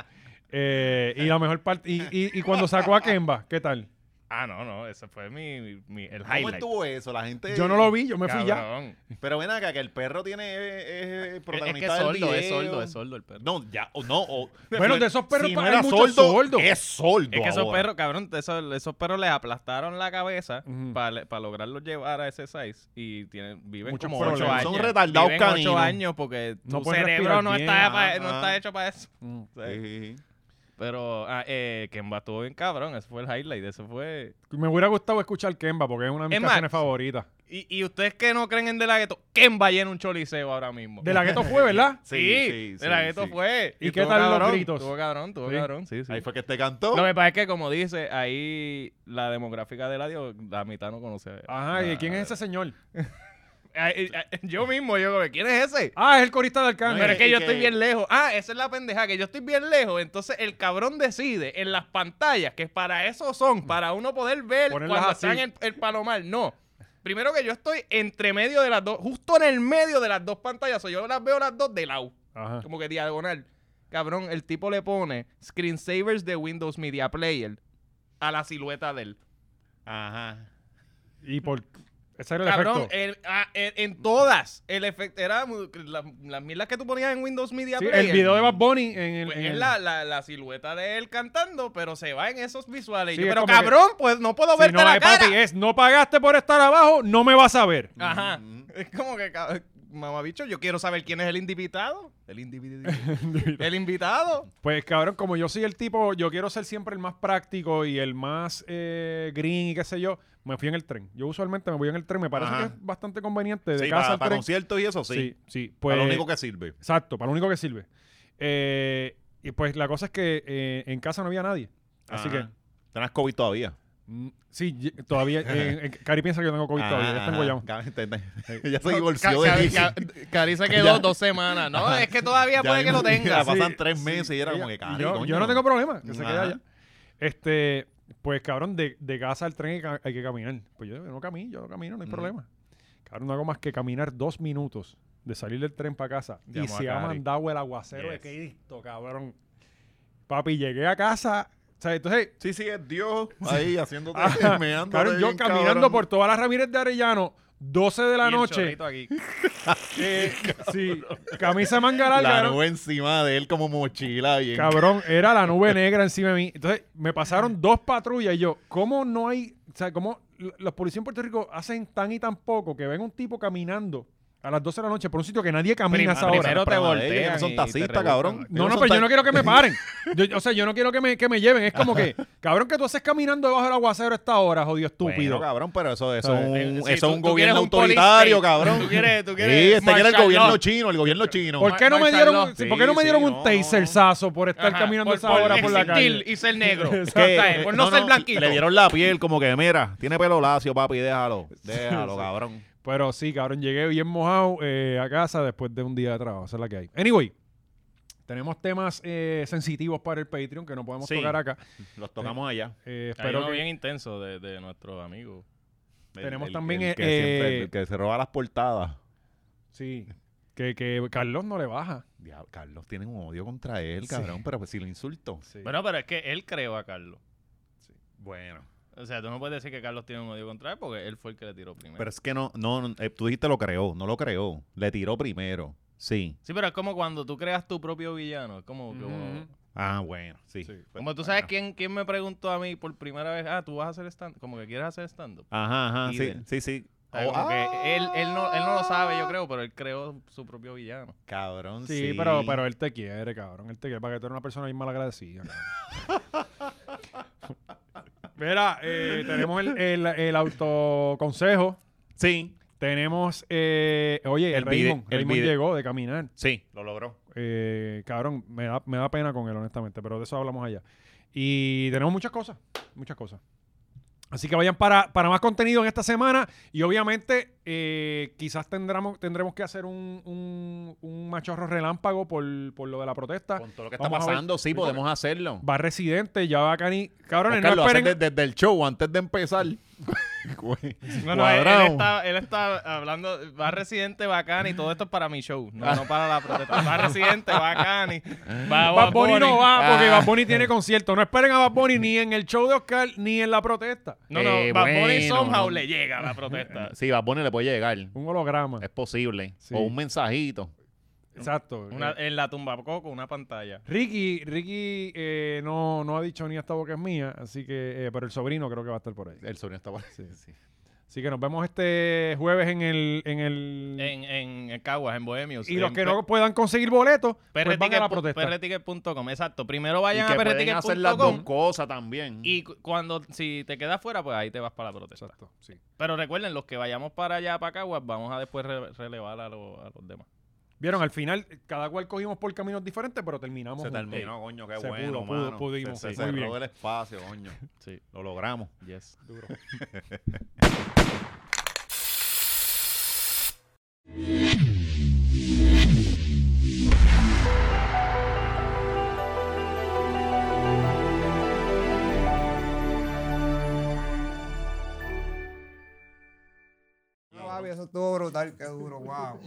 D: Eh, y la mejor parte, y, y- y cuando sacó a Kemba, ¿qué tal?
C: ah, no, no, ese fue mi, mi- mi- el
B: ¿Cómo
C: highlight.
B: estuvo eso? La gente.
D: Yo no lo vi, yo me fui ya.
C: Cabrón.
B: Pero ven acá, que el perro tiene. Es, es
C: Es, es que
B: protagonista
C: es
B: del
C: sordo, es
B: video.
C: sordo, es sordo el perro.
B: No, ya, o no. o-
D: (laughs) Bueno, de esos perros
B: si
D: pa-
B: no
D: hay
B: era
D: muchos
B: sordo,
D: sordos.
B: Es sordo.
C: Es que esos
B: ahora.
C: perros, cabrón, esos, esos perros les aplastaron la cabeza
D: Ujú.
C: para lograrlo llevar a ese size y tienen, viven
D: Muchos
C: como
D: problemas.
C: ocho años.
D: Son
B: retardados
C: viven ocho
B: caninos.
C: años porque
D: No
C: tu
D: pueden
C: cerebro
D: respirar
C: no
D: bien.
C: está, pa- no
B: Ajá.
C: está hecho para eso.
D: Mm.
B: Sí.
C: Pero ah, eh, Kemba estuvo bien cabrón, ese fue el highlight, eso fue...
D: Me hubiera gustado escuchar Kemba porque es una de mis
C: Es más,
D: canciones favoritas.
C: Y, y ustedes que no creen en De La Ghetto, Kemba llena un choliseo ahora mismo.
D: De la gueto fue, ¿verdad?
C: Sí,
B: Sí, sí,
C: De La
B: sí,
C: Ghetto
B: sí.
C: fue.
D: ¿Y qué
C: estuvo
D: tal los
C: cabrón,
D: gritos?
C: Estuvo cabrón, estuvo
D: Sí. eh.
C: cabrón, sí, sí.
B: Ahí fue que te cantó.
C: Lo que pasa es que, como dice, ahí la demográfica del radio, la mitad no conoce.
D: (laughs) Ajá, ¿y
C: la-
D: quién es ese señor?
C: Ah, Ay, ay, (laughs) ay, Yo mismo, yo como, ¿quién es ese?
D: Ah, es el corista de Arcángel.
C: Pero es que
B: y
C: yo
B: que-
C: estoy bien lejos. Ah, esa es la pendeja, que yo estoy bien lejos. Entonces el cabrón decide en las pantallas, que para eso son, para uno poder ver
D: Ponerlas
C: cuando
D: así.
C: están en el, el palomar. No. Primero que yo estoy entre medio de las dos, justo en el medio de las dos pantallas. O yo las veo las dos de lado,
D: Ajá.
C: (laughs) como que diagonal. Cabrón, el tipo le pone screensavers de Windows Media Player a la silueta de él.
B: Ajá.
D: Y por. Ese era el
C: Cabrón,
D: efecto.
C: el- ah, en, en todas. El efecto era mu- la- las mierdas que tú ponías en Windows Media
D: Sí,
C: Player.
D: el video de Bad Bunny en el.
C: Pues
D: en
C: es
D: el-
C: la, la- la silueta de él cantando, pero se va en esos visuales. Y
D: Sí,
C: yo,
D: es
C: pero
D: como que-
C: cabrón, pues no puedo
D: Si
C: verte
D: no,
C: la
D: eh,
C: cara.
D: papi, es, no pagaste por estar abajo, no me vas a ver.
C: Ajá. Es como que, cab- mamabicho, yo quiero saber quién es el invitado. El
D: (laughs)
C: invitado. el invitado.
D: Pues cabrón, como yo soy el tipo, yo quiero ser siempre el más práctico y el más eh, green y qué sé yo, me fui en el tren. Yo usualmente me voy en el tren, me parece
B: Ajá.
D: que es bastante conveniente de
B: Sí,
D: casa
B: para,
D: al
B: para
D: tren.
B: conciertos y eso, sí.
D: sí, sí, pues
B: Para lo único que sirve.
D: exacto, para lo único que sirve. Eh, y pues la cosa es que eh, en casa no había nadie, así
B: Ajá.
D: que
B: Tenés COVID todavía.
D: mm, sí, ye-
B: (laughs)
D: todavía eh, eh, Cari piensa que yo tengo covid todavía, ya
B: Ajá,
D: tengo guayado.
B: ajá.
D: (laughs)
B: (laughs) Ya se
C: Ca-
B: divorció de
C: Ca-
B: Nicky.
C: Ca- Cari se quedó
B: Ya.
C: dos semanas. No, es que todavía
B: Ya
C: puede que
B: mismo-
C: lo tenga.
B: Ya pasan
D: Sí,
B: tres
D: sí,
B: meses y era
D: ella-
B: como que cari,
D: yo,
B: coño.
D: yo no tengo problema, que se queda
B: Ajá.
D: allá. Este, pues cabrón, de, de casa al tren hay que, hay que caminar. Pues yo no camino, yo no camino,
B: Mm.
D: no hay problema. Cabrón, no hago más que caminar dos minutos de salir del tren para casa. y
B: Llamo a
D: se ha
B: Cari.
D: mandado el aguacero de
B: Yes.
D: Cristo, cabrón. Papi, llegué a casa. O sea, entonces,
B: Sí, sí, es Dios ahí haciendo
D: ajá, cabrón, Ah, yo caminando por todas las Ramírez de Arellano, 12 de la
C: Y el
D: noche.
C: chorrito aquí.
D: eh, sí, camisa de manga larga.
B: La
D: ¿no?
B: nube encima de él como mochila bien.
D: Cabrón, era la nube negra encima de mí. Entonces, me pasaron dos patrullas y yo, ¿cómo no hay, o sea, cómo l- los policías en Puerto Rico hacen tan y tan poco que ven un tipo caminando a las 12 de la noche por un sitio que nadie camina a esa
C: Prim-
D: hora?
C: primero te
B: Problema de ellos,
C: voltean
B: que
C: y
B: son
C: te
B: taxistas,
C: rebuscan.
B: cabrón.
D: No,
B: Ellos
D: no,
B: son
D: pero yo
B: ta-
D: no quiero que
B: (laughs)
D: me paren. Yo- o sea, yo no quiero que me, que me lleven. Es como que, cabrón, que tú haces caminando debajo del aguacero a esta hora, jodido estúpido.
B: Bueno, cabrón, pero eso, eso
D: ¿Sabes?
B: es un,
C: Sí,
B: eso es
C: tú-
B: un
C: tú quieres
B: gobierno
C: un
B: autoritario,
C: policy.
B: cabrón.
C: Tú quieres- tú quieres
B: Sí, este quiere el
C: martial
B: gobierno
C: law.
B: chino, el gobierno chino.
D: ¿Por qué no me
C: Marcel
D: dieron,
C: Law.
D: un- ¿por qué no
B: Sí,
D: me dieron
B: sí,
D: un
B: no,
D: taserzazo por estar
C: Ajá,
D: caminando
C: por-
D: a esa hora por la
C: existir
D: calle?
C: y ser (laughs) negro.
B: (laughs)
D: Exacto.
C: O sea, eh, por pues no, ser blanquito.
B: eh, Le dieron la piel como que, mira, tiene pelo lacio, papi, déjalo. Déjalo, cabrón.
D: Pero sí, cabrón, llegué bien mojado eh, a casa después de un día de trabajo. Esa es la que hay. Anyway, tenemos temas eh, sensitivos para el Patreon que no podemos
B: Sí.
D: tocar acá.
B: Los tocamos allá.
D: Eh,
C: Hay
D: espero
C: uno
D: que-
C: bien intenso de, de nuestros amigos.
B: El-
D: Tenemos
B: el-
D: también,
B: el que,
D: eh,
B: siempre- el que se roba las portadas.
D: Sí. Que, que Carlos no le baja.
B: Diablo, Carlos tiene un odio contra él, cabrón, pero pues si lo insultó.
C: Bueno, pero es que él creó a Carlos.
B: Bueno.
C: O sea, tú no puedes decir que Carlos tiene un odio contra él porque él fue el que le tiró primero.
B: Pero es que no, no, no, eh, tú dijiste lo creó, no lo creó. Le tiró primero. Sí.
C: sí, pero es como cuando tú creas tu propio villano. Es como que,
D: Ujú.
B: Ah, bueno, sí.
D: Sí.
B: Pues,
C: Como tú sabes
B: bueno.
C: quién, quién me preguntó a mí por primera vez, ah, tú vas a hacer stand como que quieres hacer stand-up.
B: Ajá, ajá, sí,
C: Líder.
B: sí, sí.
C: O sea,
B: Oh,
C: como que
B: ah,
C: él, él, no, él no lo sabe, yo creo, pero él creó su propio
B: (laughs)
C: villano.
B: Cabrón, sí.
D: Sí, Pero, pero él te quiere, cabrón. Él te quiere para que tú eres una persona bien malagradecida. cabrón. Mira, eh, tenemos el, el, el autoconsejo.
B: Sí,
D: Tenemos, eh, oye,
B: El
D: el
B: vide-
D: Raymond,
B: el
D: Raymond
B: vide-
D: llegó de caminar.
B: sí. Lo logró.
D: Eh, cabrón, me da, me da pena con él, honestamente, pero de eso hablamos allá. Y tenemos muchas cosas, muchas cosas. Así que vayan para, para más contenido en esta semana y obviamente eh, quizás tendremos, tendremos que hacer un, un, un machorro relámpago por, por lo de la protesta.
B: Con todo lo que está
D: Vamos a ver.
B: pasando, sí, podemos hacerlo.
D: Va residente, ya va Cani. Cabrones,
B: Oscar, lo
D: no
B: haces
D: esperen.
B: desde, desde el show, antes de empezar. Güey,
C: Bueno, él,
B: cuadrado.
C: él está, él está hablando, va Residente bacán y todo esto es para mi show, no, no para la protesta. Va Residente bacán y va
D: Bad Bunny no va porque
B: Ah.
D: Bad Bunny tiene concierto. No esperen a Bad Bunny ni en el show de Oscar ni en la protesta.
C: No, no,
B: Eh,
C: Bad Bunny
B: bueno,
C: somehow
B: no.
C: le llega a la protesta.
B: (laughs) Sí, Bad Bunny le puede llegar.
D: Un holograma.
B: Es posible.
D: Sí.
B: O un mensajito.
D: Exacto.
C: Una-
D: Eh,
C: en la tumba coco, una pantalla.
D: Ricky, Ricky eh, no, no ha dicho ni esta boca es mía, así que, eh, pero el sobrino creo que va a estar por ahí.
B: El sonido está bueno.
D: Así que nos vemos este jueves en el, en el
C: En, en, en Caguas, en Bohemios.
D: y los
C: en
D: que
C: Pe-
D: no puedan conseguir boletos, pues van a la
C: prticket pu-
D: protesta.
C: prticket.com, exacto. Primero vayan
B: y
C: a
B: que pueden hacer las dos
C: prticket.com
B: cosas también.
C: y cu- cuando, si te quedas fuera, pues ahí te vas para la protesta.
D: Exacto, sí.
C: Pero recuerden, los que vayamos para allá, para Caguas, vamos a después re- relevar a, lo- a los demás.
D: Vieron, al final cada cual cogimos por caminos diferentes, pero terminamos.
B: se
D: juntos.
B: terminó, coño, qué
D: Se
B: bueno,
D: pudo, pudo,
B: mano.
D: pudimos,
B: Se, se
D: sí, muy
B: cerró
D: bien.
B: el espacio, coño.
C: Sí.
B: Lo logramos.
C: Yes.
D: Duro.
K: Javi, eso estuvo brutal, qué duro, wow.